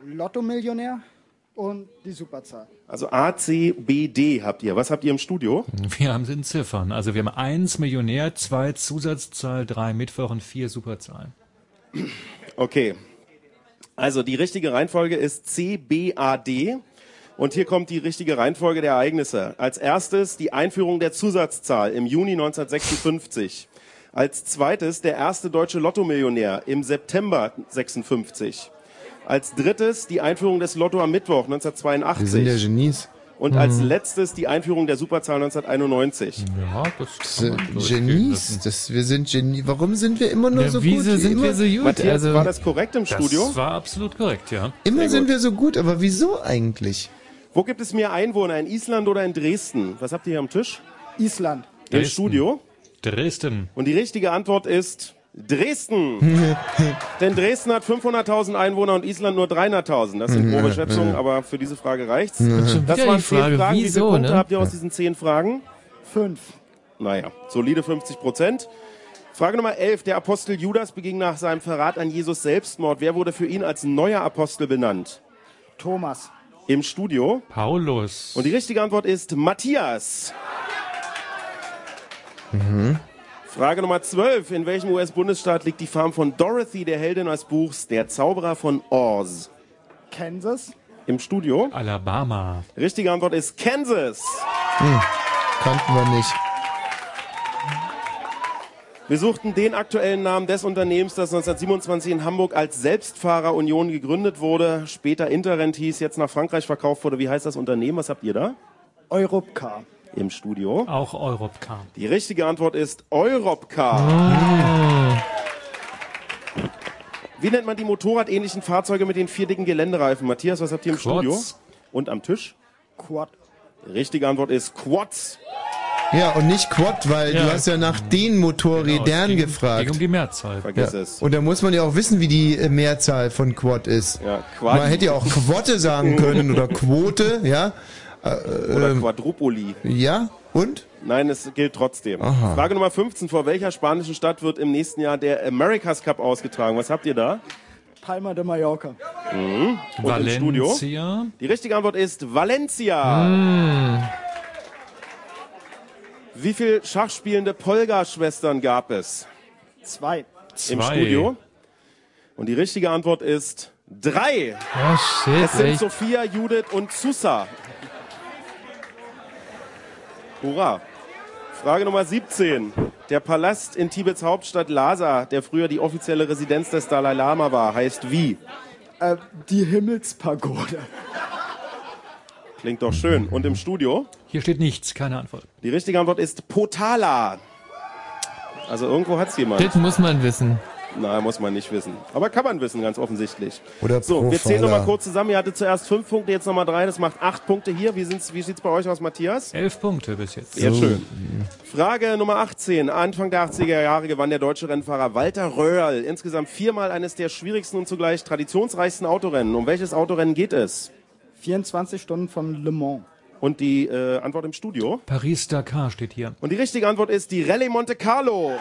Lotto-Millionär und die Superzahl. Also A, C, B, D habt ihr. Was habt ihr im Studio? Wir haben sie in Ziffern. Also wir haben 1 Millionär, 2 Zusatzzahl, 3 Mittwoch und 4 Superzahlen. Okay. Also die richtige Reihenfolge ist C, B, A, D. Und hier kommt die richtige Reihenfolge der Ereignisse. Als erstes die Einführung der Zusatzzahl im Juni 1956. Als zweites der erste deutsche Lottomillionär im September 56. Als drittes die Einführung des Lotto am Mittwoch Wir sind ja 1982. Genies. Und als Mhm. letztes die Einführung der Superzahl 1991. Ja, das Se- Genies, das, wir sind Genie. Warum sind wir immer nur Ja, so wieso gut? sind immer, wir so gut? Matthias, Also- war das korrekt im Studio? Das war absolut korrekt, ja. Immer Sehr sind gut. wir so gut, aber wieso eigentlich? Wo gibt es mehr Einwohner, in Island oder in Dresden? Was habt ihr hier am Tisch? Island. Im Dresden. Studio. Dresden. Und die richtige Antwort ist <laughs> Dresden. Denn Dresden hat 500.000 Einwohner und Island nur 300.000. Das sind Mhm. Ja, grobe Schätzungen, ja. aber für diese Frage reicht's. Ja. Schon Das wieder waren die zehn Frage, Fragen. Wie viele wieso, Punkte ne? habt ihr aus Ja. diesen zehn Fragen? Fünf. Naja, solide 50 Prozent. Frage Nummer 11. Der Apostel Judas beging nach seinem Verrat an Jesus Selbstmord. Wer wurde für ihn als neuer Apostel benannt? Thomas. Im Studio. Paulus. Und die <laughs> richtige Antwort ist Matthias. Mhm. Frage Nummer 12. In welchem US-Bundesstaat liegt die Farm von Dorothy, der Heldin des Buchs Der Zauberer von Oz? Kansas. Im Studio. Alabama. Richtige Antwort ist Kansas. Hm. Kannten wir nicht. Wir suchten den aktuellen Namen des Unternehmens, das 1927 in Hamburg als Selbstfahrerunion gegründet wurde, später Interrent hieß, jetzt nach Frankreich verkauft wurde. Wie heißt das Unternehmen? Was habt ihr da? Europcar. Im Studio. Auch Europcar. Die richtige Antwort ist Europcar. Wie nennt man die motorradähnlichen Fahrzeuge mit den vier dicken Geländereifen? Matthias, was habt ihr im Quads. Studio? Und am Tisch? Quad. Die richtige Antwort ist Quads. Ja, und nicht Quad, weil Ja. du hast ja nach den Motorrädern Genau, es ging- gefragt. ging um die Mehrzahl. Vergiss es. Und da muss man ja auch wissen, wie die äh, Mehrzahl von Quad ist. Ja, Quad. Man hätte ja auch Quote sagen können oder Quote, ja. Äh, ähm, Oder Quadrupoli. Ja, und? Nein, es gilt trotzdem. Aha. Frage Nummer 15. Vor welcher spanischen Stadt wird im nächsten Jahr der America's Cup ausgetragen? Was habt ihr da? Palma de Mallorca. Mhm. Und Valencia. im Studio? Die richtige Antwort ist Valencia. Hm. Wie viele schachspielende Polga-Schwestern gab es? Zwei. Im Zwei. Studio. Und die richtige Antwort ist drei. Oh shit, es sind echt. Sophia, Judith und Susa. Hurra. Frage Nummer 17. Der Palast in Tibets Hauptstadt Lhasa, der früher die offizielle Residenz des Dalai Lama war, heißt wie? Äh, die Himmelspagode. Klingt doch schön. Und im Studio? Hier steht nichts, keine Antwort. Die richtige Antwort ist Potala. Also irgendwo hat's jemand. Das muss man wissen. Nein, muss man nicht wissen. Aber kann man wissen, ganz offensichtlich. Oder So, wir zählen Profiler. nochmal kurz zusammen. Ihr hattet zuerst fünf Punkte, jetzt nochmal drei. Das macht acht Punkte hier. Wie, sind's, wie sieht's bei euch aus, Matthias? Elf Punkte bis jetzt. Sehr schön. Mhm. Frage Nummer 18. Anfang der 80er Jahre gewann der deutsche Rennfahrer Walter Röhrl insgesamt viermal eines der schwierigsten und zugleich traditionsreichsten Autorennen. Um welches Autorennen geht es? 24 Stunden von Le Mans. Und die äh, Antwort im Studio? Paris-Dakar steht hier. Und die richtige Antwort ist die Rallye Monte Carlo.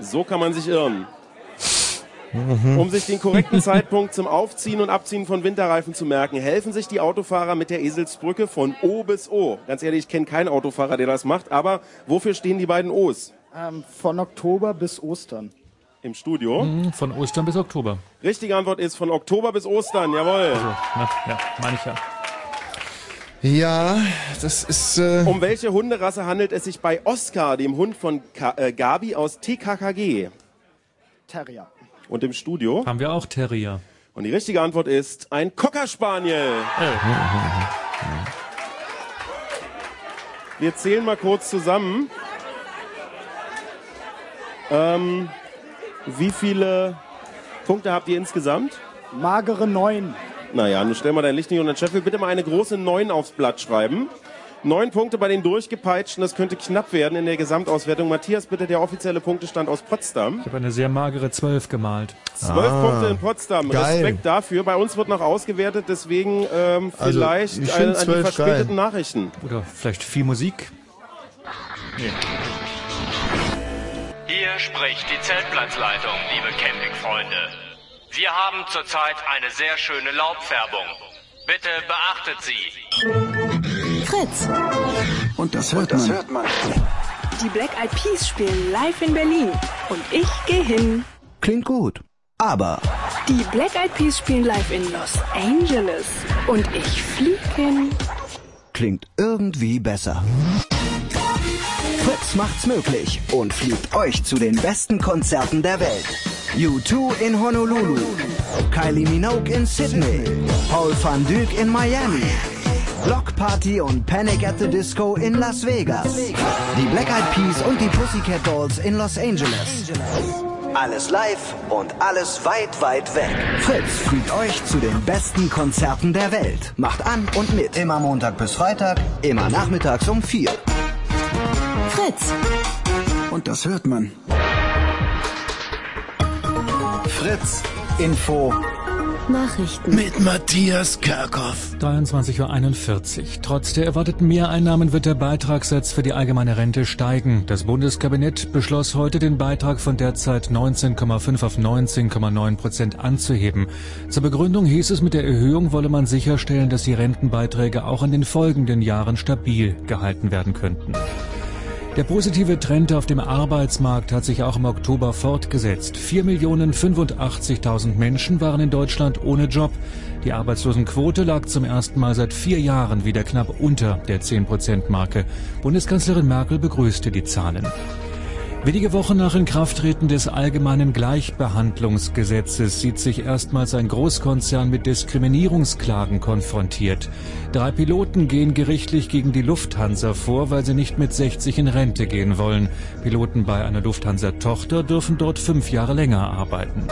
So kann man sich irren. Hm. Um sich den korrekten Zeitpunkt zum Aufziehen und Abziehen von Winterreifen zu merken, helfen sich die Autofahrer mit der Eselsbrücke von O bis O. Ganz ehrlich, ich kenne keinen Autofahrer, der das macht, aber wofür stehen die beiden O's Ähm, von Oktober bis Ostern. im Studio? Mhm, Von Ostern bis Oktober. Richtige Antwort ist von Oktober bis Ostern, jawohl. Also, Na, ja, meine ich ja. Ja, das ist. Äh Um welche Hunderasse handelt es sich bei Oscar, dem Hund von Ka äh, Gabi aus TKKG? Terrier. Und im Studio? Haben wir auch Terrier. Und die richtige Antwort ist ein Cocker <laughs> Spaniel. Wir zählen mal kurz zusammen. Ähm, wie viele Punkte habt ihr insgesamt? Magere neun. Naja, nun stell mal dein Licht nicht unter den Scheffel. Bitte mal eine große Neun aufs Blatt schreiben. Neun Punkte bei den durchgepeitschten, das könnte knapp werden in der Gesamtauswertung. Matthias, bitte der offizielle Punktestand aus Potsdam. Ich habe eine sehr magere 12 gemalt. Zwölf Punkte in Potsdam. Ah. Geil. Respekt dafür. Bei uns wird noch ausgewertet, deswegen ähm, vielleicht ich an, find an die zwölf verspäteten geil. Nachrichten. Oder vielleicht viel Musik. Hier spricht die Zeltplatzleitung, liebe Campingfreunde. Wir haben zurzeit eine sehr schöne Laubfärbung. Bitte beachtet sie. Fritz. Und das hört man. Die Black Eyed Peas spielen live in Berlin und ich gehe hin. Klingt gut. Aber Die Black Eyed Peas spielen live in Los Angeles und ich flieg hin. klingt irgendwie besser. Fritz macht's möglich und fliegt euch zu den besten Konzerten der Welt. U2 in Honolulu, Kylie Minogue in Sydney, Paul van Dyk in Miami, Block Party und Panic at the Disco in Las Vegas, die Black Eyed Peas und die Pussycat Dolls in Los Angeles. Alles live und alles weit, weit weg. Fritz führt euch zu den besten Konzerten der Welt. Macht an und mit. Immer Montag bis Freitag, immer nachmittags um 4. Fritz. Und das hört man. Fritz Info Nachrichten. Mit Matthias Kerkhoff. 23.41 Uhr. Trotz der erwarteten Mehreinnahmen wird der Beitragssatz für die allgemeine Rente steigen. Das Bundeskabinett beschloss heute, den Beitrag von derzeit 19,5 auf 19,9 Prozent anzuheben. Zur Begründung hieß es, mit der Erhöhung wolle man sicherstellen, dass die Rentenbeiträge auch in den folgenden Jahren stabil gehalten werden könnten. Der positive Trend auf dem Arbeitsmarkt hat sich auch im Oktober fortgesetzt. 4.085.000 Menschen waren in Deutschland ohne Job. Die Arbeitslosenquote lag zum ersten Mal seit vier Jahren wieder knapp unter der 10-Prozent-Marke. Bundeskanzlerin Merkel begrüßte die Zahlen. Wenige Wochen nach Inkrafttreten des allgemeinen Gleichbehandlungsgesetzes sieht sich erstmals ein Großkonzern mit Diskriminierungsklagen konfrontiert. Drei Piloten gehen gerichtlich gegen die Lufthansa vor, weil sie nicht mit 60 in Rente gehen wollen. Piloten bei einer Lufthansa-Tochter dürfen dort fünf Jahre länger arbeiten.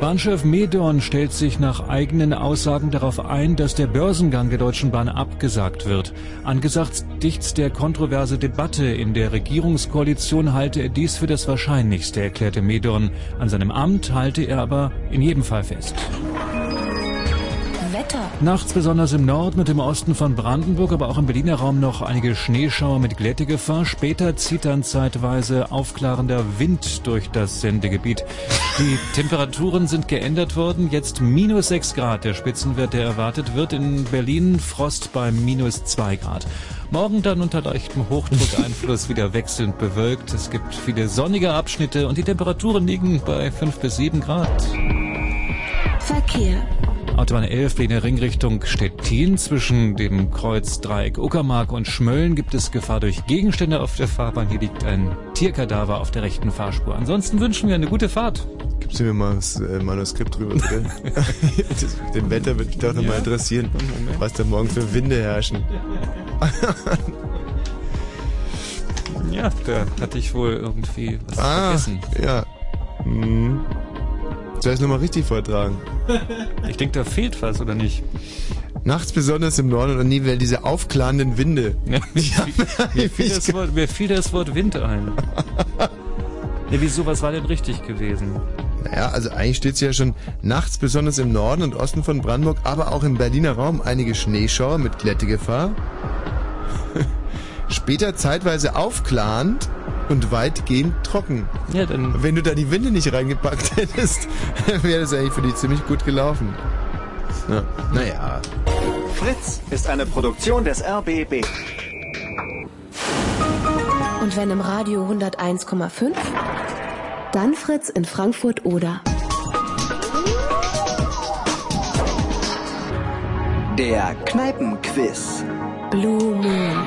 Bahnchef Medorn stellt sich nach eigenen Aussagen darauf ein, dass der Börsengang der Deutschen Bahn abgesagt wird. Angesichts der kontroverse Debatte in der Regierungskoalition halte er dies für das Wahrscheinlichste, erklärte Medorn. An seinem Amt halte er aber in jedem Fall fest. Wetter. Nachts besonders im Norden und im Osten von Brandenburg, aber auch im Berliner Raum noch einige Schneeschauer mit Glättegefahr. Später zieht dann zeitweise aufklarender Wind durch das Sendegebiet. Die Temperaturen sind geändert worden. Jetzt minus 6 Grad der Spitzenwert, der erwartet wird. In Berlin Frost bei minus 2 Grad. Morgen dann unter leichtem Hochdruckeinfluss wieder wechselnd bewölkt. Es gibt viele sonnige Abschnitte und die Temperaturen liegen bei 5 bis 7 Grad. Verkehr. Autobahn 11, Pläne Ringrichtung Stettin. Zwischen dem Kreuz Dreieck Uckermark und Schmölln gibt es Gefahr durch Gegenstände auf der Fahrbahn. Hier liegt ein Tierkadaver auf der rechten Fahrspur. Ansonsten wünschen wir eine gute Fahrt. Gibst du mir mal das äh, Manuskript drüber, bitte? <laughs> das, dem Wetter würde mich doch nochmal interessieren, was da morgen für Winde <laughs> herrschen. <laughs> Ja, da hatte ich wohl irgendwie was ah, vergessen. ja. Hm. Soll ich es nochmal richtig vortragen? <laughs> Ich denke, da fehlt was, oder nicht? Nachts besonders im Norden und nie wieder diese <laughs> aufklarenden Winde. Mir fiel das Wort, mir fiel das Wort Wind <laughs> ein. Ja, wieso, was war denn richtig gewesen? Naja, also eigentlich steht es ja schon nachts besonders im Norden und Osten von Brandenburg, aber auch im Berliner Raum einige Schneeschauer mit Glättegefahr. Später zeitweise aufklarend und weitgehend trocken. Ja, dann. Wenn du da die Winde nicht reingepackt <laughs> hättest, wäre das eigentlich für dich ziemlich gut gelaufen. Ja. Naja. Fritz ist eine Produktion des RBB. Und wenn im Radio 101,5, dann Fritz in Frankfurt oder. Der Kneipenquiz. Blue Moon.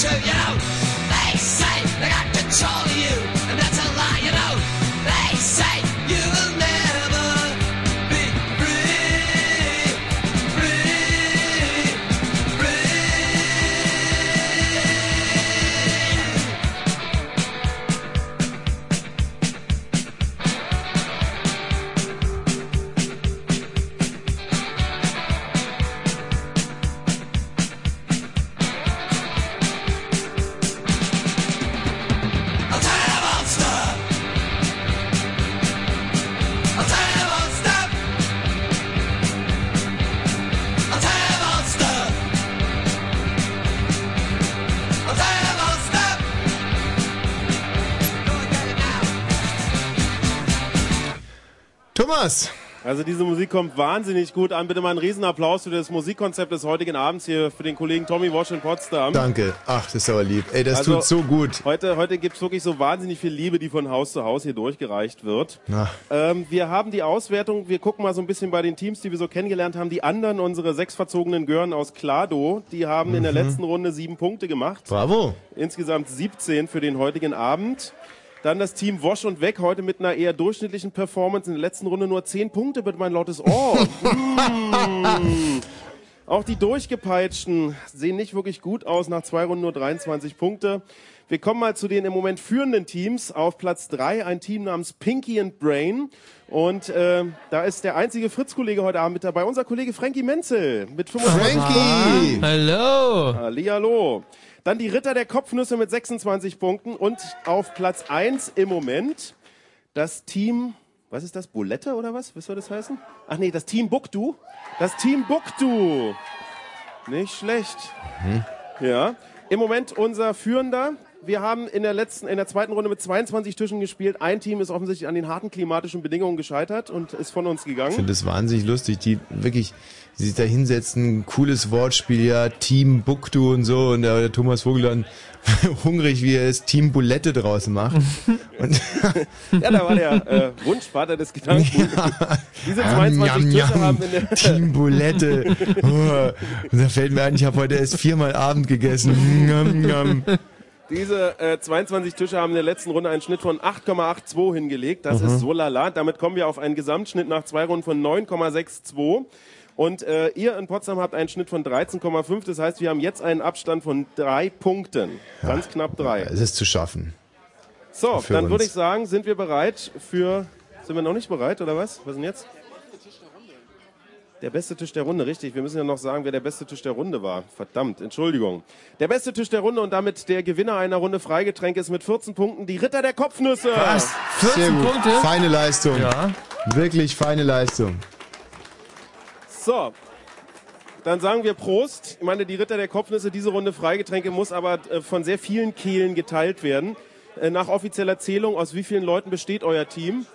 You know, they say they got control of you, and that's a lie, you know. Thomas. Also diese Musik kommt wahnsinnig gut an. Bitte mal einen Riesenapplaus für das Musikkonzept des heutigen Abends hier für den Kollegen Tommy Walsh in Potsdam. Danke. Ach, das ist aber lieb. Ey, das Also, tut so gut. Heute, heute gibt's wirklich so wahnsinnig viel Liebe, die von Haus zu Haus hier durchgereicht wird. Na, Ähm, wir haben die Auswertung, wir gucken mal so ein bisschen bei den Teams, die wir so kennengelernt haben. Die anderen, unsere sechs verzogenen Gören aus Klado, die haben in der Mhm. letzten Runde sieben Punkte gemacht. bravo. Insgesamt 17 für den heutigen Abend. Dann das Team Wosch und Weg, heute mit einer eher durchschnittlichen Performance. In der letzten Runde nur 10 Punkte, bitte mein lautes Ohr. mm. Auch die Durchgepeitschten sehen nicht wirklich gut aus, nach zwei Runden nur 23 Punkte. Wir kommen mal zu den im Moment führenden Teams. Auf Platz drei ein Team namens Pinky and Brain. Und äh, da ist der einzige Fritz-Kollege heute Abend mit dabei, unser Kollege Frankie Menzel mit 25 Frankie! Ah, Hallo! Hallihallo! Dann die Ritter der Kopfnüsse mit 26 Punkten und auf Platz 1 im Moment das Team, was ist das, Bulette oder was? Was soll das heißen? Ach nee, das Team Buktu. Das Team Buktu. Nicht schlecht. Ja. Im Moment unser Führender. Wir haben in der letzten, in der zweiten Runde mit 22 Tischen gespielt. Ein Team ist offensichtlich an den harten klimatischen Bedingungen gescheitert und ist von uns Ich gegangen. finde das wahnsinnig lustig, die wirklich die sich da hinsetzen, cooles Wortspiel, ja, Team Buktu und so und der, der Thomas Vogel dann <laughs> hungrig wie er ist, Team Bulette <laughs> draus macht. Und Ja, da war der äh, Wunschvater des Gedanken. <laughs> Diese 22 Tische haben in der <laughs> Team Bulette. Oh, und da fällt mir ein, ich habe heute erst viermal Abend gegessen. Njam, njam. Diese äh, 22 Tische haben in der letzten Runde einen Schnitt von 8,82 hingelegt. Das Mhm. ist so lala. Damit kommen wir auf einen Gesamtschnitt nach zwei Runden von 9,62. Und äh, ihr in Potsdam habt einen Schnitt von 13,5. Das heißt, wir haben jetzt einen Abstand von drei Punkten. Ganz knapp drei. Es ist zu schaffen. So, für dann uns. würde ich sagen, sind wir bereit für... Sind wir noch nicht bereit, oder was? Was denn jetzt? Der beste Tisch der Runde, richtig. Wir müssen ja noch sagen, wer der beste Tisch der Runde war. Verdammt, Entschuldigung. Der beste Tisch der Runde und damit der Gewinner einer Runde Freigetränk ist mit 14 Punkten die Ritter der Kopfnüsse. Was? 14 Sehr gut. Feine Leistung. Wirklich feine Leistung. So. Dann sagen wir Prost. Ich meine, die Ritter der Kopfnüsse, diese Runde Freigetränke muss aber äh, von sehr vielen Kehlen geteilt werden. Äh, Nach offizieller Zählung, aus wie vielen Leuten besteht euer Team?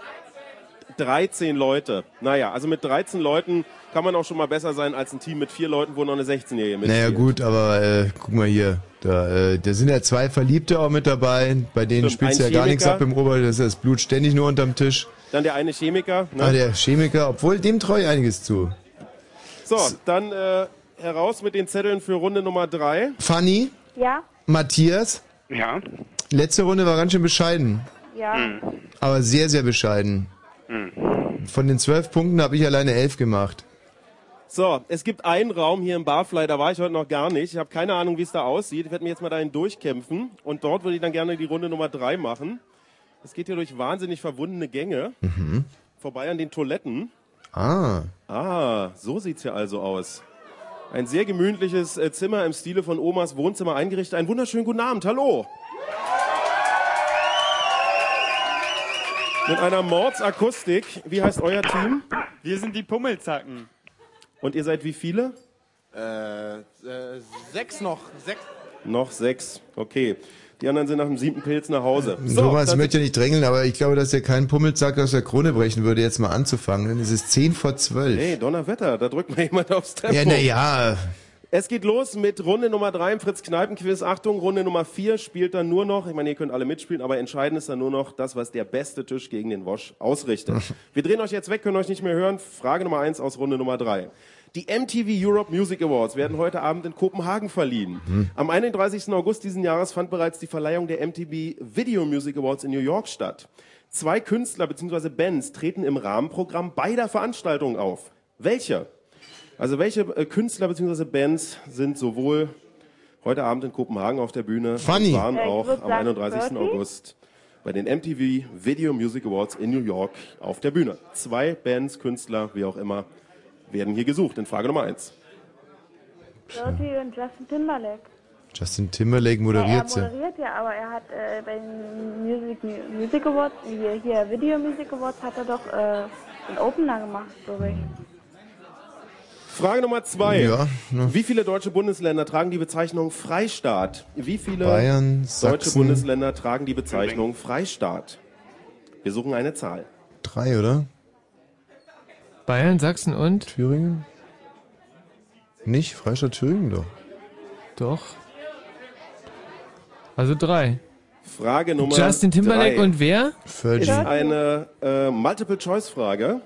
13 Leute. Naja, also mit 13 Leuten kann man auch schon mal besser sein als ein Team mit vier Leuten, wo noch eine 16-Jährige mit. Naja gut, aber äh, guck mal hier. Da, äh, da sind ja zwei Verliebte auch mit dabei. Bei denen Stimmt, spielst du ja ein gar nichts Chemiker. ab im Ober. Das ist das Blut ständig nur unterm Tisch. Dann der eine Chemiker. Ne? Ah, der Chemiker, obwohl dem treu einiges zu. So, dann äh, heraus mit den Zetteln für Runde Nummer 3. Fanny, Ja, Matthias. Ja. Letzte Runde war ganz schön bescheiden. ja. Aber sehr, sehr bescheiden. Von den zwölf Punkten habe ich alleine elf gemacht. So, es gibt einen Raum hier im Barfly, da war ich heute noch gar nicht. Ich habe keine Ahnung, wie es da aussieht. Ich werde mir jetzt mal dahin durchkämpfen und dort würde ich dann gerne die Runde Nummer 3 machen. Es geht hier durch wahnsinnig verwundene Gänge, Mhm. vorbei an den Toiletten. Ah. Ah, so sieht's hier also aus. Ein sehr gemütliches äh, Zimmer im Stile von Omas Wohnzimmer eingerichtet. Einen wunderschönen guten Abend. Hallo. Mit einer Mordsakustik. Wie heißt euer Team? Wir sind die Pummelzacken. Und ihr seid wie viele? Äh, äh, sechs noch. Sechs. Noch sechs. Okay. Die anderen sind nach dem siebten Pilz nach Hause. Thomas ich dann- möchte nicht drängeln, aber ich glaube, dass er keinen Pummelsack aus der Krone brechen würde, jetzt mal anzufangen. Denn es ist zehn vor zwölf. Hey, Donnerwetter, da drückt mal jemand aufs Tempo. Ja, na ja. Es geht los mit Runde Nummer drei im Fritz-Kneipen-Quiz. Achtung, Runde Nummer vier spielt dann nur noch, ich meine, ihr könnt alle mitspielen, aber entscheidend ist dann nur noch das, was der beste Tisch gegen den Wosch ausrichtet. Wir drehen euch jetzt weg, können euch nicht mehr hören. Frage Nummer eins aus Runde Nummer drei. Die MTV Europe Music Awards werden heute Abend in Kopenhagen verliehen. Am 31. August diesen Jahres fand bereits die Verleihung der MTV Video Music Awards in New York statt. Zwei Künstler bzw. Bands treten im Rahmenprogramm beider Veranstaltungen auf. Welche? Also welche äh, Künstler bzw. Bands sind sowohl heute Abend in Kopenhagen auf der Bühne Funny. und waren Ja, ich auch würd am sagen, 31. Birdie. August bei den MTV Video Music Awards in New York auf der Bühne? Zwei Bands, Künstler, wie auch immer, werden hier gesucht in Frage Nummer eins. Dirty und Justin Timberlake. Justin Ja, Timberlake er moderiert sie. moderiert ja, aber er hat äh, bei den Music, Music Awards, hier, hier Video Music Awards, hat er doch äh, den Opener gemacht, glaube ich. Frage Nummer zwei. Ja, ne. Wie viele deutsche Bundesländer tragen die Bezeichnung Freistaat? Wie viele Bayern, deutsche Sachsen. Bundesländer tragen die Bezeichnung Freistaat? Wir suchen eine Zahl. Drei, oder? Bayern, Sachsen und? Thüringen? Nicht? Freistaat Thüringen doch. Doch. Also drei. Frage Nummer Justin Timberlake drei. und wer? Ist eine äh, Multiple-Choice-Frage.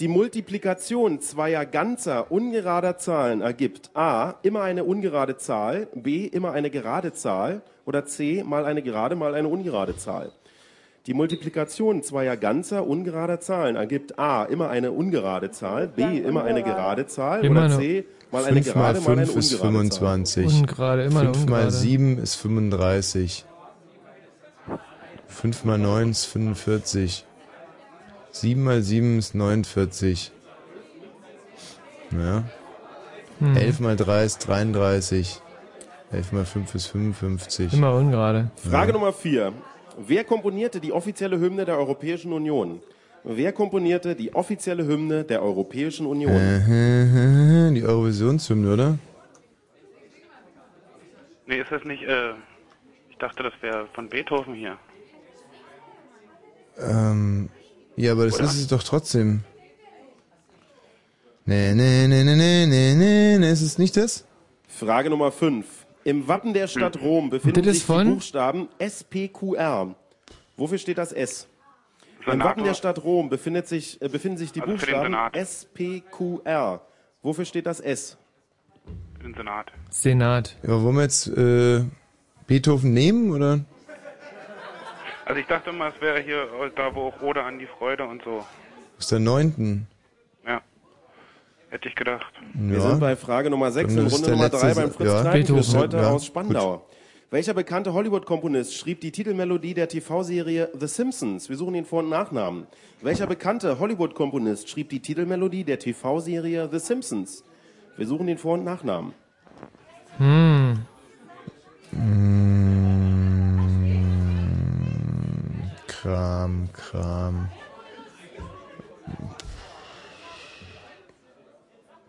Die Multiplikation zweier ganzer ungerader Zahlen ergibt a. immer eine ungerade Zahl, b. immer eine gerade Zahl oder c. mal eine gerade, mal eine ungerade Zahl. Die Multiplikation zweier ganzer ungerader Zahlen ergibt a. immer eine ungerade Zahl, b. immer eine gerade Zahl Immer oder eine- c. mal eine 5 mal gerade, mal eine 5 ist ungerade Zahl. 25. Ungerade, immer eine 5 mal ungerade. 7 ist 35. 5 mal 9 ist 45. 7 mal 7 ist 49. Ja. Hm. 11 mal 3 ist 33. 11 mal 5 ist 55. Immer ungerade. Frage Nummer vier. Wer komponierte die offizielle Hymne der Europäischen Union? Wer komponierte die offizielle Hymne der Europäischen Union? Äh, Die Eurovisionshymne, oder? Nee, ist das nicht, äh, ich dachte, das wäre von Beethoven hier. Ähm, ja, aber das Oder? ist es doch trotzdem. Nee, nee, nee, nee, nee, nee, nee, nee, ist es nicht das? Frage Nummer 5. Im Wappen der Stadt Rom befinden Das Hm. ist sich die von? Buchstaben SPQR. Wofür steht das S? Im Senator. Wappen der Stadt Rom befindet sich, äh, befinden sich die Also für den Buchstaben Senat. SPQR. Wofür steht das S? Im Senat. Senat. Ja, wollen wir jetzt äh, Beethoven nehmen, oder? Also ich dachte immer, es wäre hier äh, da, wo auch Ode an die Freude und so. Aus der neunten. Ja. Hätte ich gedacht. Wir Ja. sind bei Frage Nummer 6 Dann und ist Runde der Nummer letzte 3 beim Sa- Fritz ja. Kneipenquiz Beethoven, heute ja, aus gut. Spandau. Welcher bekannte Hollywood-Komponist schrieb die Titelmelodie der TV-Serie The Simpsons? Wir suchen den Vor- und Nachnamen. Welcher bekannte Hollywood-Komponist schrieb die Titelmelodie der TV-Serie The Simpsons? Wir suchen den Vor- und Nachnamen. Hm. Hmm. Mm, Kram, Kram.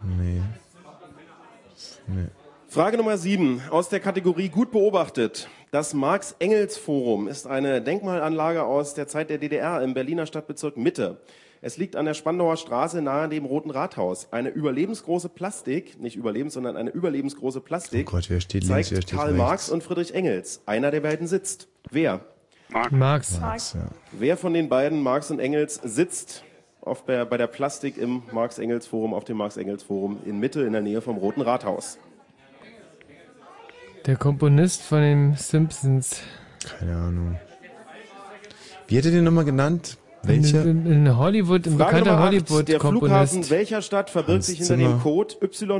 Nee. Nee. Frage Nummer 7 aus der Kategorie Gut beobachtet. Das Marx-Engels-Forum ist eine Denkmalanlage aus der Zeit der DDR im Berliner Stadtbezirk Mitte. Es liegt an der Spandauer Straße nahe dem Roten Rathaus. Eine überlebensgroße Plastik, nicht überlebens, sondern eine überlebensgroße Plastik, Gott, wer steht links, zeigt wer steht Karl rechts? Marx und Friedrich Engels. Einer der beiden sitzt. Wer? Marx. Marx, ja. Wer von den beiden, Marx und Engels, sitzt auf der, bei der Plastik im Marx-Engels-Forum, auf dem Marx-Engels-Forum in Mitte in der Nähe vom Roten Rathaus? Der Komponist von den Simpsons. Keine Ahnung. Wie hätte ihr den nochmal genannt? Welcher? In, in, in Hollywood, ein Frage bekannter Nummer acht. Der Flughafen Hollywood-Komponist. welcher Stadt verbirgt Hans sich hinter Zimmer.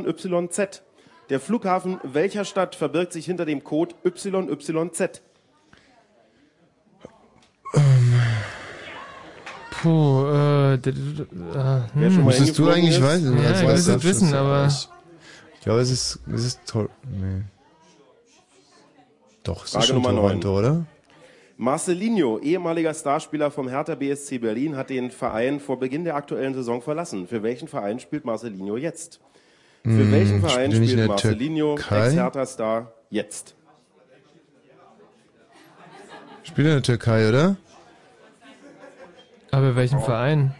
dem Code YYZ? Der Flughafen welcher Stadt verbirgt sich hinter dem Code YYZ? Puh, äh, d- d- d- ah, hm. schon mal Müsstest du eigentlich wissen? Ja, als ich muss Meister- es wissen, aber Ich, ich glaube, es ist, es ist toll. Nee. Doch, es Frage ist schon Nummer neun. Toronto, oder? Marcelinho, ehemaliger Starspieler vom Hertha BSC Berlin, hat den Verein vor Beginn der aktuellen Saison verlassen. Für welchen Verein spielt Marcelinho jetzt? Für Hm, welchen Verein spielt er nicht in spielt der Marcelinho, Türkei? Ex-Hertha-Star, jetzt? Spielt er in der Türkei, oder? Aber welchen Verein?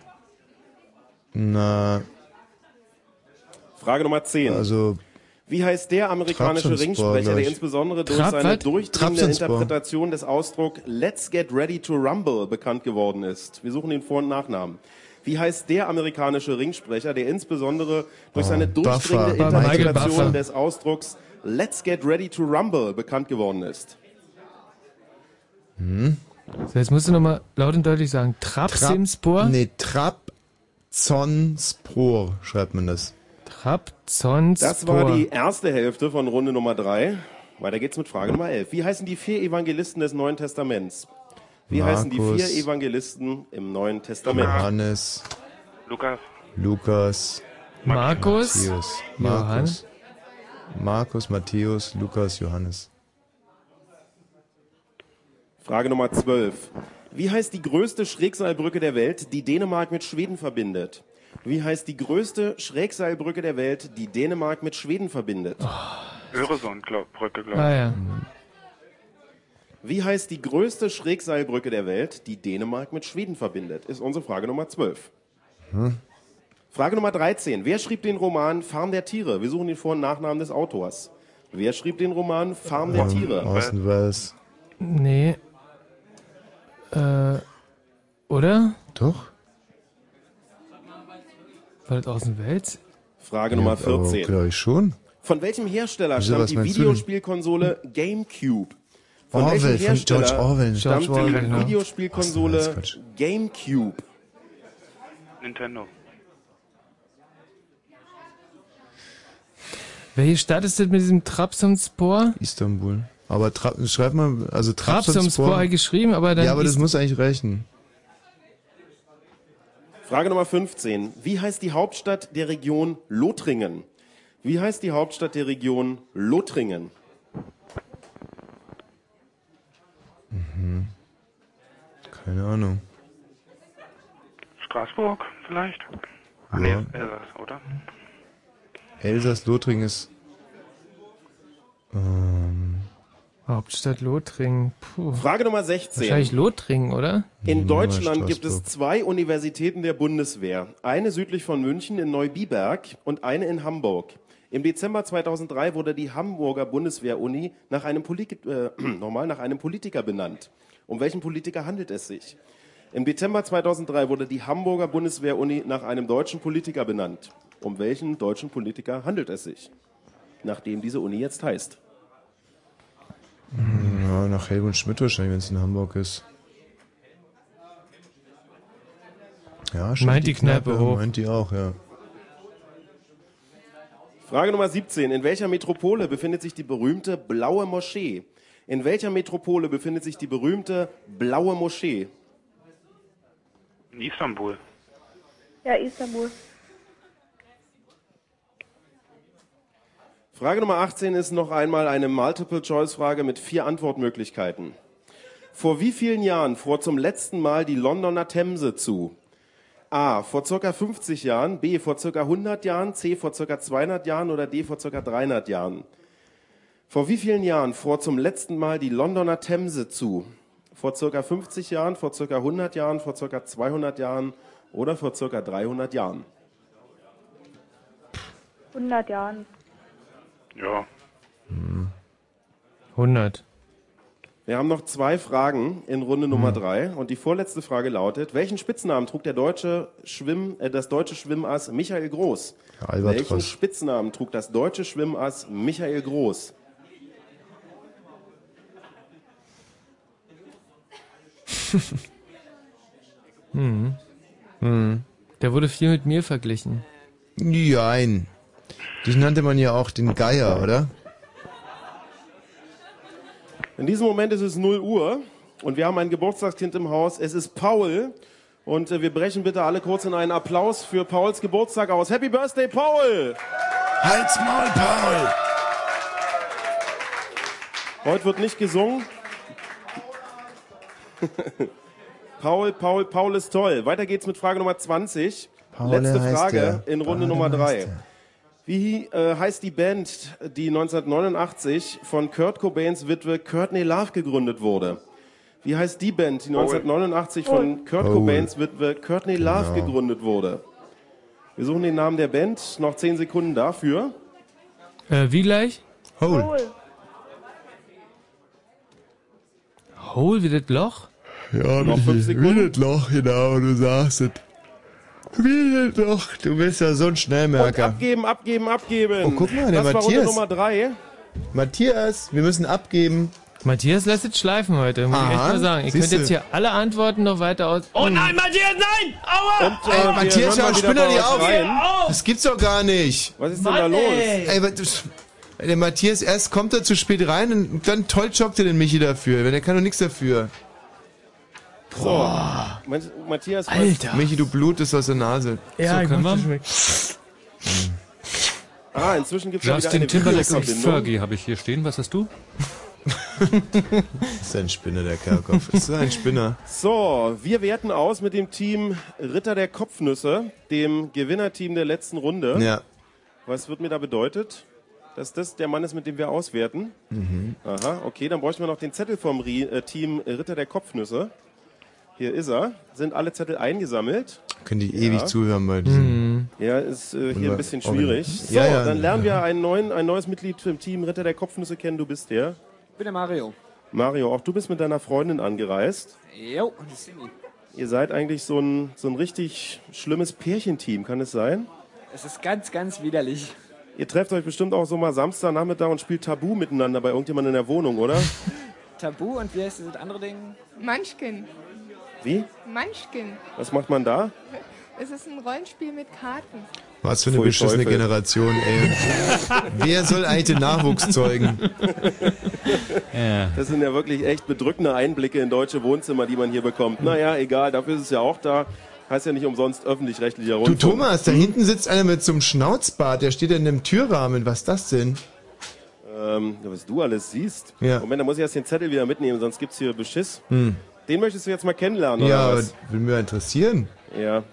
Na, Frage Nummer 10. also Wie heißt der amerikanische Trabzonspor, Ringsprecher, glaub der ich. insbesondere durch Trab- seine was? durchdringende Trabzonspor. Interpretation des Ausdrucks Let's Get Ready to Rumble bekannt geworden ist? Wir suchen den Vor- und Nachnamen. Wie heißt der amerikanische Ringsprecher, der insbesondere durch Oh, seine durchdringende Buffer. Michael Buffer. Interpretation des Ausdrucks Let's Get Ready to Rumble bekannt geworden ist? Hm? So, jetzt musst du nochmal laut und deutlich sagen. Trabzonspor? Nee, Trabzonspor schreibt man das. Trabzonspor. Das war die erste Hälfte von Runde Nummer drei. Weiter geht's mit Frage Nummer 11. Wie heißen die vier Evangelisten des Neuen Testaments? Wie heißen die Markus. vier Evangelisten im Neuen Testament? Johannes, Lukas. Lukas, Markus, Matthäus, Johannes. Markus, Markus, Matthäus, Lukas, Johannes. Frage Nummer 12. Wie heißt die größte Schrägseilbrücke der Welt, die Dänemark mit Schweden verbindet? Wie heißt die größte Schrägseilbrücke der Welt, die Dänemark mit Schweden verbindet? Öresundbrücke, glaube ich. Ah, ja. Wie heißt die größte <laughs> Schrägseilbrücke der Welt, die Dänemark mit Schweden verbindet? Ist unsere Frage Nummer 12. Hm? Frage Nummer 13. Wer schrieb den Roman Farm der Tiere? Wir suchen den Vor- und Nachnamen des Autors. Wer schrieb den Roman Farm der Tiere? Äh, Außen was? Nee. Äh, oder? Doch. War das aus dem Welt? Frage Nummer 14. Glaube ich schon. Von welchem Hersteller Wieso, stammt was die meinst du denn? Videospielkonsole GameCube? Von Orwell, welchem von George Orwell. stammt George Orwell, die genau. Was denn Videospielkonsole alles GameCube? Nintendo. Welche Stadt ist das mit diesem Trabzonspor? Istanbul. Aber Tra schreib mal, also Trabzonspor Trabzonspor. hat geschrieben, aber dann. Ja, aber das ist- muss eigentlich reichen. Frage Nummer 15. Wie heißt die Hauptstadt der Region Lothringen? Wie heißt die Hauptstadt der Region Lothringen? Mhm. Keine Ahnung. Straßburg vielleicht? Ja. Nee, Elsass, oder? Elsass Lothringen ist. Ähm, Hauptstadt Lothringen. Puh. Frage Nummer 16. Wahrscheinlich Lothringen, oder? Hm, In Deutschland gibt es zwei Universitäten der Bundeswehr. Eine südlich von München in Neubiberg und eine in Hamburg. Im Dezember 2003 wurde die Hamburger Bundeswehr-Uni nach, einem Polit- äh, <clears throat> nochmal, nach einem Politiker benannt. Um welchen Politiker handelt es sich? Im Dezember 2003 wurde die Hamburger Bundeswehr-Uni nach einem deutschen Politiker benannt. Um welchen deutschen Politiker handelt es sich? Nachdem diese Uni jetzt heißt. ja, nach Helmut Schmidt wahrscheinlich, wenn es in Hamburg ist. Ja, schon Meint die Kneipe hoch. Meint die auch, ja. Frage Nummer 17. In welcher Metropole befindet sich die berühmte Blaue Moschee? In welcher Metropole befindet sich die berühmte Blaue Moschee? In Istanbul. Ja, Istanbul. Frage Nummer 18 ist noch einmal eine Multiple-Choice-Frage mit vier Antwortmöglichkeiten. Vor wie vielen Jahren fuhr zum letzten Mal die Londoner Themse zu? A. Vor circa 50 Jahren, B. Vor circa 100 Jahren, C. Vor circa 200 Jahren oder D. Vor circa 300 Jahren? Vor wie vielen Jahren fuhr zum letzten Mal die Londoner Themse zu? Vor circa 50 Jahren, vor circa 100 Jahren, vor circa 200 Jahren oder vor circa 300 Jahren? 100 Jahren. Ja. Hm. 100. Wir haben noch zwei Fragen in Runde Nummer drei und die vorletzte Frage lautet: Welchen Spitznamen trug der deutsche Schwimm, äh, das deutsche Schwimmass Michael Groß? Albatros. Welchen Spitznamen trug das deutsche Schwimmass Michael Groß? Hm. Hm. Der wurde viel mit mir verglichen. Nein. Dich nannte man ja auch den Geier, oder? In diesem Moment ist es 0 Uhr und wir haben ein Geburtstagskind im Haus. Es ist Paul und äh, wir brechen bitte alle kurz in einen Applaus für Pauls Geburtstag aus. Happy Birthday, Paul! Halt's Maul, Paul! Heute wird nicht gesungen. <laughs> Paul, Paul, Paul ist toll. Weiter geht's mit Frage Nummer 20. Paul Letzte heißt Frage er. in Runde Paul Nummer heißt 3. Wie äh, heißt die Band, die 1989 von Kurt Cobains Witwe Courtney Love gegründet wurde? Wie heißt die Band, die 1989 von Kurt Paul. Cobains Witwe Courtney Love Genau. gegründet wurde? Wir suchen den Namen der Band. Noch 10 Sekunden dafür. Äh, wie gleich? Hole. Hole wie das Loch? Ja, Noch Michi, fünf wie das Loch, genau, du sagst es. Wie das Loch, du bist ja so ein Schnellmerker. Abgeben, abgeben, abgeben. Oh, guck mal, der das war Runde Matthias. Nummer 3. Matthias, wir müssen abgeben. Matthias lässt es schleifen heute, muss ich echt Aha, mal sagen. Ihr siehst könnt jetzt du. hier alle Antworten noch weiter aus. Oh nein, Matthias, nein! Aua! Und, Ey, äh, Matthias, ja, spinner die auf. Rein. Das gibt's doch gar nicht. Was ist denn da Mann, los? ey. Ey, was- das- der Matthias, erst kommt er zu spät rein und dann toll jobbt er den Michi dafür, wenn er kann doch nichts dafür. Boah. Matthias, was- Michi, du blutest aus der Nase. Ja, so ich können muss wir. Ah, inzwischen gibt es ja wieder Justin eine Timberlake und Videoverbindung. Fergie habe ich hier stehen. Was hast du? <laughs> Ist ein Spinner, der Kerkhoff. Ist ein Spinner. So, wir werten aus mit dem Team Ritter der Kopfnüsse, dem Gewinnerteam der letzten Runde. Ja. Was wird mir da bedeutet? Dass das der Mann ist, mit dem wir auswerten. Mhm. Aha, okay, dann bräuchten wir noch den Zettel vom Ri äh, Team Ritter der Kopfnüsse. Hier ist er. Sind alle Zettel eingesammelt? Können die ewig Ja. zuhören bei diesem Ja, ist äh, hier ein bisschen schwierig. So, Ja, ja, dann lernen ja. wir einen neuen, ein neues Mitglied im Team Ritter der Kopfnüsse kennen. Du bist der. Ich bin der Mario. Mario, auch du bist mit deiner Freundin angereist. Jo, das ist Simi. Ihr seid eigentlich so ein, so ein richtig schlimmes Pärchenteam, kann es sein? Es ist ganz, ganz widerlich. Ihr trefft euch bestimmt auch so mal Samstagnachmittag und spielt Tabu miteinander bei irgendjemandem in der Wohnung, oder? Tabu und wie heißt das andere Ding? Munchkin. Wie? Munchkin. Was macht man da? Es ist ein Rollenspiel mit Karten. Was für eine Pfui, beschissene Teufel. Generation, ey. Wer soll eigentlich den Nachwuchs zeugen? Das sind ja wirklich echt bedrückende Einblicke in deutsche Wohnzimmer, die man hier bekommt. Naja, egal, dafür ist es ja auch da. Heißt ja nicht umsonst öffentlich-rechtlicher Du Rundfunk. Thomas, da hinten sitzt einer mit so einem Schnauzbart, der steht in einem Türrahmen. Was ist das denn? Ähm, was du alles siehst. Ja. Moment, da muss ich erst den Zettel wieder mitnehmen, sonst gibt's hier Beschiss. Hm. Den möchtest du jetzt mal kennenlernen, Ja, oder aber was? würde mich interessieren. Ja.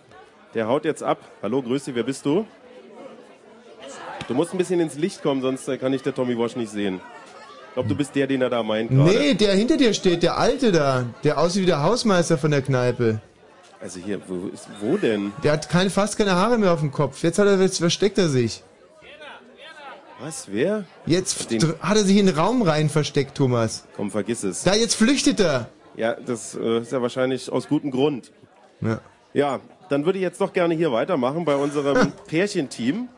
Der haut jetzt ab. Hallo, grüß dich, wer bist du? Du musst ein bisschen ins Licht kommen, sonst äh, kann ich der Tommy Wash nicht sehen. Ich glaube, du bist der, den er da meint gerade. Nee, der hinter dir steht, der Alte da. Der aussieht wie der Hausmeister von der Kneipe. Also hier, wo, ist, wo denn? Der hat keine, fast keine Haare mehr auf dem Kopf. Jetzt hat er, jetzt versteckt er sich. Was, wer? Jetzt dr- hat er sich in den Raum rein versteckt, Thomas. Komm, vergiss es. Da, jetzt flüchtet er. Ja, das äh, ist ja wahrscheinlich aus gutem Grund. Ja. Ja, dann würde ich jetzt doch gerne hier weitermachen bei <laughs> unserem Pärchenteam.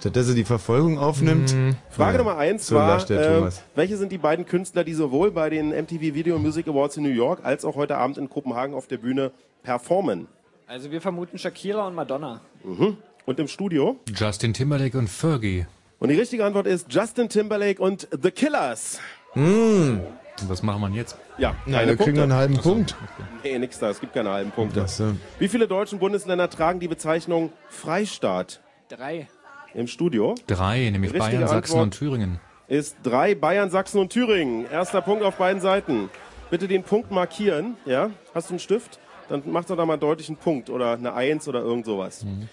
Statt dass er die Verfolgung aufnimmt. Mhm. Frage Ja. Nummer eins so war, lacht der äh, Thomas. welche sind die beiden Künstler, die sowohl bei den MTV Video Music Awards in New York als auch heute Abend in Kopenhagen auf der Bühne performen? Also wir vermuten Shakira und Madonna. Mhm. Und im Studio? Justin Timberlake und Fergie. Und die richtige Antwort ist Justin Timberlake und The Killers. Hm. Was machen wir denn jetzt? Ja, Na, wir kriegen einen halben Punkt. Nee, nix da, es gibt keine halben Punkte. Ach so. Wie viele deutschen Bundesländer tragen die Bezeichnung Freistaat? Drei. Im Studio? Drei, nämlich Richtige Bayern, Sachsen Antwort. und Thüringen. ist 3 Bayern, Sachsen und Thüringen. Erster Punkt auf beiden Seiten. Bitte den Punkt markieren. Ja? Hast du einen Stift? Dann mach doch da mal deutlich einen Punkt oder eine Eins oder irgend sowas. Mhm.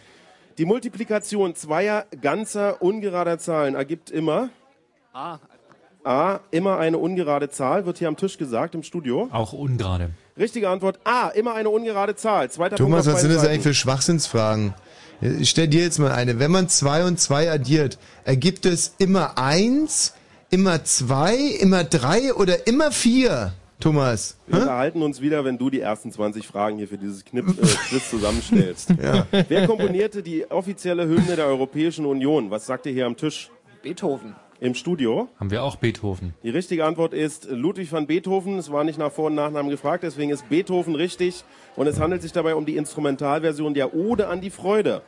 Die Multiplikation zweier ganzer ungerader Zahlen ergibt immer Ah, A, immer eine ungerade Zahl, wird hier am Tisch gesagt im Studio. Auch ungerade. Richtige Antwort A, immer eine ungerade Zahl. Zweiter Thomas, Punkt auf was sind das beiden eigentlich für Schwachsinnsfragen? Ich stell dir jetzt mal eine. Wenn man zwei und zwei addiert, ergibt es immer eins, immer zwei, immer drei oder immer vier, Thomas? Wir unterhalten uns wieder, wenn du die ersten 20 Fragen hier für dieses Knip äh, <laughs> Quiz zusammenstellst. Ja. Wer komponierte die offizielle Hymne der Europäischen Union? Was sagt ihr hier am Tisch? Beethoven. Im Studio? Haben wir auch Beethoven. Die richtige Antwort ist Ludwig van Beethoven. Es war nicht nach Vor- und Nachnamen gefragt, deswegen ist Beethoven richtig. Und es handelt sich dabei um die Instrumentalversion der Ode an die Freude.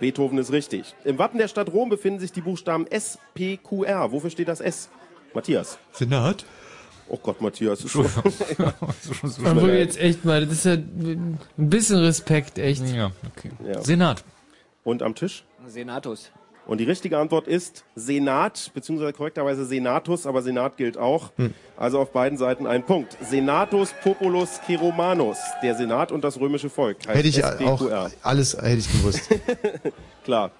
Beethoven ist richtig. Im Wappen der Stadt Rom befinden sich die Buchstaben S, P, Q, R. Wofür steht das S? Matthias. Senat? Oh Gott, Matthias. Ist <laughs> schon, Man wurde jetzt echt mal, das ist ja ein bisschen Respekt, echt. Ja, okay. Ja. Senat. Und am Tisch? Senatus. Und die richtige Antwort ist Senat, beziehungsweise korrekterweise Senatus, aber Senat gilt auch. Hm. Also auf beiden Seiten ein Punkt. Senatus Populus Ceromanus, der Senat und das römische Volk. heißt Hätte ich SPQR. auch alles hätte ich gewusst. <laughs> Klar.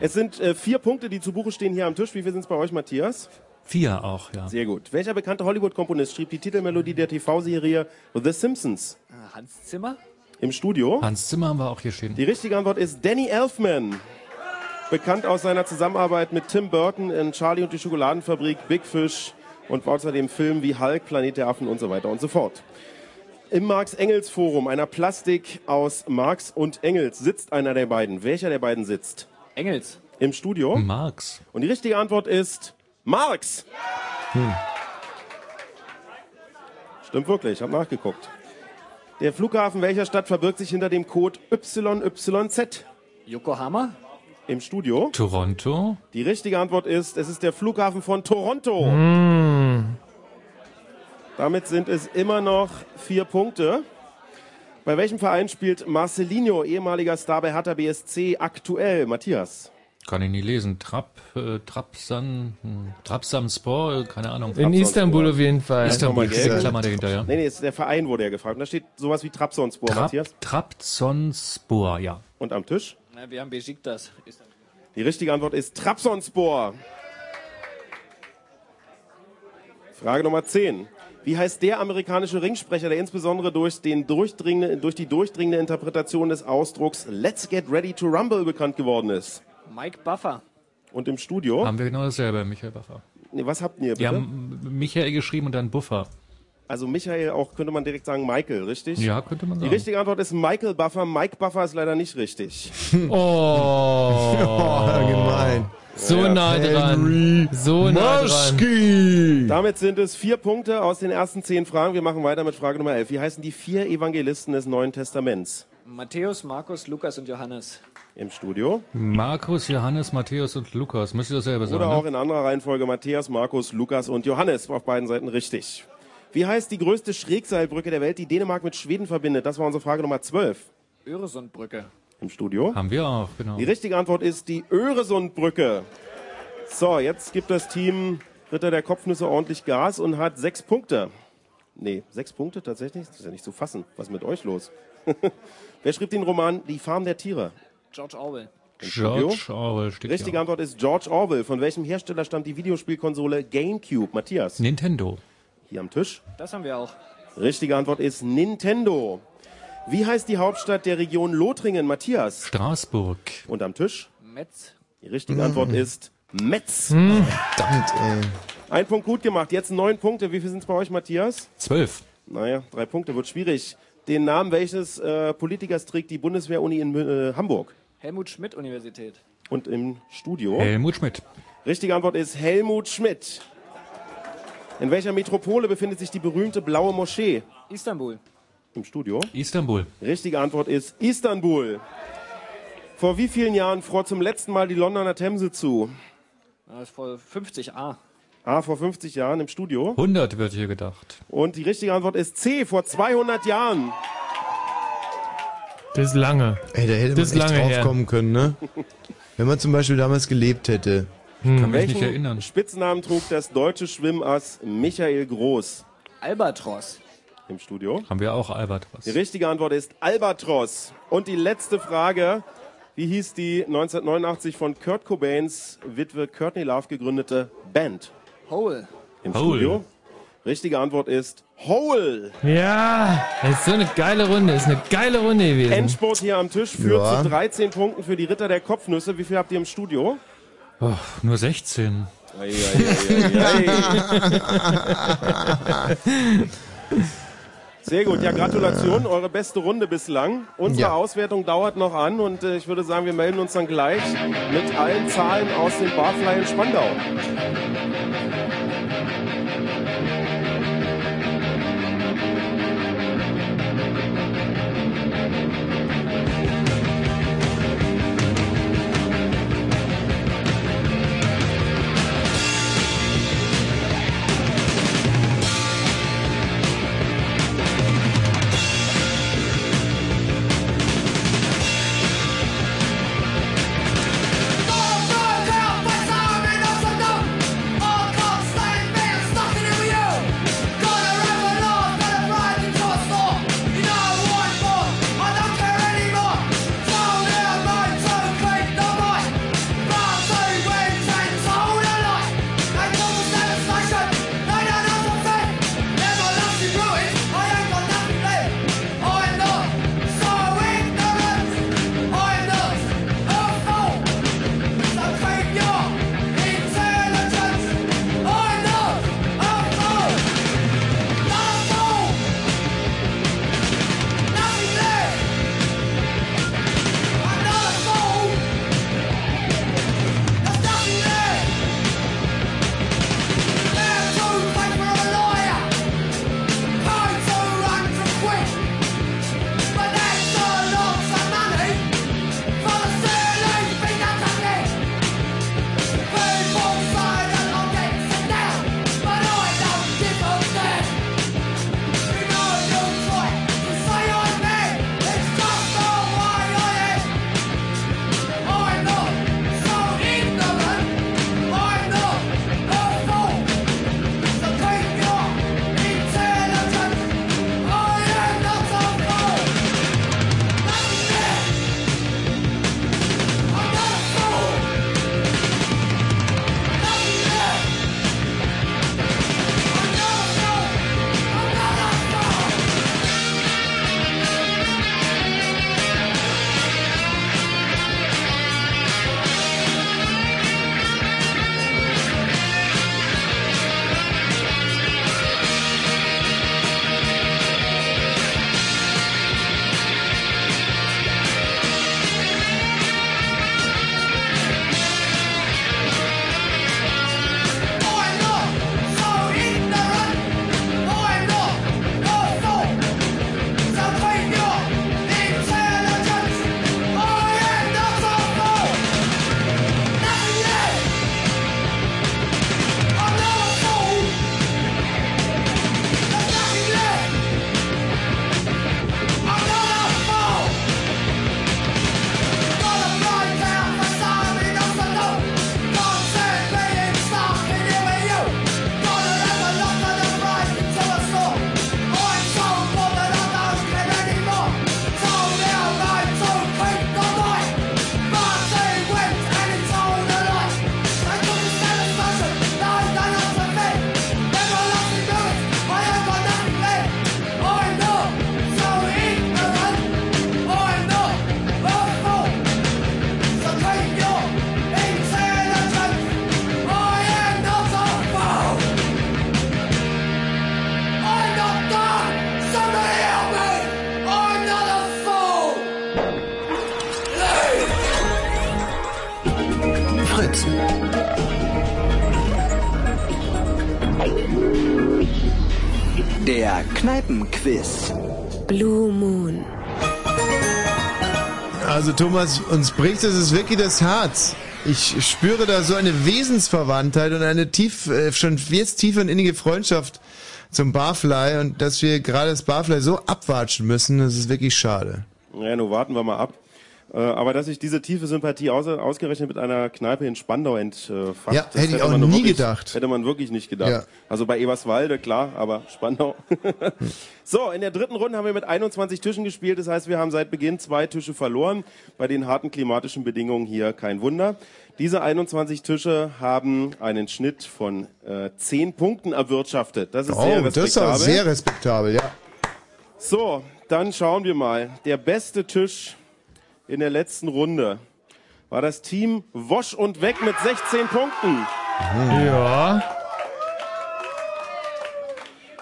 Es sind äh, vier Punkte, die zu Buche stehen hier am Tisch. Wie viel sind es bei euch, Matthias? Vier auch, ja. Sehr gut. Welcher bekannte Hollywood-Komponist schrieb die Titelmelodie der TV-Serie The Simpsons? Ah, Hans Zimmer. Im Studio? Hans Zimmer haben wir auch hier stehen. Die richtige Antwort ist Danny Elfman. Bekannt aus seiner Zusammenarbeit mit Tim Burton in Charlie und die Schokoladenfabrik, Big Fish und außerdem Filmen wie Hulk, Planet der Affen und so weiter und so fort. Im Marx-Engels-Forum, einer Plastik aus Marx und Engels, sitzt einer der beiden. Welcher der beiden sitzt? Engels. Im Studio? Marx. Und die richtige Antwort ist Marx. Stimmt wirklich, ich habe nachgeguckt. Der Flughafen welcher Stadt verbirgt sich hinter dem Code YYZ? Yokohama. Im Studio? Toronto. Die richtige Antwort ist, es ist der Flughafen von Oh. Toronto. Mm. Damit sind es immer noch vier Punkte. Bei welchem Verein spielt Marcelinho, ehemaliger Star bei Hertha BSC, aktuell? Matthias? Kann ich nie lesen. Trap, äh, Trapsan, hm, Trapsam Spor, keine Ahnung. In Istanbul auf jeden Fall. Istanbul, Nochmal diese Geld. Klammer dahinter, ja. Nee, nee, ist der Verein wurde ja gefragt. Und da steht sowas wie Trabzonspor, Matthias. Trap, Trabzonspor, ja. Und am Tisch? Na, wir haben Besiktas. Die richtige Antwort ist Trabzonspor. Frage Nummer 10. Wie heißt der amerikanische Ringsprecher, der insbesondere durch, den durchdringende, durch die durchdringende Interpretation des Ausdrucks Let's Get Ready to Rumble bekannt geworden ist? Mike Buffer. Und im Studio? Haben wir genau dasselbe, Michael Buffer. Nee, was habt ihr bitte? Wir haben Michael geschrieben und dann Buffer. Also Michael auch könnte man direkt sagen Michael, richtig? Ja, könnte man Die sagen. richtige Antwort ist Michael Buffer. Mike Buffer ist leider nicht richtig. Oh. gemein. So nah dran. So nah dran. dran. Damit sind es vier Punkte aus den ersten zehn Fragen. Wir machen weiter mit Frage Nummer elf. Wie heißen die vier Evangelisten des Neuen Testaments? Matthäus, Markus, Lukas und Johannes. Im Studio. Markus, Johannes, Matthäus und Lukas. Müsste dasselbe sein. Oder ne? auch in anderer Reihenfolge Matthäus, Markus, Lukas und Johannes. Auf beiden Seiten richtig. Wie heißt die größte Schrägseilbrücke der Welt, die Dänemark mit Schweden verbindet? Das war unsere Frage Nummer zwölf. Öresundbrücke. Im Studio. Haben wir auch, genau. Die richtige Antwort ist die Öresundbrücke. So, jetzt gibt das Team Ritter der Kopfnüsse ordentlich Gas und hat sechs Punkte. Nee, sechs Punkte tatsächlich? Das ist ja nicht zu fassen. Was ist mit euch los? <laughs> Wer schrieb den Roman Die Farm der Tiere? George Orwell. George Orwell steht Richtige hier. Antwort ist George Orwell. Von welchem Hersteller stammt die Videospielkonsole GameCube? Matthias. Nintendo. Hier am Tisch. Das haben wir auch. Richtige Antwort ist Nintendo. Wie heißt die Hauptstadt der Region Lothringen? Matthias. Straßburg. Und am Tisch? Metz. Die Mm. richtige Antwort ist Metz. Hm. Verdammt, ey. Ein Punkt gut gemacht. Jetzt neun Punkte. Wie viel sind es bei euch, Matthias? Zwölf. Naja, drei Punkte wird schwierig. Den Namen welches äh, Politikers trägt die Bundeswehr-Uni in äh, Hamburg? Helmut Schmidt Universität. Und im Studio? Helmut Schmidt. Richtige Antwort ist Helmut Schmidt. In welcher Metropole befindet sich die berühmte blaue Moschee? Istanbul. Im Studio? Istanbul. Richtige Antwort ist Istanbul. Vor wie vielen Jahren fror zum letzten Mal die Londoner Themse zu? Das Ah, ist vor 50a. Ah, vor 50 Jahren im Studio. 100 wird hier gedacht. Und die richtige Antwort ist C, vor 200 Jahren. Das ist lange. Ey, da hätte Das ist man echt lange her. draufkommen <laughs> können, ne? Wenn man zum Beispiel damals gelebt hätte. Hm. Welchen Spitznamen trug das deutsche Schwimmass Michael Groß? Albatros. Im Studio. Haben wir auch Albatros. Die richtige Antwort ist Albatros. Und die letzte Frage. Wie hieß die 1989 von Kurt Cobains Witwe Courtney Love gegründete Band? Hole. Im Hole. Studio. Richtige Antwort ist Hole. Ja, das ist so eine geile Runde. Das ist eine geile Runde gewesen. Endspurt hier am Tisch führt Ja. zu 13 Punkten für die Ritter der Kopfnüsse. Wie viel habt ihr im Studio? Oh, nur 16. Ei, ei, ei, ei. <laughs> Sehr gut, ja, Gratulation, eure beste Runde bislang. Unsere Ja. Auswertung dauert noch an und äh, ich würde sagen, wir melden uns dann gleich mit allen Zahlen aus dem Barfly in Spandau. All cops, like bears, nothing to you. Der Kneipenquiz. Blue Moon. Also Thomas, uns bricht es ist wirklich das Herz. Ich spüre da so eine Wesensverwandtheit und eine tief, äh, schon jetzt tiefe und innige Freundschaft zum Barfly und dass wir gerade das Barfly so abwatschen müssen, das ist wirklich schade. Ja, nun warten wir mal ab. Äh, aber dass ich diese tiefe Sympathie aus, ausgerechnet mit einer Kneipe in Spandau entfacht, Ja, das hätte ich auch man nur nie wirklich, gedacht. Hätte man wirklich nicht gedacht. Ja. Also bei Eberswalde, klar, aber Spandau. <laughs> so, in der dritten Runde haben wir mit 21 Tischen gespielt. Das heißt, wir haben seit Beginn zwei Tische verloren. Bei den harten klimatischen Bedingungen hier kein Wunder. Diese 21 Tische haben einen Schnitt von äh, 10 Punkten erwirtschaftet. Das ist Oh, sehr das ist auch respektabel. sehr respektabel, ja. So, dann schauen wir mal. Der beste Tisch in der letzten Runde war das Team Wosch und Weg mit 16 Punkten. Ja.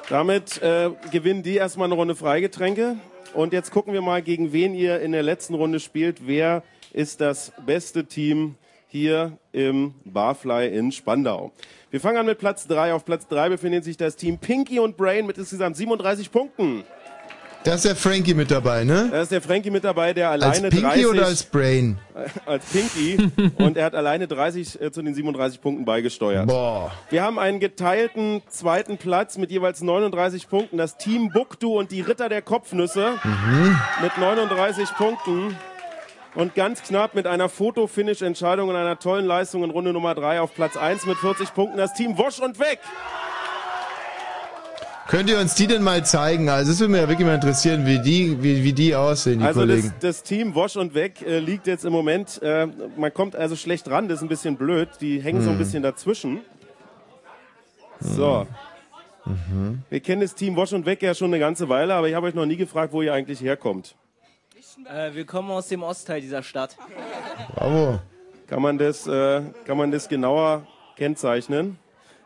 Damit äh, gewinnen die erstmal eine Runde Freigetränke. Und jetzt gucken wir mal, gegen wen ihr in der letzten Runde spielt. Wer ist das beste Team hier im Barfly in Spandau? Wir fangen an mit Platz 3. Auf Platz 3 befindet sich das Team Pinky und Brain mit insgesamt 37 Punkten. Da ist der Frankie mit dabei, ne? Da ist der Frankie mit dabei, der Als Äh, alleine Pinky 30 oder als Brain? <laughs> als <laughs> Pinky und er hat alleine 30 äh, zu den 37 Punkten beigesteuert. Boah. Wir haben einen geteilten zweiten Platz mit jeweils 39 Punkten. Das Team Buktu und die Ritter der Kopfnüsse mit 39 Punkten. Und ganz knapp mit einer Foto-Finish-Entscheidung und einer tollen Leistung in Runde Nummer 3 auf Platz 1 mit 40 Punkten das Team Wosch und Weg. Könnt ihr uns die denn mal zeigen? Also es würde mir ja wirklich mal interessieren, wie die, wie, wie die aussehen, die also das, Kollegen. das Team Wosch und Weg äh, liegt jetzt im Moment, äh, man kommt also schlecht ran, das ist ein bisschen blöd. Die hängen so ein Hm. bisschen dazwischen. So. Mhm. Wir kennen das Team Wash und Weg ja schon eine ganze Weile, aber ich habe euch noch nie gefragt, wo ihr eigentlich herkommt. Äh, wir kommen aus dem Ostteil dieser Stadt. Bravo. Kann man das, äh, kann man das genauer kennzeichnen?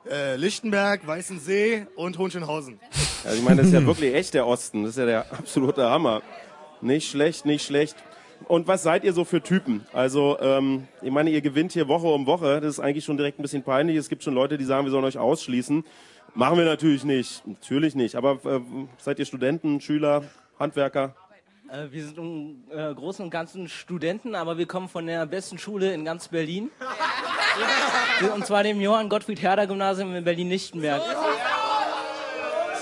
Äh, Lichtenberg, Weißensee und Hohenschönhausen. Also ich meine, das ist ja wirklich echt der Osten. Das ist ja der absolute Hammer. Nicht schlecht, nicht schlecht. Und was seid ihr so für Typen? Also, ähm, ich meine, ihr gewinnt hier Woche um Woche. Das ist eigentlich schon direkt ein bisschen peinlich. Es gibt schon Leute, die sagen, wir sollen euch ausschließen. Machen wir natürlich nicht. Natürlich nicht. Aber äh, seid ihr Studenten, Schüler, Handwerker? Äh, wir sind im äh, Großen und Ganzen Studenten, aber wir kommen von der besten Schule in ganz Berlin. und zwar dem Johann Gottfried Herder Gymnasium in Berlin-Lichtenberg.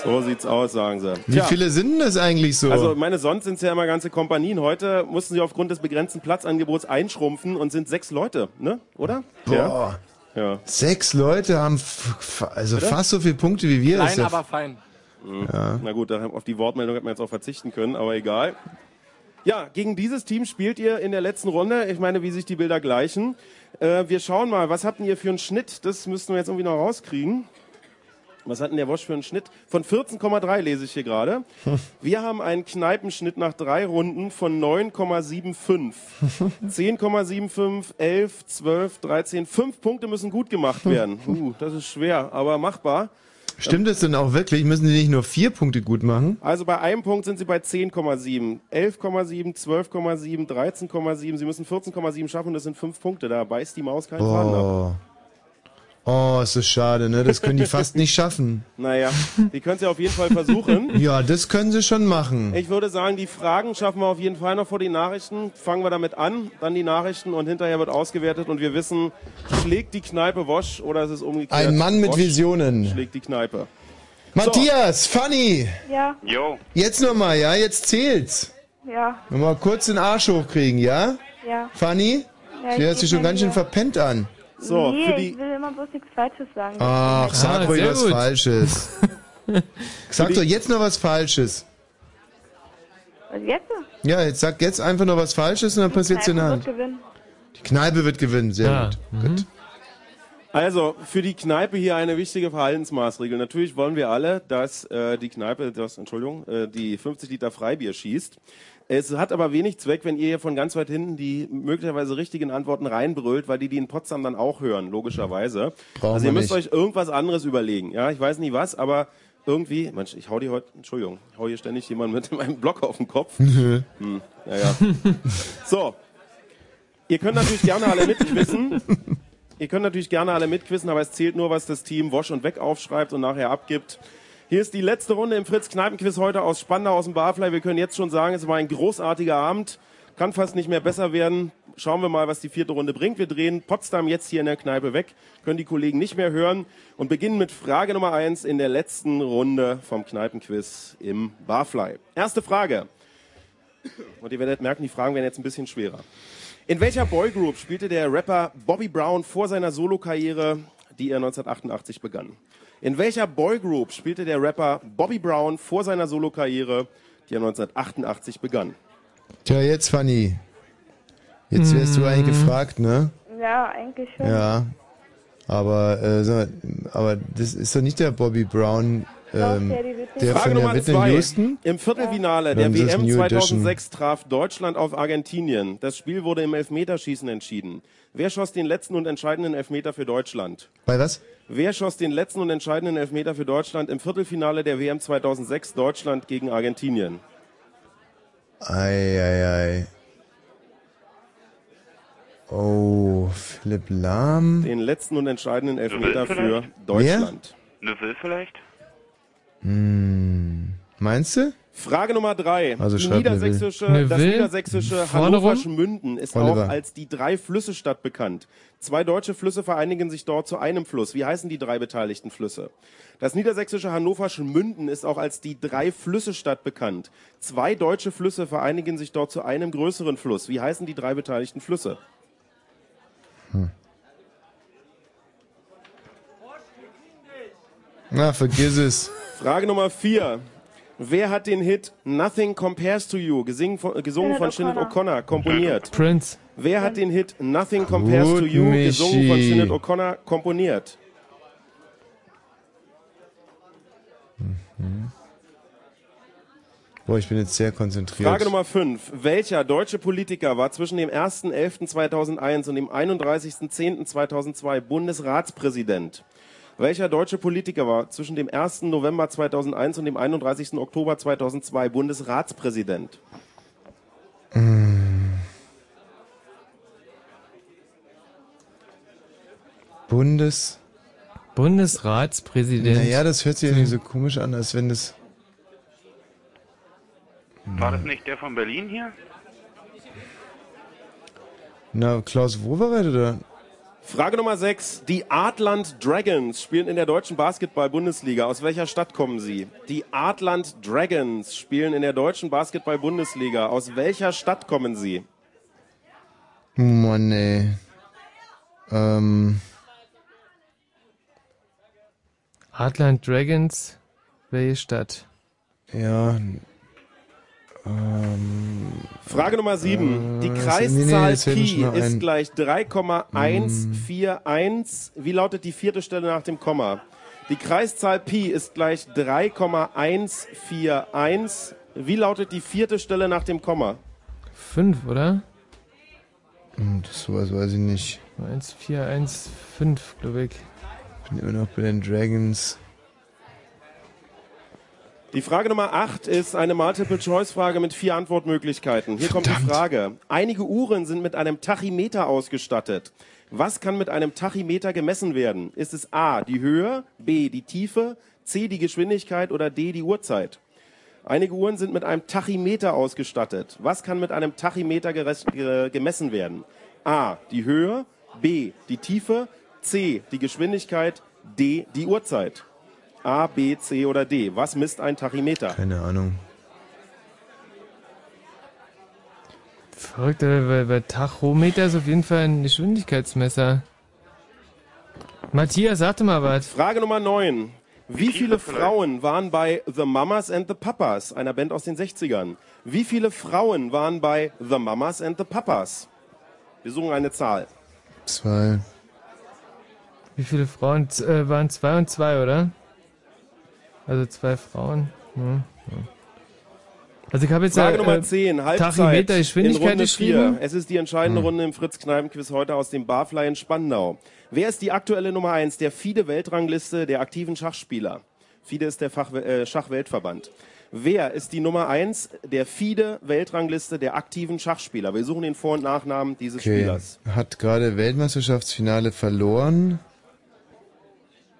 So sieht's aus, sagen sie. Wie viele sind denn das eigentlich so? Also meine, sonst sind es ja immer ganze Kompanien. Heute mussten sie aufgrund des begrenzten Platzangebots einschrumpfen und sind sechs Leute, ne? Oder? Boah. Ja. Sechs Leute haben f- f- also Oder? fast so viele Punkte wie wir. Ist ja f- fein. Mhm. Ja. Na gut, da- auf die Wortmeldung hätte man jetzt auch verzichten können, aber egal. Ja, gegen dieses Team spielt ihr in der letzten Runde. Ich meine, wie sich die Bilder gleichen. Äh, wir schauen mal, was habt denn ihr für einen Schnitt? Das müssten wir jetzt irgendwie noch rauskriegen. Was hat denn der Wosch für einen Schnitt? Von 14,3 lese ich hier gerade. Wir haben einen Kneipenschnitt nach drei Runden von 9,75. 10,75, 11, 12, 13. Fünf Punkte müssen gut gemacht werden. Uh, das ist schwer, aber machbar. Hm. Ähm, Stimmt das denn auch wirklich? Müssen die nicht nur vier Punkte gut machen? Also bei einem Punkt sind sie bei 10,7, 11,7, 12,7, 13,7. Sie müssen 14,7 schaffen und das sind fünf Punkte. Da beißt die Maus keinen Faden ab. Boah. Oh, ist das schade, ne? Das können die fast nicht schaffen. Naja, die können es ja auf jeden Fall versuchen. Ja, das können sie schon machen. Ich würde sagen, die Fragen schaffen wir auf jeden Fall noch vor die Nachrichten. Fangen wir damit an, dann die Nachrichten und hinterher wird ausgewertet und wir wissen, schlägt die Kneipe Wosch oder ist es umgekehrt? Ein Mann mit Wosch Visionen. Schlägt die Kneipe. Matthias, Fanny, Ja, Jo. jetzt nochmal, ja? Jetzt zählt's. ja, Nochmal kurz den Arsch hochkriegen, ja? ja. Fanny? Ja, ich du hörst geh dich schon bei ganz schön dir. verpennt an. nee, ich will immer bloß nichts Falsches sagen. Ach, sag Ah, ruhig sehr was gut. <laughs> Falsches. Sag doch jetzt noch was Falsches. Was jetzt? Ja, jetzt sag jetzt einfach noch was Falsches und dann passiert's in der Hand. gewinnen. Die Kneipe wird gewinnen, sehr gut. mhm. gut. Also, für die Kneipe hier eine wichtige Verhaltensmaßregel. Natürlich wollen wir alle, dass äh, die Kneipe, das, Entschuldigung, äh, die 50 Liter Freibier schießt. Es hat aber wenig Zweck, wenn ihr hier von ganz weit hinten die möglicherweise richtigen Antworten reinbrüllt, weil die die in Potsdam dann auch hören, logischerweise. Brauchen also ihr wir müsst nicht. euch irgendwas anderes überlegen. Ja, ich weiß nicht was, aber irgendwie, Mensch, ich hau dir heute, Entschuldigung, ich hau hier ständig jemand mit meinem Block auf den Kopf. Hm, <laughs> naja. so. Ihr könnt natürlich gerne alle mitquissen. Ihr könnt natürlich gerne alle mitquissen, aber es zählt nur, was das Team Wasch und Weg aufschreibt und nachher abgibt. Hier ist die letzte Runde im Fritz-Kneipen-Quiz heute aus Spandau aus dem Barfly. Wir können jetzt schon sagen, es war ein großartiger Abend. Kann fast nicht mehr besser werden. Schauen wir mal, was die vierte Runde bringt. Wir drehen Potsdam jetzt hier in der Kneipe weg, können die Kollegen nicht mehr hören und beginnen mit Frage Nummer eins in der letzten Runde vom Kneipenquiz im Barfly. Erste Frage. Und ihr werdet merken, die Fragen werden jetzt ein bisschen schwerer. In welcher Boygroup spielte der Rapper Bobby Brown vor seiner Solokarriere, die er 1988 begann? In welcher Boygroup spielte der Rapper Bobby Brown vor seiner Solokarriere, die er 1988 begann? Tja, jetzt, Fanny. Mhm. Jetzt wärst du eigentlich gefragt, ne? Ja, eigentlich schon. Ja. Aber, äh, sag mal, aber das ist doch nicht der Bobby Brown, ähm, der Frage von der Nummer Whitney zwei. Houston. Im Viertelfinale der Dann ist es WM New Edition. 2006 traf Deutschland auf Argentinien. Das Spiel wurde im Elfmeterschießen entschieden. Wer schoss den letzten und entscheidenden Elfmeter für Deutschland? Bei was? Wer schoss den letzten und entscheidenden Elfmeter für Deutschland im Viertelfinale der WM 2006 Deutschland gegen Argentinien? Ei, ei, ei. Oh, Philipp Lahm. Den letzten und entscheidenden Elfmeter für vielleicht? Deutschland. Ne Will vielleicht? Hm. Meinst du? Frage Nummer drei. Also die schreibt niedersächsische, Neville. das Neville? niedersächsische Vorne rum? Hannoversche Münden ist Oliver. auch als die Drei-Flüsse-Stadt bekannt. Zwei deutsche Flüsse vereinigen sich dort zu einem Fluss. Wie heißen die drei beteiligten Flüsse? Das niedersächsische Hannoversche Münden ist auch als die Drei-Flüsse-Stadt bekannt. Zwei deutsche Flüsse vereinigen sich dort zu einem größeren Fluss. Wie heißen die drei beteiligten Flüsse? Na, vergiss es. Frage Nummer vier. Wer hat den Hit Nothing Compares to You, gesingen von, gesungen von Sinead O'Connor, komponiert? <laughs> Prince. Wer hat den Hit Nothing Compares Gut, to You, gesungen von Michi. Sinead O'Connor, komponiert? Boah, ich bin jetzt sehr konzentriert. Frage Nummer 5. Welcher deutsche Politiker war zwischen dem 1.11.2001 und dem 31.10.2002 Bundesratspräsident? Welcher deutsche Politiker war zwischen dem 1. November 2001 und dem 31. Oktober 2002 Bundesratspräsident? Hm. Bundes. Bundesratspräsident. Naja, das hört sich irgendwie so komisch an, als wenn das. War das nicht der von Berlin hier? Na, Klaus Wowereit oder? Frage Nummer 6. Die Artland Dragons spielen in der deutschen Basketball-Bundesliga. Aus welcher Stadt kommen sie? Die Artland Dragons spielen in der deutschen Basketball-Bundesliga. Aus welcher Stadt kommen sie? Mann, ey. Ähm, Heartland Dragons, welche Stadt? ja. Ähm, Frage Nummer 7. Die Äh, Kreiszahl das- nee, nee, das fällt mir Pi schon ist ein. gleich 3,141. Wie lautet die vierte Stelle nach dem Komma? Die Kreiszahl Pi ist gleich 3,141. Wie lautet die vierte Stelle nach dem Komma? Fünf, oder? Hm, Das sowas weiß ich nicht. 1, 4, 1, 5, glaube ich. Bin immer noch bei den Dragons. Die Frage Nummer 8 ist eine Multiple-Choice-Frage mit vier Antwortmöglichkeiten. Hier kommt die Frage. Einige Uhren sind mit einem Tachymeter ausgestattet. Was kann mit einem Tachymeter gemessen werden? Ist es A, die Höhe, B, die Tiefe, C, die Geschwindigkeit oder D, die Uhrzeit? Einige Uhren sind mit einem Tachymeter ausgestattet. Was kann mit einem Tachymeter geres- ge- gemessen werden? A, die Höhe, B, die Tiefe, C, die Geschwindigkeit, D, die Uhrzeit. A, B, C oder D. Was misst ein Tachymeter? Keine Ahnung. Verrückt, weil, weil, weil Tachometer ist auf jeden Fall ein Geschwindigkeitsmesser. Matthias, sagte mal was. Frage Nummer 9. Wie viele Frauen waren bei The Mamas and the Papas, einer Band aus den 60ern? Wie viele Frauen waren bei The Mamas and the Papas? Wir suchen eine Zahl. Zwei. Wie viele Frauen Z- äh, waren zwei und zwei, oder? Also zwei Frauen. Hm. hm. Also ich habe jetzt Frage ja, Nummer äh, 10, Halbzeit. Tachymeter in Geschwindigkeit Runde geschrieben. Hm. 4. Es ist die entscheidende Runde im Fritz-Kneipen-Quiz heute aus dem Barfly in Spandau. Wer ist die aktuelle Nummer 1 der FIDE-Weltrangliste der aktiven Schachspieler? FIDE ist der Fach, äh, Schachweltverband. Wer ist die Nummer 1 der FIDE-Weltrangliste der aktiven Schachspieler? Wir suchen den Vor- und Nachnamen dieses Okay. Spielers. Hat gerade Weltmeisterschaftsfinale verloren.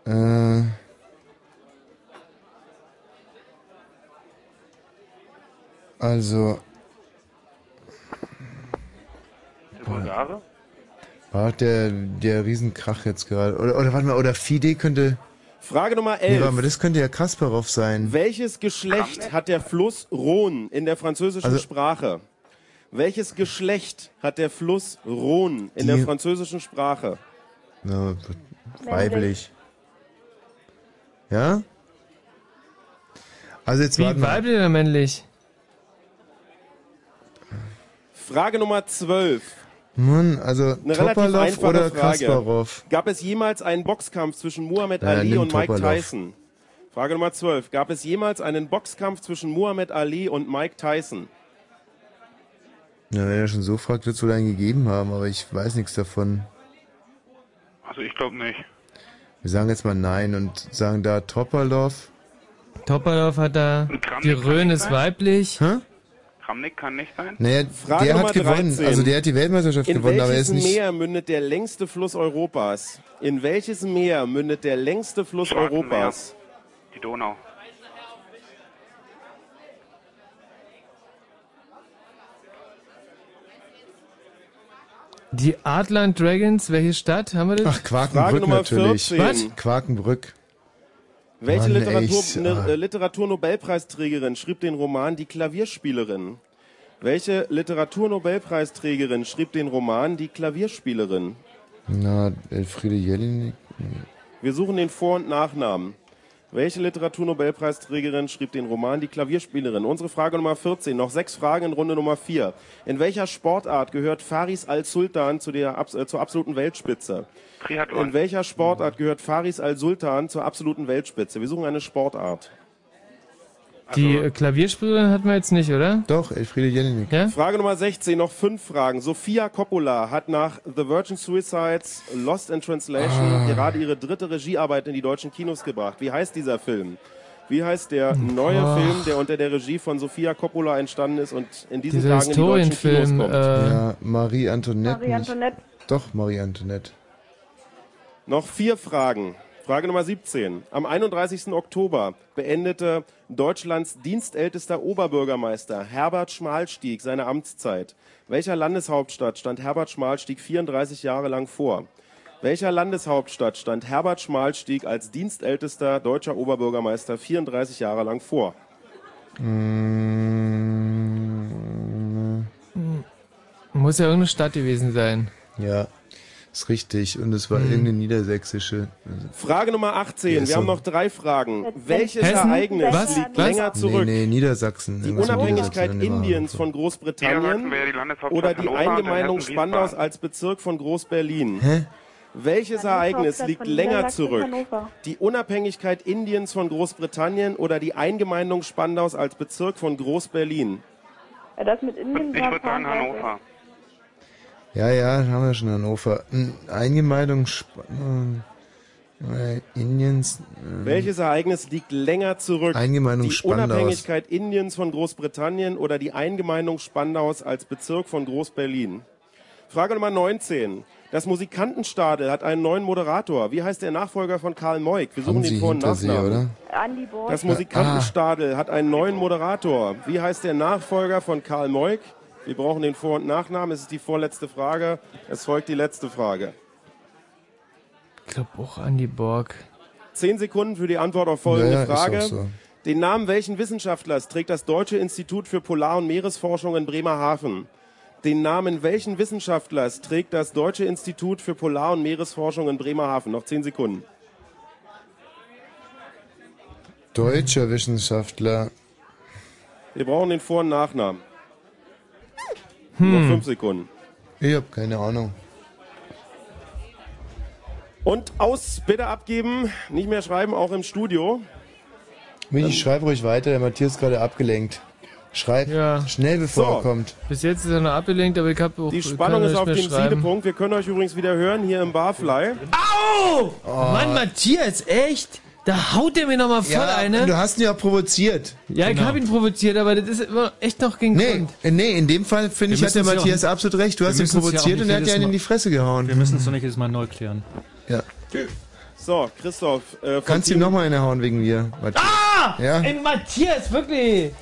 Äh, Also, Bulgare? war der, der Riesenkrach jetzt gerade. Oder, oder warte mal, oder Fide könnte. Frage Nummer Nee, 11. warte mal, das könnte ja Kasparov sein. Welches Geschlecht hat der Fluss Rhône in der französischen Also- Sprache? Welches Geschlecht hat der Fluss Rhône in der Die- französischen Sprache? Na, weiblich. Ja? Also jetzt Wie warten wir. weiblich oder männlich? Frage Nummer 12. Mann, also Eine relativ Topalov einfache oder Frage. Kasparov? Gab es jemals einen Boxkampf zwischen Muhammad Äh, Ali nimm und Mike Topalov. Tyson? Frage Nummer 12. Gab es jemals einen Boxkampf zwischen Muhammad Ali und Mike Tyson? Na, wenn er schon so fragt, wird es wohl einen gegeben haben, aber ich weiß nichts davon. Also ich glaube nicht. Wir sagen jetzt mal nein und sagen da Topalov. Topalov hat da. Die Rhön ist weiblich. Hä? Kramnik kann nicht sein. Naja, Frage der Nummer hat gewonnen. 13. Also der hat die Weltmeisterschaft In gewonnen, aber er welches ist nicht. Meer mündet der längste Fluss Europas? In welches Meer mündet der längste Fluss Europas? Die Donau. Die Artland Dragons, welche Stadt haben wir das? Ach, Quakenbrück natürlich. Was? Quakenbrück. Welche Mann, Literatur, echt, ne, ah. äh, Literaturnobelpreisträgerin schrieb den Roman Die Klavierspielerin? Welche Literaturnobelpreisträgerin schrieb den Roman Die Klavierspielerin? Ah, Na, Elfriede Jelinek. Wir suchen den Vor- und Nachnamen. Welche Literaturnobelpreisträgerin schrieb den Roman Die Klavierspielerin? Unsere Frage Nummer 14. Noch sechs Fragen in Runde Nummer 4. In welcher Sportart gehört Faris Al-Sultan zu der, abs- äh, zur absoluten Weltspitze? Triathlon. In welcher Sportart gehört Faris Al-Sultan zur absoluten Weltspitze? Wir suchen eine Sportart. Die Also- äh, Klavierspielerin hatten wir jetzt nicht, oder? Doch, Elfriede Jelinek. Ja? Frage Nummer 16, noch fünf Fragen. Sophia Coppola hat nach The Virgin Suicides Lost in Translation gerade ihre dritte Regiearbeit in die deutschen Kinos gebracht. Wie heißt dieser Film? Wie heißt der neue Ach. Film, der unter der Regie von Sophia Coppola entstanden ist und in diesen Dieser Tagen in die deutschen Kinos Historienfilm, kommt? äh, ja, Marie Antoinette. Marie Marie Antoinette. Antoinette. Doch, Marie Antoinette. Noch vier Fragen. Frage Nummer 17. Am 31. Oktober beendete Deutschlands dienstältester Oberbürgermeister Herbert Schmalstieg seine Amtszeit. Welcher Landeshauptstadt stand Herbert Schmalstieg 34 Jahre lang vor? Welcher Landeshauptstadt stand Herbert Schmalstieg als dienstältester deutscher Oberbürgermeister 34 Jahre lang vor? Mm, Muss ja irgendeine Stadt gewesen sein. ja, ist richtig. Und es war Hm. irgendeine niedersächsische. Also, Frage Nummer 18. Ja, Wir haben so. noch drei Fragen. Welches Hessen? Ereignis Was? liegt Was? länger zurück? Nee, nee, Niedersachsen. Die Irgendwas mit Unabhängigkeit Niedersachsen, Dänemark. Indiens von Großbritannien Niedersachsen wäre die Landeshauptstadt oder die Hannover und dann Eingemeindung Hessen-Wiesbaden. Spandau's als Bezirk von Groß-Berlin. Hä? Welches Ereignis Landeshauptstadt liegt von länger Niedersachsen, zurück? Hannover. Die Unabhängigkeit Indiens von Großbritannien oder die Eingemeindung Spandau's als Bezirk von Groß-Berlin? Ja, das mit Indien war Dann Hannover. Ja, ja, haben wir schon Hannover. Hm, Eingemeindung Spannung. Äh, Indiens. ähm, Mhm. Welches Ereignis liegt länger zurück? Eingemeindung die Spandaus. Unabhängigkeit Indiens von Großbritannien oder die Eingemeindung Spandaus als Bezirk von Groß-Berlin? Frage Nummer 19. Das Musikantenstadel hat einen neuen Moderator. Wie heißt der Nachfolger von Karl Moik? Wir suchen Haben den Sie Vor- und Hintersee, Nachnamen. oder? Ah. Andi Borg. Das Musikantenstadel hat einen neuen Moderator. Wie heißt der Nachfolger von Karl Moik? Wir brauchen den Vor- und Nachnamen. Es ist die vorletzte Frage. Es folgt die letzte Frage. Ich glaube auch Andy Borg. Zehn Sekunden für die Antwort auf folgende Ja, ja, ist auch Frage. so. Den Namen welchen Wissenschaftlers trägt das Deutsche Institut für Polar- und Meeresforschung in Bremerhaven? Den Namen welchen Wissenschaftlers trägt das Deutsche Institut für Polar- und Meeresforschung in Bremerhaven? Noch zehn Sekunden. Deutscher Wissenschaftler. Wir brauchen den Vor- und Nachnamen. Noch Hm. fünf Sekunden. Ich hab keine Ahnung. Und aus, bitte abgeben, nicht mehr schreiben, auch im Studio. Michi, schreib ruhig weiter, der Matthias ist gerade abgelenkt. Schreib schnell, bevor So. er kommt. Bis jetzt ist er noch abgelenkt, aber ich habe auch. Die Spannung ist auf dem Siedepunkt. Siedepunkt. Wir können euch übrigens wieder hören hier im Barfly. Au! Oh. Mann, Matthias, echt? Da haut er mir nochmal voll Ja, eine. du hast ihn ja provoziert. Ja, ich Genau. habe ihn provoziert, aber das ist immer echt noch gegen Nee, äh, nee, in dem Fall finde Wir ich, hat der müssen's ja Matthias auch- absolut recht. Du wir hast ihn müssen's ja auch provoziert nicht und er hat jedes dir einen in Mal- die Fresse gehauen. Wir müssen es doch nicht jedes Mal neu klären. Ja. So, Christoph. Äh, vom Kannst ihm Team- Ah! nochmal eine hauen wegen mir. Matthias. Ah! Ja. Ey, Matthias, wirklich!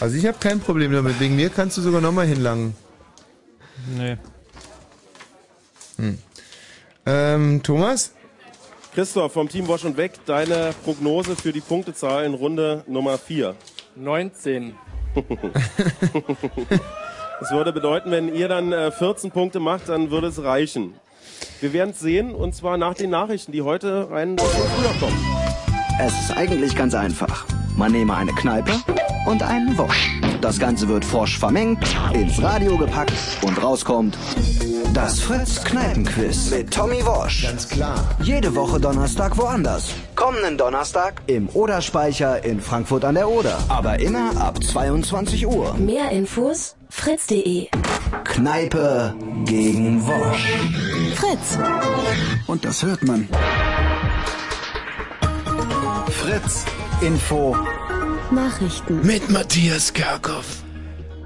Also ich habe kein Problem damit. Wegen mir kannst du sogar nochmal hinlangen. Nee. Hm. Ähm, Thomas? Christoph vom Team Wash und Weg, deine Prognose für die Punktezahl in Runde Nummer 4. 19. <laughs> Das würde bedeuten, wenn ihr dann äh, 14 Punkte macht, dann würde es reichen. Wir werden es sehen und zwar nach den Nachrichten, die heute rein früher kommen. Es ist eigentlich ganz einfach. Man nehme eine Kneipe und einen Wosch. Das Ganze wird forsch vermengt, ins Radio gepackt und rauskommt das Fritz Kneipenquiz mit Tommy Wosch. Ganz klar. Jede Woche Donnerstag woanders. Kommenden Donnerstag im Oderspeicher in Frankfurt an der Oder. Aber immer ab 22 Uhr. Mehr Infos E. fritz.de. Kneipe gegen Wosch. Fritz. Und das hört man. Fritz Info. Nachrichten. Mit Matthias Kerkhoff.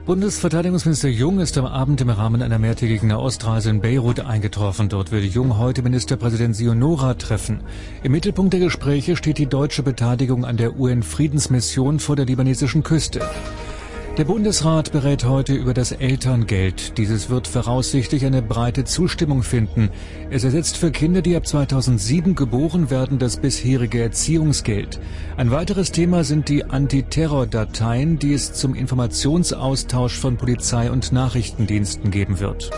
Bundesverteidigungsminister Jung ist am Abend im Rahmen einer mehrtägigen Ausreise in Beirut eingetroffen. Dort will Jung heute Ministerpräsident Sionora treffen. Im Mittelpunkt der Gespräche steht die deutsche Beteiligung an der UN-Friedensmission vor der libanesischen Küste. Der Bundesrat berät heute über das Elterngeld. Dieses wird voraussichtlich eine breite Zustimmung finden. Es ersetzt für Kinder, die ab 2007 geboren werden, das bisherige Erziehungsgeld. Ein weiteres Thema sind die Antiterror-Dateien, die es zum Informationsaustausch von Polizei und Nachrichtendiensten geben wird.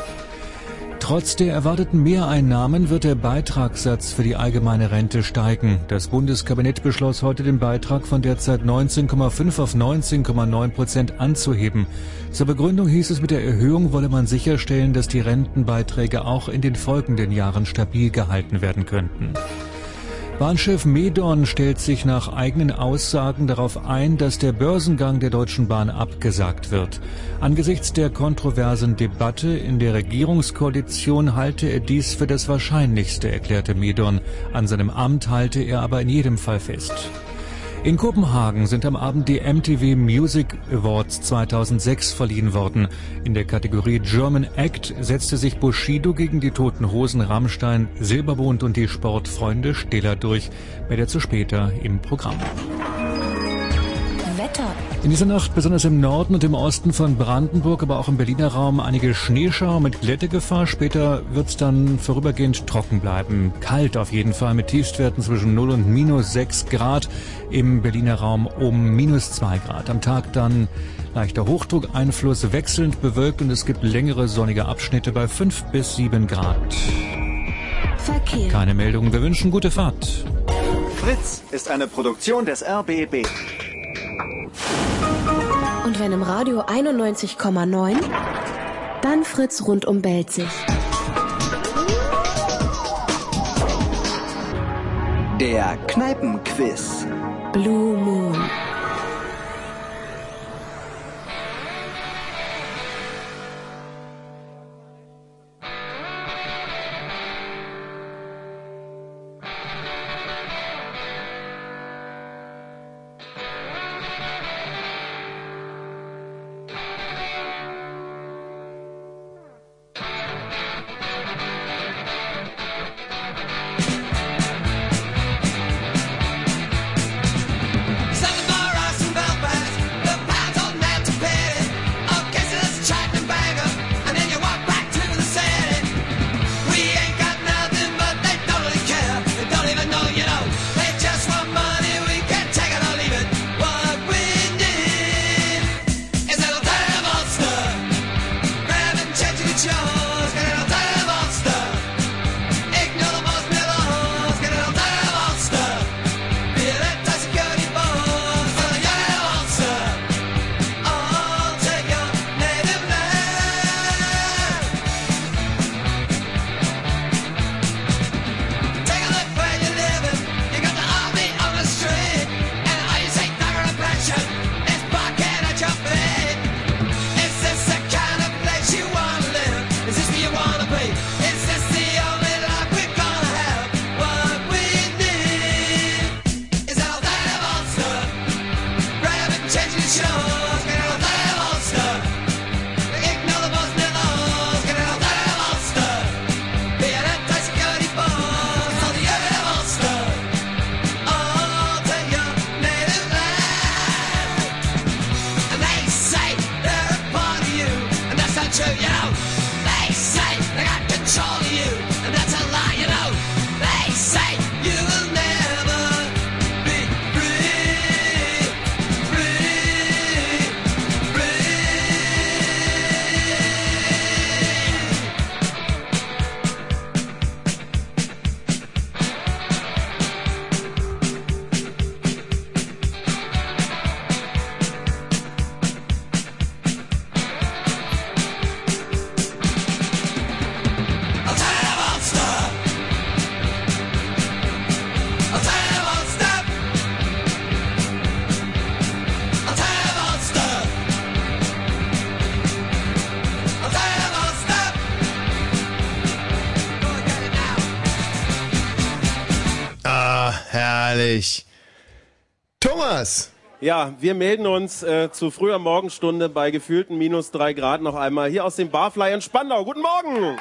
Trotz der erwarteten Mehreinnahmen wird der Beitragssatz für die allgemeine Rente steigen. Das Bundeskabinett beschloss heute den Beitrag von derzeit 19,5 auf 19,9 Prozent anzuheben. Zur Begründung hieß es, mit der Erhöhung wolle man sicherstellen, dass die Rentenbeiträge auch in den folgenden Jahren stabil gehalten werden könnten. Bahnchef Medorn stellt sich nach eigenen Aussagen darauf ein, dass der Börsengang der Deutschen Bahn abgesagt wird. Angesichts der kontroversen Debatte in der Regierungskoalition halte er dies für das Wahrscheinlichste, erklärte Medorn. An seinem Amt halte er aber in jedem Fall fest. In Kopenhagen sind am Abend die MTV Music Awards 2006 verliehen worden. In der Kategorie German Act setzte sich Bushido gegen die Toten Hosen Rammstein, Silberbund und die Sportfreunde Stiller durch. Mehr dazu später im Programm. Wetter. In dieser Nacht besonders im Norden und im Osten von Brandenburg, aber auch im Berliner Raum einige Schneeschauer mit Glättegefahr. Später wird's dann vorübergehend trocken bleiben. Kalt auf jeden Fall mit Tiefstwerten zwischen 0 und minus 6 Grad. Im Berliner Raum um minus 2 Grad. Am Tag dann leichter Hochdruckeinfluss, wechselnd bewölkt und es gibt längere sonnige Abschnitte bei 5 bis 7 Grad. Verkehr. Keine Meldungen. Wir wünschen gute Fahrt. Fritz ist eine Produktion des RBB. Und wenn im Radio 91,9, dann Fritz rundum Belzig. Der Kneipenquiz. Blue Moon. Oh, Hm. Herrlich. Thomas! Ja, wir melden uns äh, zu früher Morgenstunde bei gefühlten minus drei Grad noch einmal hier aus dem Barfly in Spandau. Guten Morgen!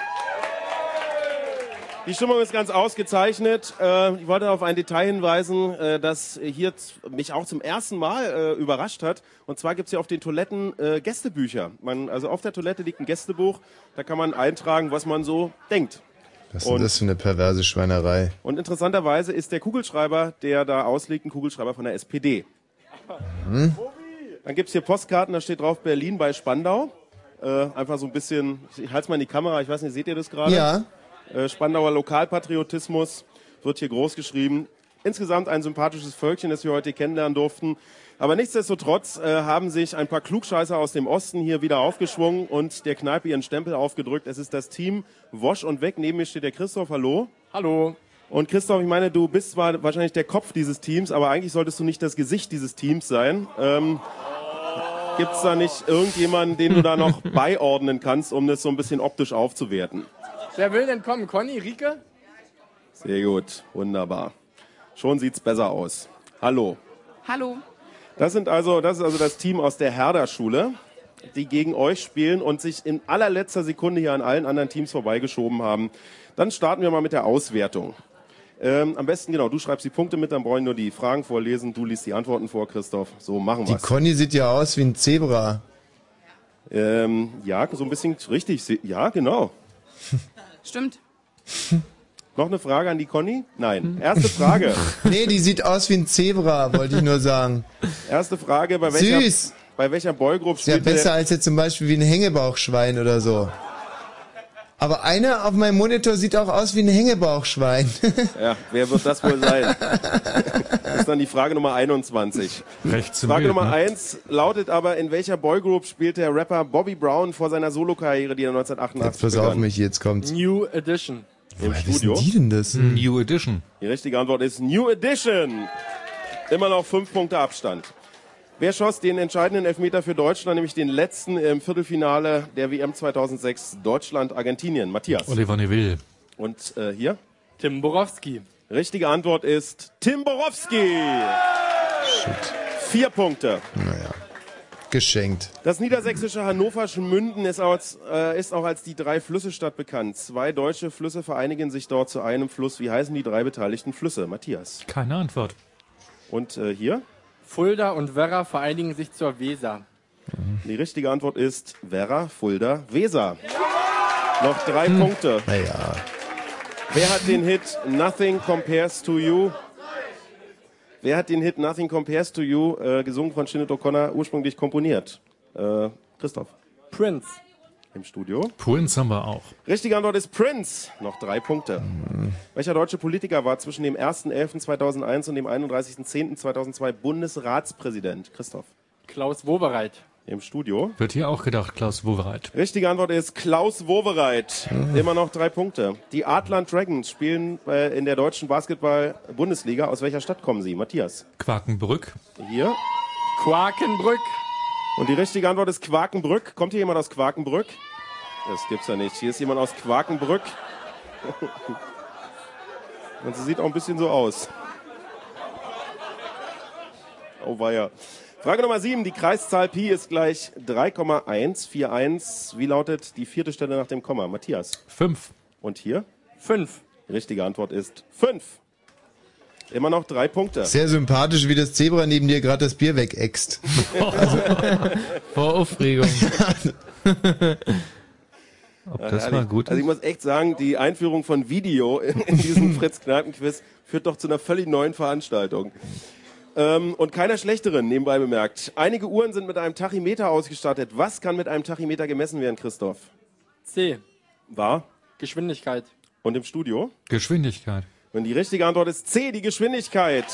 Die Stimmung ist ganz ausgezeichnet. Äh, ich wollte auf ein Detail hinweisen, äh, das hier z- mich auch zum ersten Mal äh, überrascht hat. Und zwar gibt's hier auf den Toiletten äh, Gästebücher. Man, also auf der Toilette liegt ein Gästebuch, da kann man eintragen, was man so denkt. Was ist denn das für eine perverse Schweinerei? Und interessanterweise ist der Kugelschreiber, der da ausliegt, ein Kugelschreiber von der SPD. Hm? Dann gibt's hier Postkarten, da steht drauf Berlin bei Spandau. Äh, einfach so ein bisschen, ich halte mal in die Kamera, ich weiß nicht, seht ihr das gerade? Ja. Äh, Spandauer Lokalpatriotismus wird hier groß geschrieben. Insgesamt ein sympathisches Völkchen, das wir heute kennenlernen durften. Aber nichtsdestotrotz äh, haben sich ein paar Klugscheißer aus dem Osten hier wieder aufgeschwungen und der Kneipe ihren Stempel aufgedrückt. Es ist das Team Wosch und Weg. Neben mir steht der Christoph. Hallo. Hallo. Und Christoph, ich meine, du bist zwar wahrscheinlich der Kopf dieses Teams, aber eigentlich solltest du nicht das Gesicht dieses Teams sein. Ähm, Gibt es da nicht irgendjemanden, den du da noch beiordnen kannst, um das so ein bisschen optisch aufzuwerten? Wer will denn kommen? Conny, Rike? Sehr gut, wunderbar. Schon sieht's besser aus. Hallo. Hallo. Das sind also, das ist also das Team aus der Herder-Schule, die gegen euch spielen und sich in allerletzter Sekunde hier an allen anderen Teams vorbeigeschoben haben. Dann starten wir mal mit der Auswertung. Ähm, am besten, genau, du schreibst die Punkte mit, dann brauche ich nur die Fragen vorlesen, du liest die Antworten vor, Christoph. So machen Die wir's. Conny sieht ja aus wie ein Zebra. Ähm, ja, so ein bisschen richtig. se- Ja, genau. Stimmt. Noch eine Frage an die Conny? Nein. Erste Frage. <laughs> nee, die sieht aus wie ein Zebra, wollte ich nur sagen. Erste Frage, bei welcher, Süß. Bei welcher Boygroup Ist ja spielt besser als jetzt zum Beispiel wie ein Hängebauchschwein oder so. Aber einer auf meinem Monitor sieht auch aus wie ein <laughs> Hängebauchschwein. Ja, wer wird das wohl <laughs> sein? Das ist dann die Frage Nummer 21. Rechts im Frage Bild, Nummer ne? 1 lautet aber, in welcher Boygroup spielte der Rapper Bobby Brown vor seiner Solokarriere, die er 1988 Jetzt pass auf begann? mich, jetzt kommt's. New Edition. Im Studio. Was ist denn das? Hm. New Edition. Die richtige Antwort ist New Edition. Immer noch fünf Punkte Abstand. Wer schoss den entscheidenden Elfmeter für Deutschland, nämlich den letzten im Viertelfinale der WM 2006 Deutschland-Argentinien? Matthias. Oliver Neville. Und äh, hier? Tim Borowski. Richtige Antwort ist Tim Borowski. Vier Punkte. Geschenkt. Das niedersächsische Hannover Schmünden ist, als, äh, ist auch als die drei Flüsse-Stadt bekannt. Zwei deutsche Flüsse vereinigen sich dort zu einem Fluss. Wie heißen die drei beteiligten Flüsse? Matthias. Keine Antwort. Und äh, hier? Fulda und Werra vereinigen sich zur Weser. Die richtige Antwort ist Werra, Fulda, Weser. Noch drei Punkte. Naja. Wer hat den Hit Nothing Compares to You? Wer hat den Hit Nothing Compares to You, äh, gesungen von Shinnet O'Connor, ursprünglich komponiert? Äh, Christoph. Prince. Im Studio. Prince haben wir auch. Richtige Antwort ist Prince. Noch drei Punkte. Welcher deutsche Politiker war zwischen dem 1.11.2001 und dem 31.10.2002 Bundesratspräsident? Christoph. Klaus Wobereit. Im Studio. Wird hier auch gedacht, Klaus Wowereit. Richtige Antwort ist Klaus Wowereit. Immer noch drei Punkte. Die Adland Dragons spielen äh, in der deutschen Basketball-Bundesliga. Aus welcher Stadt kommen sie? Matthias. Quakenbrück. Hier. Quakenbrück. Und die richtige Antwort ist Quakenbrück. Kommt hier jemand aus Quakenbrück? Das gibt's ja nicht. Hier ist jemand aus Quakenbrück. <laughs> Und sie sieht auch ein bisschen so aus. Oh weia. Frage Nummer 7. Die Kreiszahl Pi ist gleich 3,141. Wie lautet die vierte Stelle nach dem Komma? Matthias. 5. Und hier? 5. Richtige Antwort ist 5. Immer noch drei Punkte. Sehr sympathisch, wie das Zebra neben dir gerade das Bier wegäxt. Vor <laughs> Aufregung. Ja, das herrlich. mal gut Also ich ist? muss echt sagen, die Einführung von Video in, in <laughs> diesem Fritz-Kneipen-Quiz führt doch zu einer völlig neuen Veranstaltung. Ähm, und keiner schlechteren, nebenbei bemerkt. Einige Uhren sind mit einem Tachymeter ausgestattet. Was kann mit einem Tachymeter gemessen werden, Christoph? C. War? Geschwindigkeit. Und im Studio? Geschwindigkeit. Und die richtige Antwort ist C, die Geschwindigkeit.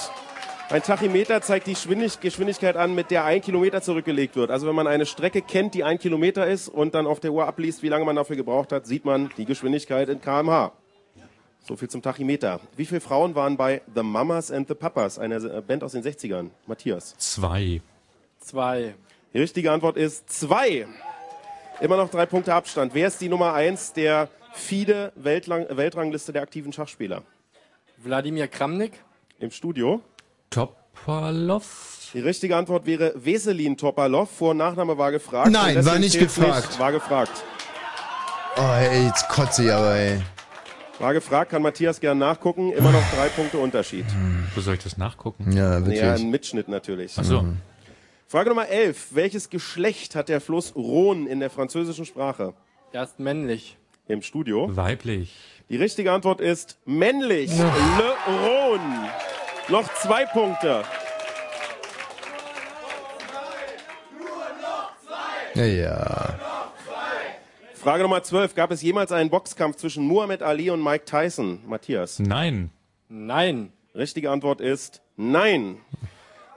Ein Tachymeter zeigt die Schwindig- Geschwindigkeit an, mit der ein Kilometer zurückgelegt wird. Also wenn man eine Strecke kennt, die ein Kilometer ist und dann auf der Uhr abliest, wie lange man dafür gebraucht hat, sieht man die Geschwindigkeit in kmh. So viel zum Tachymeter. Wie viele Frauen waren bei The Mamas and the Papas, einer äh, Band aus den 60ern? Matthias. Zwei. Zwei. Die richtige Antwort ist zwei. Immer noch drei Punkte Abstand. Wer ist die Nummer eins der FIDE Weltlang Weltrangliste der aktiven Schachspieler? Wladimir Kramnik. Im Studio. Topalov. Die richtige Antwort wäre Weselin Topalov. Vor- und Nachname war gefragt. Nein, Und deswegen war nicht zählt's gefragt. Nicht. War gefragt. Oh, ey, jetzt kotze ich aber, ey. War gefragt, kann Matthias gerne nachgucken. Immer noch drei Punkte Unterschied. Hm, Wo soll ich das nachgucken? Ja, Ja, ein Mitschnitt natürlich. Hm. Ach so. Frage Nummer 11. Welches Geschlecht hat der Fluss Rhône in der französischen Sprache? Er ist männlich. Im Studio. Weiblich. Die richtige Antwort ist männlich. Le Rhône. Noch zwei Punkte. Naja. Frage Nummer 12. Gab es jemals einen Boxkampf zwischen Muhammad Ali und Mike Tyson? Matthias. Nein. Nein. Richtige Antwort ist nein.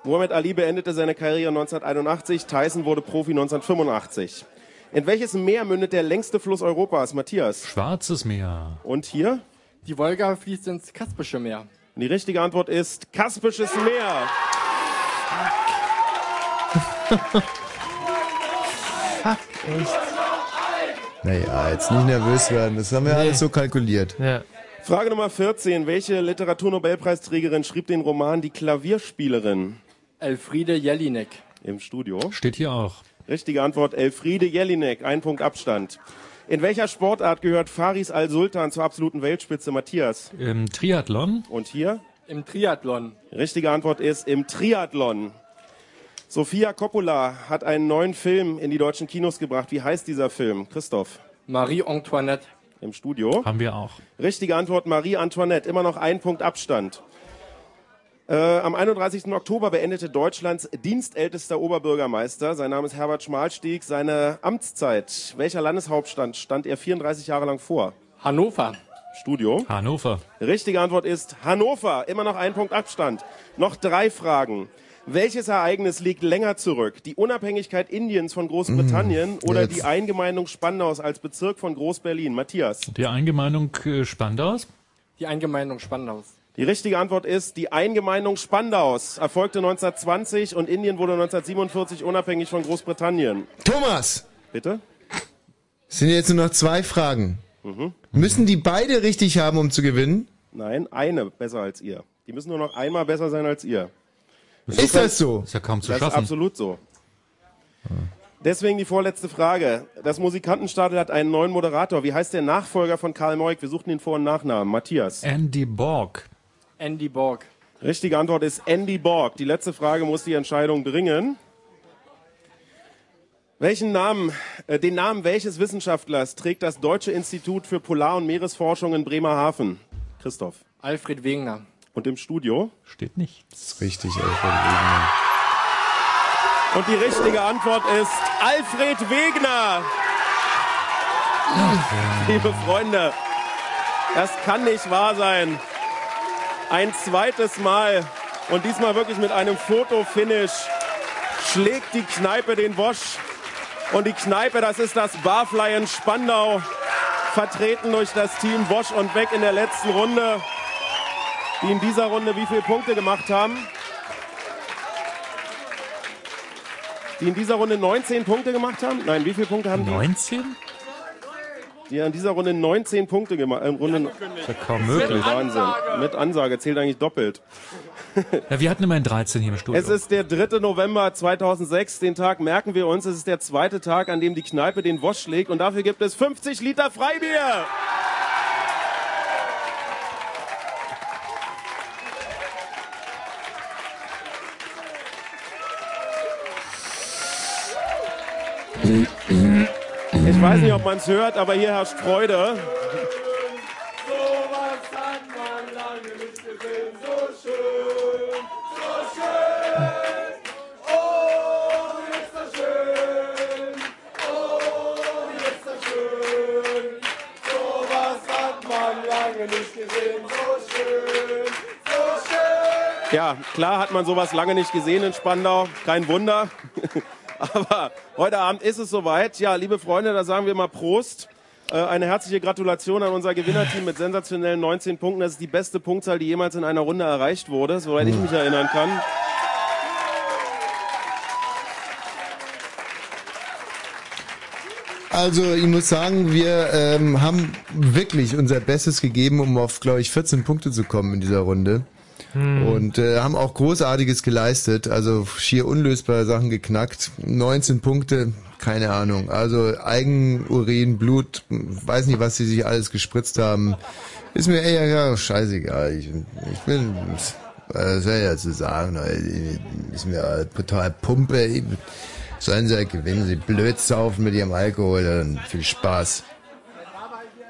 Muhammad Ali beendete seine Karriere 1981, Tyson wurde Profi 1985. In welches Meer mündet der längste Fluss Europas, Matthias? Schwarzes Meer. Und hier? Die Wolga fließt ins Kaspische Meer. Die richtige Antwort ist Kaspisches Meer. Fuck, echt. Naja, jetzt nicht nervös werden. Das haben wir alles so kalkuliert. Ja. Frage Nummer 14. Welche Literaturnobelpreisträgerin schrieb den Roman Die Klavierspielerin? Elfriede Jelinek. Im Studio. Steht hier auch. Richtige Antwort Elfriede Jelinek. Ein Punkt Abstand. In welcher Sportart gehört Faris Al-Sultan zur absoluten Weltspitze, Matthias? Im Triathlon. Und hier? Im Triathlon. Richtige Antwort ist im Triathlon. Sofia Coppola hat einen neuen Film in die deutschen Kinos gebracht. Wie heißt dieser Film? Christoph. Marie Antoinette. Im Studio. Haben wir auch. Richtige Antwort Marie Antoinette. Immer noch ein Punkt Abstand. Äh, am 31. Oktober beendete Deutschlands dienstältester Oberbürgermeister, sein Name ist Herbert Schmalstieg, seine Amtszeit. Welcher Landeshauptstadt stand er 34 Jahre lang vor? Hannover. Studio. Hannover. Richtige Antwort ist Hannover. Immer noch ein Punkt Abstand. Noch drei Fragen. Welches Ereignis liegt länger zurück? Die Unabhängigkeit Indiens von Großbritannien oder jetzt. die Eingemeindung Spandaus als Bezirk von Groß-Berlin? Matthias. Die Eingemeindung äh, Spandaus. Die Eingemeindung Spandaus. Die richtige Antwort ist die Eingemeindung Spandaus. Erfolgte 1920 und Indien wurde 1947 unabhängig von Großbritannien. Thomas! Bitte? Es sind jetzt nur noch zwei Fragen. Müssen die beide richtig haben, um zu gewinnen? Mhm. Nein, eine besser als ihr. Die müssen nur noch einmal besser sein als ihr. Ist das so? Ist ja kaum Um zu das schaffen. ist absolut so. Deswegen die vorletzte Frage. Das Musikantenstadel hat einen neuen Moderator. Wie heißt der Nachfolger von Karl Moik? Wir suchten den Vor- und Nachnamen. Matthias. Andy Borg. Andy Borg. Richtige Antwort ist Andy Borg. Die letzte Frage muss die Entscheidung bringen. Welchen Namen, äh, den Namen welches Wissenschaftlers trägt das Deutsche Institut für Polar- und Meeresforschung in Bremerhaven? Christoph. Alfred Wegener. Und im Studio? Steht nicht. Das ist richtig, Alfred Und die richtige Antwort ist Alfred Wegener. Liebe Freunde, das kann nicht wahr sein. Ein zweites Mal und diesmal wirklich mit einem Fotofinish schlägt die Kneipe den Bosch. Und die Kneipe, das ist das Barfly in Spandau, vertreten durch das Team Bosch und Beck in der letzten Runde, die in dieser Runde wie viele Punkte gemacht haben? die in dieser Runde 19 Punkte gemacht haben. Nein, wie viele Punkte haben die? 19? Die in dieser Runde 19 Punkte gemacht haben. Runde Ist ja kaum möglich. Wahnsinn. Mit Ansage zählt eigentlich doppelt. Ja, wir hatten immerhin 13 hier im Studio. Es ist der 3. November 2006. Den Tag merken wir uns. Es ist der zweite Tag, an dem die Kneipe den Wosch schlägt. Und dafür gibt es 50 Liter Freibier. Ich weiß nicht, ob man es hört, aber hier herrscht Freude. Ja, klar hat man sowas lange nicht gesehen in Spandau. Kein Wunder. <laughs> Aber heute Abend ist es soweit. Ja, liebe Freunde, da sagen wir mal Prost. Äh, Eine herzliche Gratulation an unser Gewinnerteam mit sensationellen 19 Punkten. Das ist die beste Punktzahl, die jemals in einer Runde erreicht wurde, soweit ich mich erinnern kann. Also, ich muss sagen, wir ähm, haben wirklich unser Bestes gegeben, um auf, glaube ich, 14 Punkte zu kommen in dieser Runde. Hm. Und äh, haben auch Großartiges geleistet, also schier unlösbare Sachen geknackt. 19 Punkte, keine Ahnung. Also Eigenurin, Blut, weiß nicht, was sie sich alles gespritzt haben. Ist mir eher ja, scheißegal. Ich, ich bin, was soll ich dazu sagen? Ist mir total Pumpe. Sollen sie halt gewinnen, sie blöd saufen mit ihrem Alkohol, dann viel Spaß.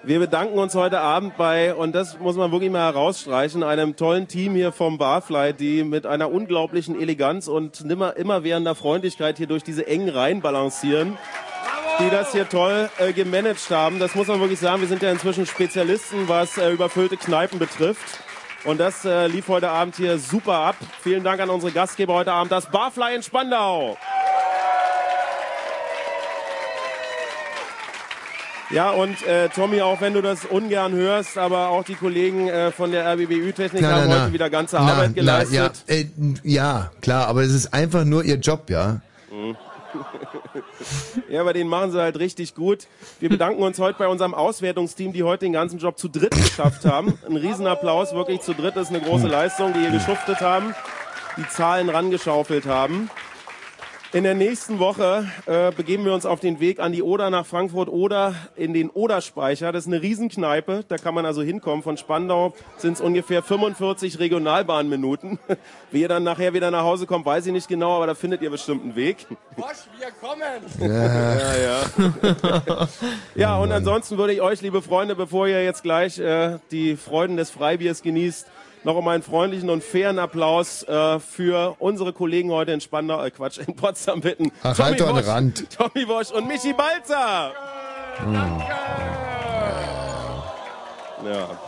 Wir bedanken uns heute Abend bei, und das muss man wirklich mal herausstreichen, einem tollen Team hier vom Barfly, die mit einer unglaublichen Eleganz und nimmer, immerwährender Freundlichkeit hier durch diese engen Reihen balancieren, die das hier toll äh, gemanagt haben. Das muss man wirklich sagen, wir sind ja inzwischen Spezialisten, was äh, überfüllte Kneipen betrifft. Und das äh, lief heute Abend hier super ab. Vielen Dank an unsere Gastgeber heute Abend, das Barfly in Spandau. Ja, und äh, Tommy, auch wenn du das ungern hörst, aber auch die Kollegen äh, von der RBBÜ-Technik Na, na, haben na. heute wieder ganze Na, Arbeit na, geleistet. ja, äh, ja, klar, aber es ist einfach nur ihr Job, ja. Mhm. <laughs> ja, aber den machen sie halt richtig gut. Wir bedanken uns heute bei unserem Auswertungsteam, die heute den ganzen Job zu dritt geschafft haben. Ein Riesenapplaus, wirklich zu dritt ist eine große Leistung, die hier geschuftet haben, die Zahlen rangeschaufelt haben. In der nächsten Woche äh, begeben wir uns auf den Weg an die Oder nach Frankfurt oder in den Oderspeicher. Das ist eine Riesenkneipe, da kann man also hinkommen. Von Spandau sind es ungefähr 45 Regionalbahnminuten. Wie ihr dann nachher wieder nach Hause kommt, weiß ich nicht genau, aber da findet ihr bestimmt einen Weg. Bosch, wir kommen! Ja, <laughs> ja. ja, Oh und ansonsten würde ich euch, liebe Freunde, bevor ihr jetzt gleich äh, die Freuden des Freibiers genießt, noch um einen freundlichen und fairen Applaus äh, für unsere Kollegen heute in Spandau, äh, Quatsch, in Potsdam bitten. Ach, halt doch einen Bosch, Rand. Tommy Bosch und Michi Balzer. Ja.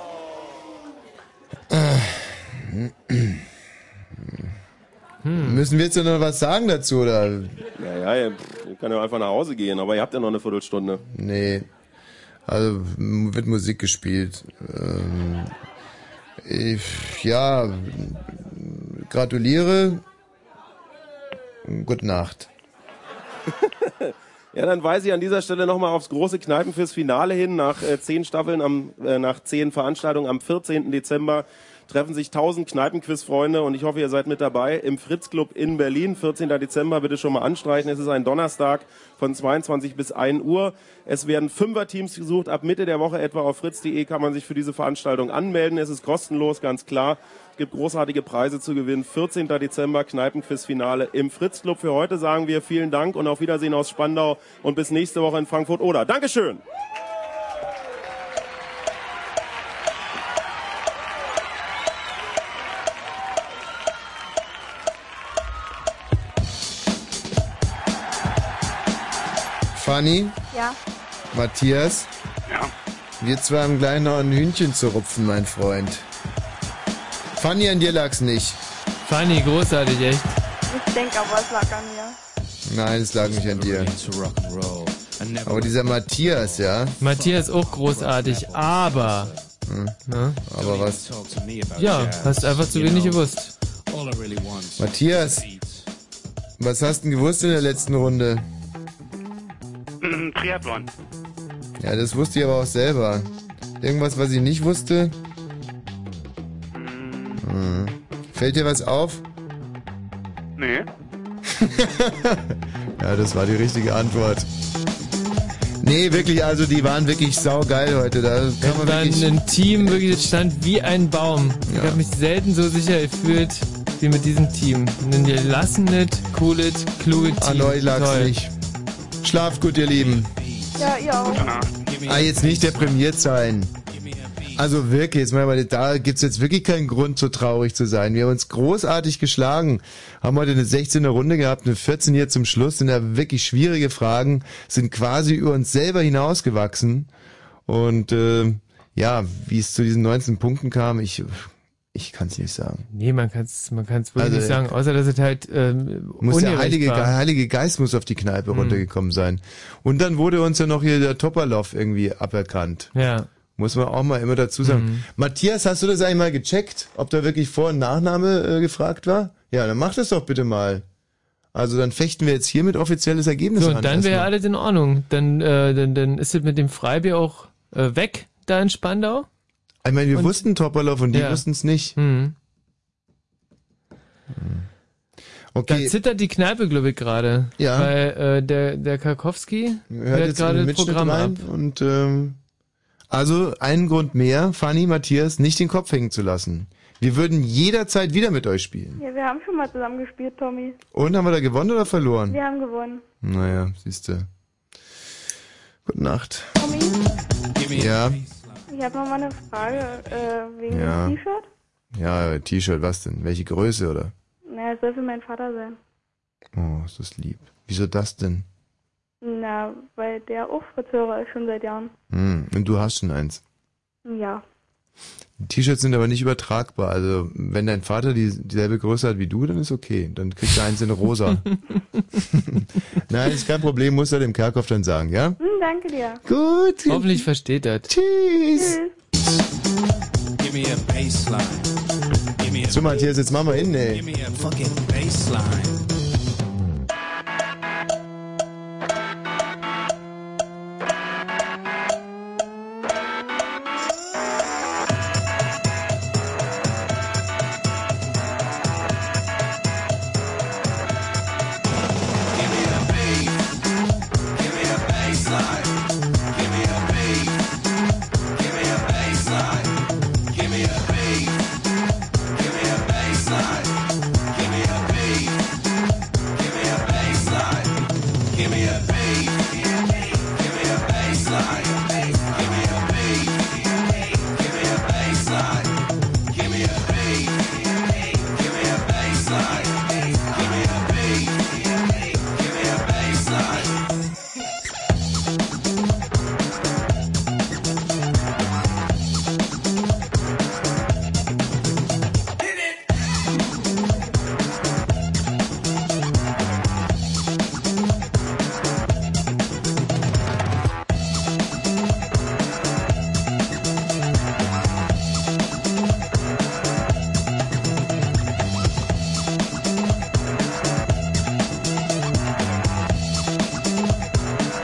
Müssen wir jetzt noch was sagen dazu, oder? Naja, ihr, ihr könnt ja einfach nach Hause gehen, aber ihr habt ja noch eine Viertelstunde. Nee. Also m- wird Musik gespielt. Ähm, ich, ja, gratuliere. Gute Nacht. Ja, dann weise ich an dieser Stelle nochmal aufs große Kneipen fürs Finale hin. Nach äh, zehn Staffeln, am, äh, nach zehn Veranstaltungen am 14. Dezember treffen sich 1000 Kneipenquiz-Freunde und ich hoffe, ihr seid mit dabei im Fritz-Club in Berlin. 14. Dezember bitte schon mal anstreichen. Es ist ein Donnerstag von 22 bis 1 Uhr. Es werden Fünfer-Teams gesucht. Ab Mitte der Woche etwa auf fritz.de kann man sich für diese Veranstaltung anmelden. Es ist kostenlos, ganz klar. Es gibt großartige Preise zu gewinnen. 14. Dezember Kneipenquiz-Finale im Fritz-Club. Für heute sagen wir vielen Dank und auf Wiedersehen aus Spandau und bis nächste Woche in Frankfurt-Oder. Dankeschön! Fanny, Ja. Matthias. Ja. Wir zwei haben gleich noch ein Hühnchen zu rupfen, mein Freund. Fanny, an dir lag's nicht. Fanny, großartig, echt. Ich denke aber, es lag an mir. Nein, es lag nicht an dir. Aber dieser Matthias, ja. Matthias auch großartig, aber. Hm. Ne? Aber was? Ja, hast einfach zu wenig gewusst. Matthias, was hast denn gewusst in der letzten Runde? Mm, Triathlon. Ja, das wusste ich aber auch selber. Irgendwas, was ich nicht wusste? Hm. Fällt dir was auf? Nee. Ja, das war die richtige Antwort. Nee, wirklich, also die waren wirklich saugeil heute. Da kann man Dann wirklich... ein Team wirklich das stand wie ein Baum. Ich habe mich selten so sicher gefühlt wie mit diesem Team. Ein gelassenes, cooles, kluges Team. An euch Ah, lag's Toll. nicht. Schlaft gut, ihr Lieben. Ja, ihr auch. Ah, jetzt nicht deprimiert sein. Also wirklich, jetzt mal, weil da gibt's jetzt wirklich keinen Grund, so traurig zu sein. Wir haben uns großartig geschlagen, haben heute eine 16er Runde gehabt, eine 14 hier zum Schluss, sind da wirklich schwierige Fragen, sind quasi über uns selber hinausgewachsen. Und äh, ja, wie es zu diesen 19 Punkten kam, ich, ich kann's nicht sagen. Nee, man kann es man kann's wirklich Also, nicht sagen, außer dass es halt ähm, Muss der ungerecht Heilige, Ge- war. Hm. Heilige Geist muss auf die Kneipe runtergekommen sein. Und dann wurde uns ja noch hier der Topperloff irgendwie aberkannt. Ja. Muss man auch mal immer dazu sagen. Mhm. Matthias, hast du das eigentlich mal gecheckt, ob da wirklich Vor- und Nachname äh, gefragt war? Ja, dann mach das doch bitte mal. Also dann fechten wir jetzt hier mit offizielles Ergebnis So, an und dann wäre erstmal. alles in Ordnung. Dann, äh, dann, dann ist es mit dem Freibier auch äh, weg, da in Spandau. Ich meine, wir wussten Topperloff und die wussten es nicht. Mhm. Da zittert die Kneipe, glaube ich, gerade. Ja. Weil äh, der, der Karkowski Hört hört jetzt gerade gerade das Mitschnitt Programm rein ab. und ähm, also einen Grund mehr, Fanny Matthias nicht den Kopf hängen zu lassen. Wir würden jederzeit wieder mit euch spielen. Ja, wir haben schon mal zusammen gespielt, Tommy. Und haben wir da gewonnen oder verloren? Wir haben gewonnen. Naja, siehste. Gute Nacht. Tommy, Ja, ich habe noch mal eine Frage äh, wegen Ja. dem T-Shirt. ja, T-Shirt, was denn? Welche Größe oder? Na, es soll für meinen Vater sein. Oh, ist das lieb. Wieso das denn? Na, weil der auch Fritzhörer ist schon seit Jahren. Hm, und du hast schon eins. Ja. T-Shirts sind aber nicht übertragbar. Also wenn dein Vater die, dieselbe Größe hat wie du, dann ist okay. Dann kriegt er eins <laughs> in rosa. <laughs> Nein, ist kein Problem, muss er dem Kerkhoff dann sagen, ja? Hm, danke dir. Gut. Hoffentlich versteht er. Tschüss. Give me a baseline. Give me a So, Matthias, jetzt mach mal hin, Give ey. me a fucking baseline.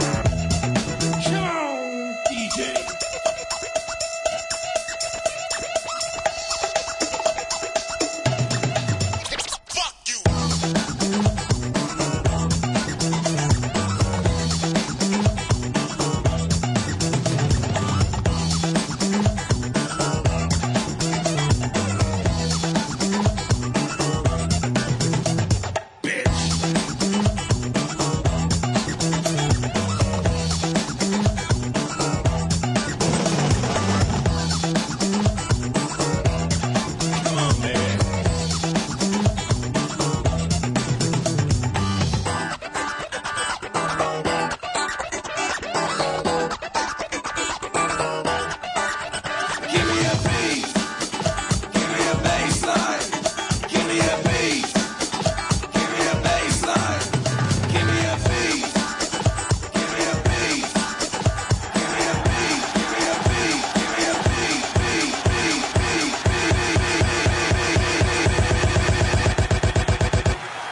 Come on, DJ.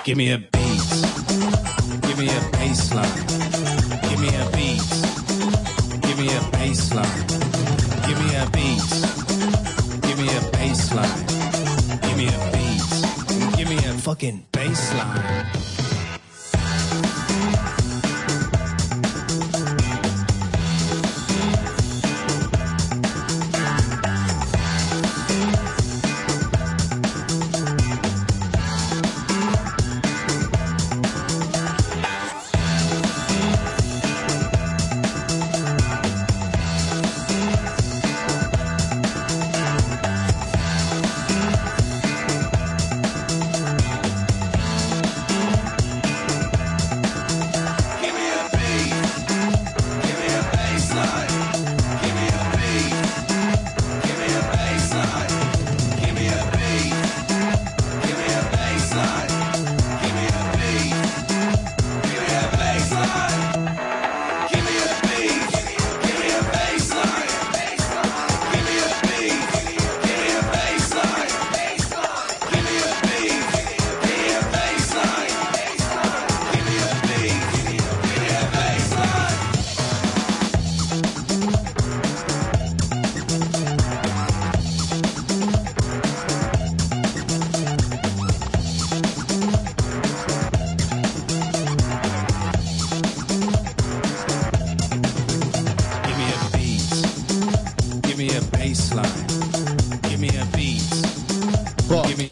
Give me a beat. Give me a bass line. Give me a beat. Give me a bass line. Give me a beat. Give me a bass line. Give me a beat. Give me a fucking bass line.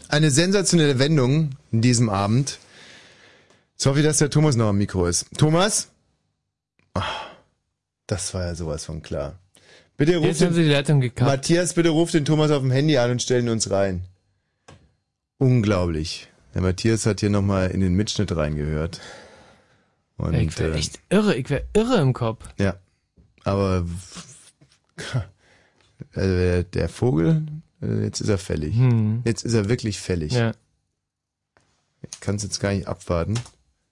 eine sensationelle Wendung in diesem Abend. Jetzt hoffe ich, dass der Thomas noch am Mikro ist. Thomas? Ah, Das war ja sowas von klar. Bitte ruf Jetzt haben sie die Leitung gekappt. Matthias, bitte ruf den Thomas auf dem Handy an und stellen uns rein. Unglaublich. Der Matthias hat hier nochmal in den Mitschnitt reingehört. Und, ich wäre äh, echt irre, ich wäre irre im Kopf. ja. Aber <laughs> also der, der Vogel, äh, jetzt ist er fällig. Hm. Jetzt ist er wirklich fällig. Ja. Ich kann es jetzt gar nicht abwarten.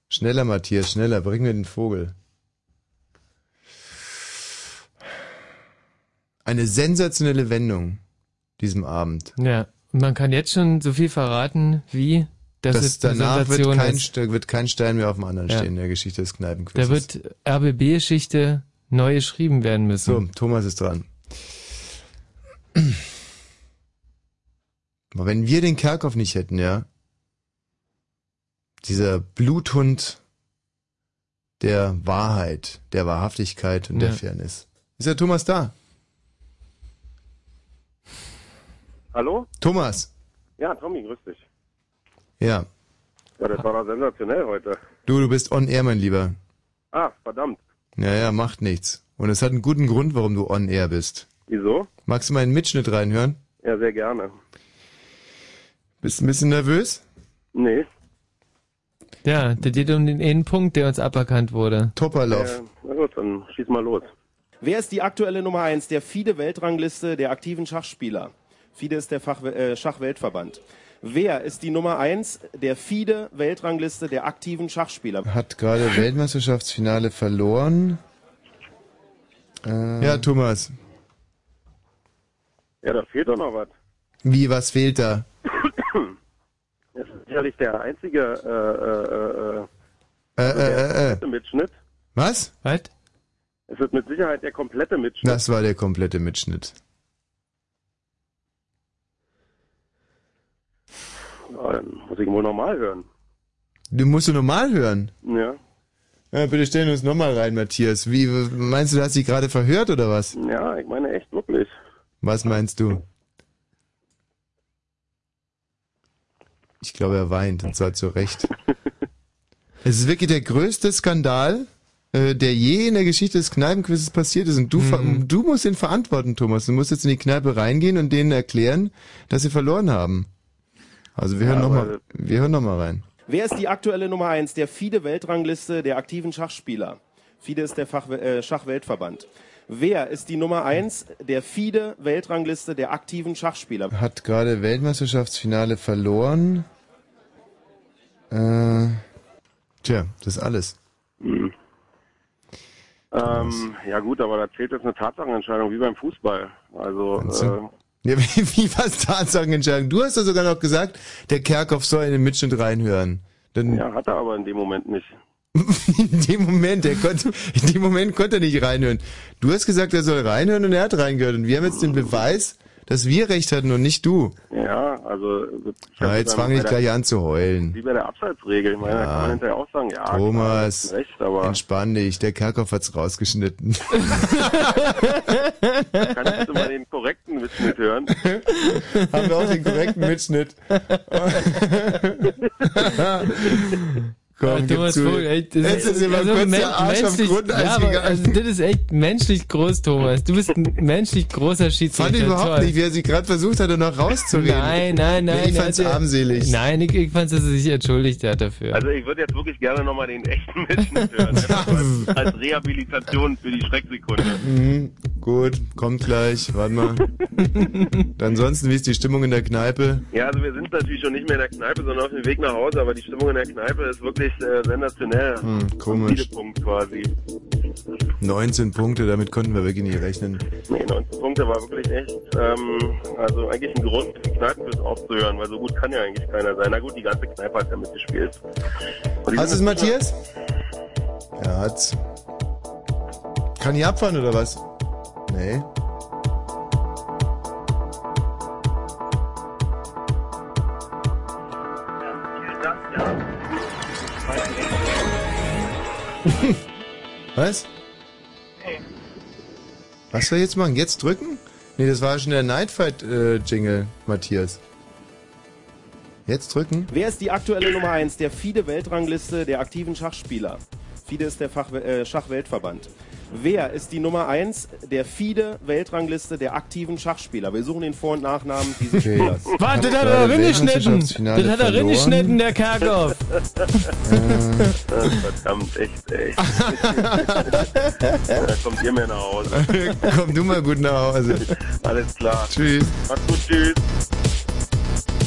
Schneller, Matthias, schneller, bring mir den Vogel. Eine sensationelle Wendung diesem Abend. Ja. Und man kann jetzt schon so viel verraten, wie dass Das es eine danach wird Sensation kein, ist. Ste- wird kein Stein mehr auf dem anderen Ja. stehen in der Geschichte des Kneipenquizzes. Da wird RBB-Geschichte neu geschrieben werden müssen. So, Thomas ist dran. Aber wenn wir den Kerkhoff nicht hätten, ja. Dieser Bluthund der Wahrheit, der Wahrhaftigkeit und der Ja. Fairness. Ist der Thomas da? Hallo? Thomas, Ja, Tommy, grüß dich. ja. Ja, das war doch sensationell heute. Du, du bist on air, mein Lieber. Ah, verdammt. Ja, ja, macht nichts. Und es hat einen guten Grund, warum du on air bist. Wieso? Magst du mal einen Mitschnitt reinhören? Ja, sehr gerne. Bist ein bisschen nervös? Nee. Ja, der geht um den einen Punkt, der uns aberkannt wurde. Topperlauf. Äh, na gut, dann schieß mal los. Wer ist die aktuelle Nummer 1 der FIDE-Weltrangliste der aktiven Schachspieler? FIDE ist der Fach, äh, Schachweltverband. Wer ist die Nummer 1 der FIDE-Weltrangliste der aktiven Schachspieler? Hat gerade Weltmeisterschaftsfinale verloren. Äh. ja, Thomas. Ja, da fehlt doch noch was. Wie, was fehlt da? Das ist sicherlich der einzige äh, Äh, äh, äh, der äh, äh, komplette äh. Mitschnitt. Was? Was? Es ist mit Sicherheit der komplette Mitschnitt. Das war der komplette Mitschnitt. Ja, Ah, dann muss ich ihn wohl normal hören. Du musst du normal hören. Ja. Ja, bitte stellen uns nochmal rein, Matthias. Wie, meinst du, du hast dich gerade verhört oder was? Ja, ich meine echt wirklich. Was meinst du? Ich glaube, er weint, und zwar <laughs> zu Recht. es ist wirklich der größte Skandal, äh, der je in der Geschichte des Kneipenquizzes passiert ist. Und du, ver- Mhm. du musst ihn verantworten, Thomas. Du musst jetzt in die Kneipe reingehen und denen erklären, dass sie verloren haben. Also wir Ja, hören aber- nochmal hören noch mal rein. Wer ist die aktuelle Nummer 1 der FIDE-Weltrangliste der aktiven Schachspieler? FIDE ist der Fach, äh, Schachweltverband. Wer ist die Nummer 1 der FIDE-Weltrangliste der aktiven Schachspieler? Hat gerade Weltmeisterschaftsfinale verloren. Äh, tja, das ist alles. Hm, Ähm, ja gut, aber da zählt jetzt eine Tatsachenentscheidung wie beim Fußball. Also äh, Ja, <laughs> wie, wie was Tatsachenentscheidung? Du hast ja sogar noch gesagt, der Kerkhoff soll in den Mitschnitt reinhören. Dann ja, hat er aber in dem Moment nicht. <laughs> in dem Moment, der konnte, in dem Moment konnte er nicht reinhören. Du hast gesagt, er soll reinhören und er hat reingehört. Und wir haben jetzt den Beweis, dass wir recht hatten und nicht du. Ja, also ich Ja, hab jetzt beim- fange ich bei der- gleich an zu heulen. Wie bei der Abseitsregel. Ich meine, da Ja. kann man hinterher auch sagen, ja, Thomas, klar, du hast recht, aber entspann dich, der Kerkhoff <laughs> hat's rausgeschnitten. kannst du mal den korrekten Mitschnitt hören? Haben wir auch den korrekten <laughs> Mitschnitt. Komm, Ja, Thomas gib zu. Vogel, echt, das also Jetzt ist jemand kurz men- der Arsch auf menschlich- Grundeis ja, aber, gegangen. also, das ist echt menschlich groß, Thomas. Du bist <laughs> ein menschlich großer Fand Schiedsrichter. ich überhaupt Toll. nicht, wie er sich gerade versucht hat, noch rauszureden. Nein, nein, nein. Nee, ich er fand's hat ja- armselig. Nein, ich, ich fand's, dass er sich entschuldigt hat dafür. Also ich würde jetzt wirklich gerne nochmal den echten <laughs> Mitschnitt hören. ne? als, als Rehabilitation für die Schrecksekunde. <laughs> Mhm, gut, kommt gleich, warte mal. Ansonsten, wie ist die Stimmung in der Kneipe? Ja, also wir sind natürlich schon nicht mehr in der Kneipe, sondern auf dem Weg nach Hause, aber die Stimmung in der Kneipe ist wirklich äh, sensationell. Hm, komisch. Viele Punkte quasi. 19 Punkte, damit konnten wir wirklich nicht rechnen. Nee, 19 Punkte war wirklich echt, ähm, also eigentlich ein Grund, die Kneipe bis aufzuhören, weil so gut kann ja eigentlich keiner sein. Na gut, die ganze Kneipe hat ja mitgespielt. Hast du es, Matthias? Er hat's. Kann ich abfahren oder was? <laughs> Nee. was? Was soll ich jetzt machen? Jetzt äh, drücken? Nee, das war schon der Nightfight-Jingle, Matthias. Jetzt drücken. Wer ist die aktuelle Nummer 1 der FIDE-Weltrangliste der aktiven Schachspieler? FIDE ist der Fach äh, Schachweltverband. Wer ist die Nummer 1 der FIDE-Weltrangliste der aktiven Schachspieler? Wir suchen den Vor- und Nachnamen dieses Okay. Spielers. Warte, das hat er reingeschnitten. Weltmeisterschaftsfinale Das hat er verloren. reingeschnitten, der <laughs> Kerkhoff. Äh. Verdammt, echt, <laughs> echt. da kommt ihr mehr nach Hause. <laughs> Komm du mal gut nach Hause. Alles klar. Tschüss. Macht's gut, tschüss.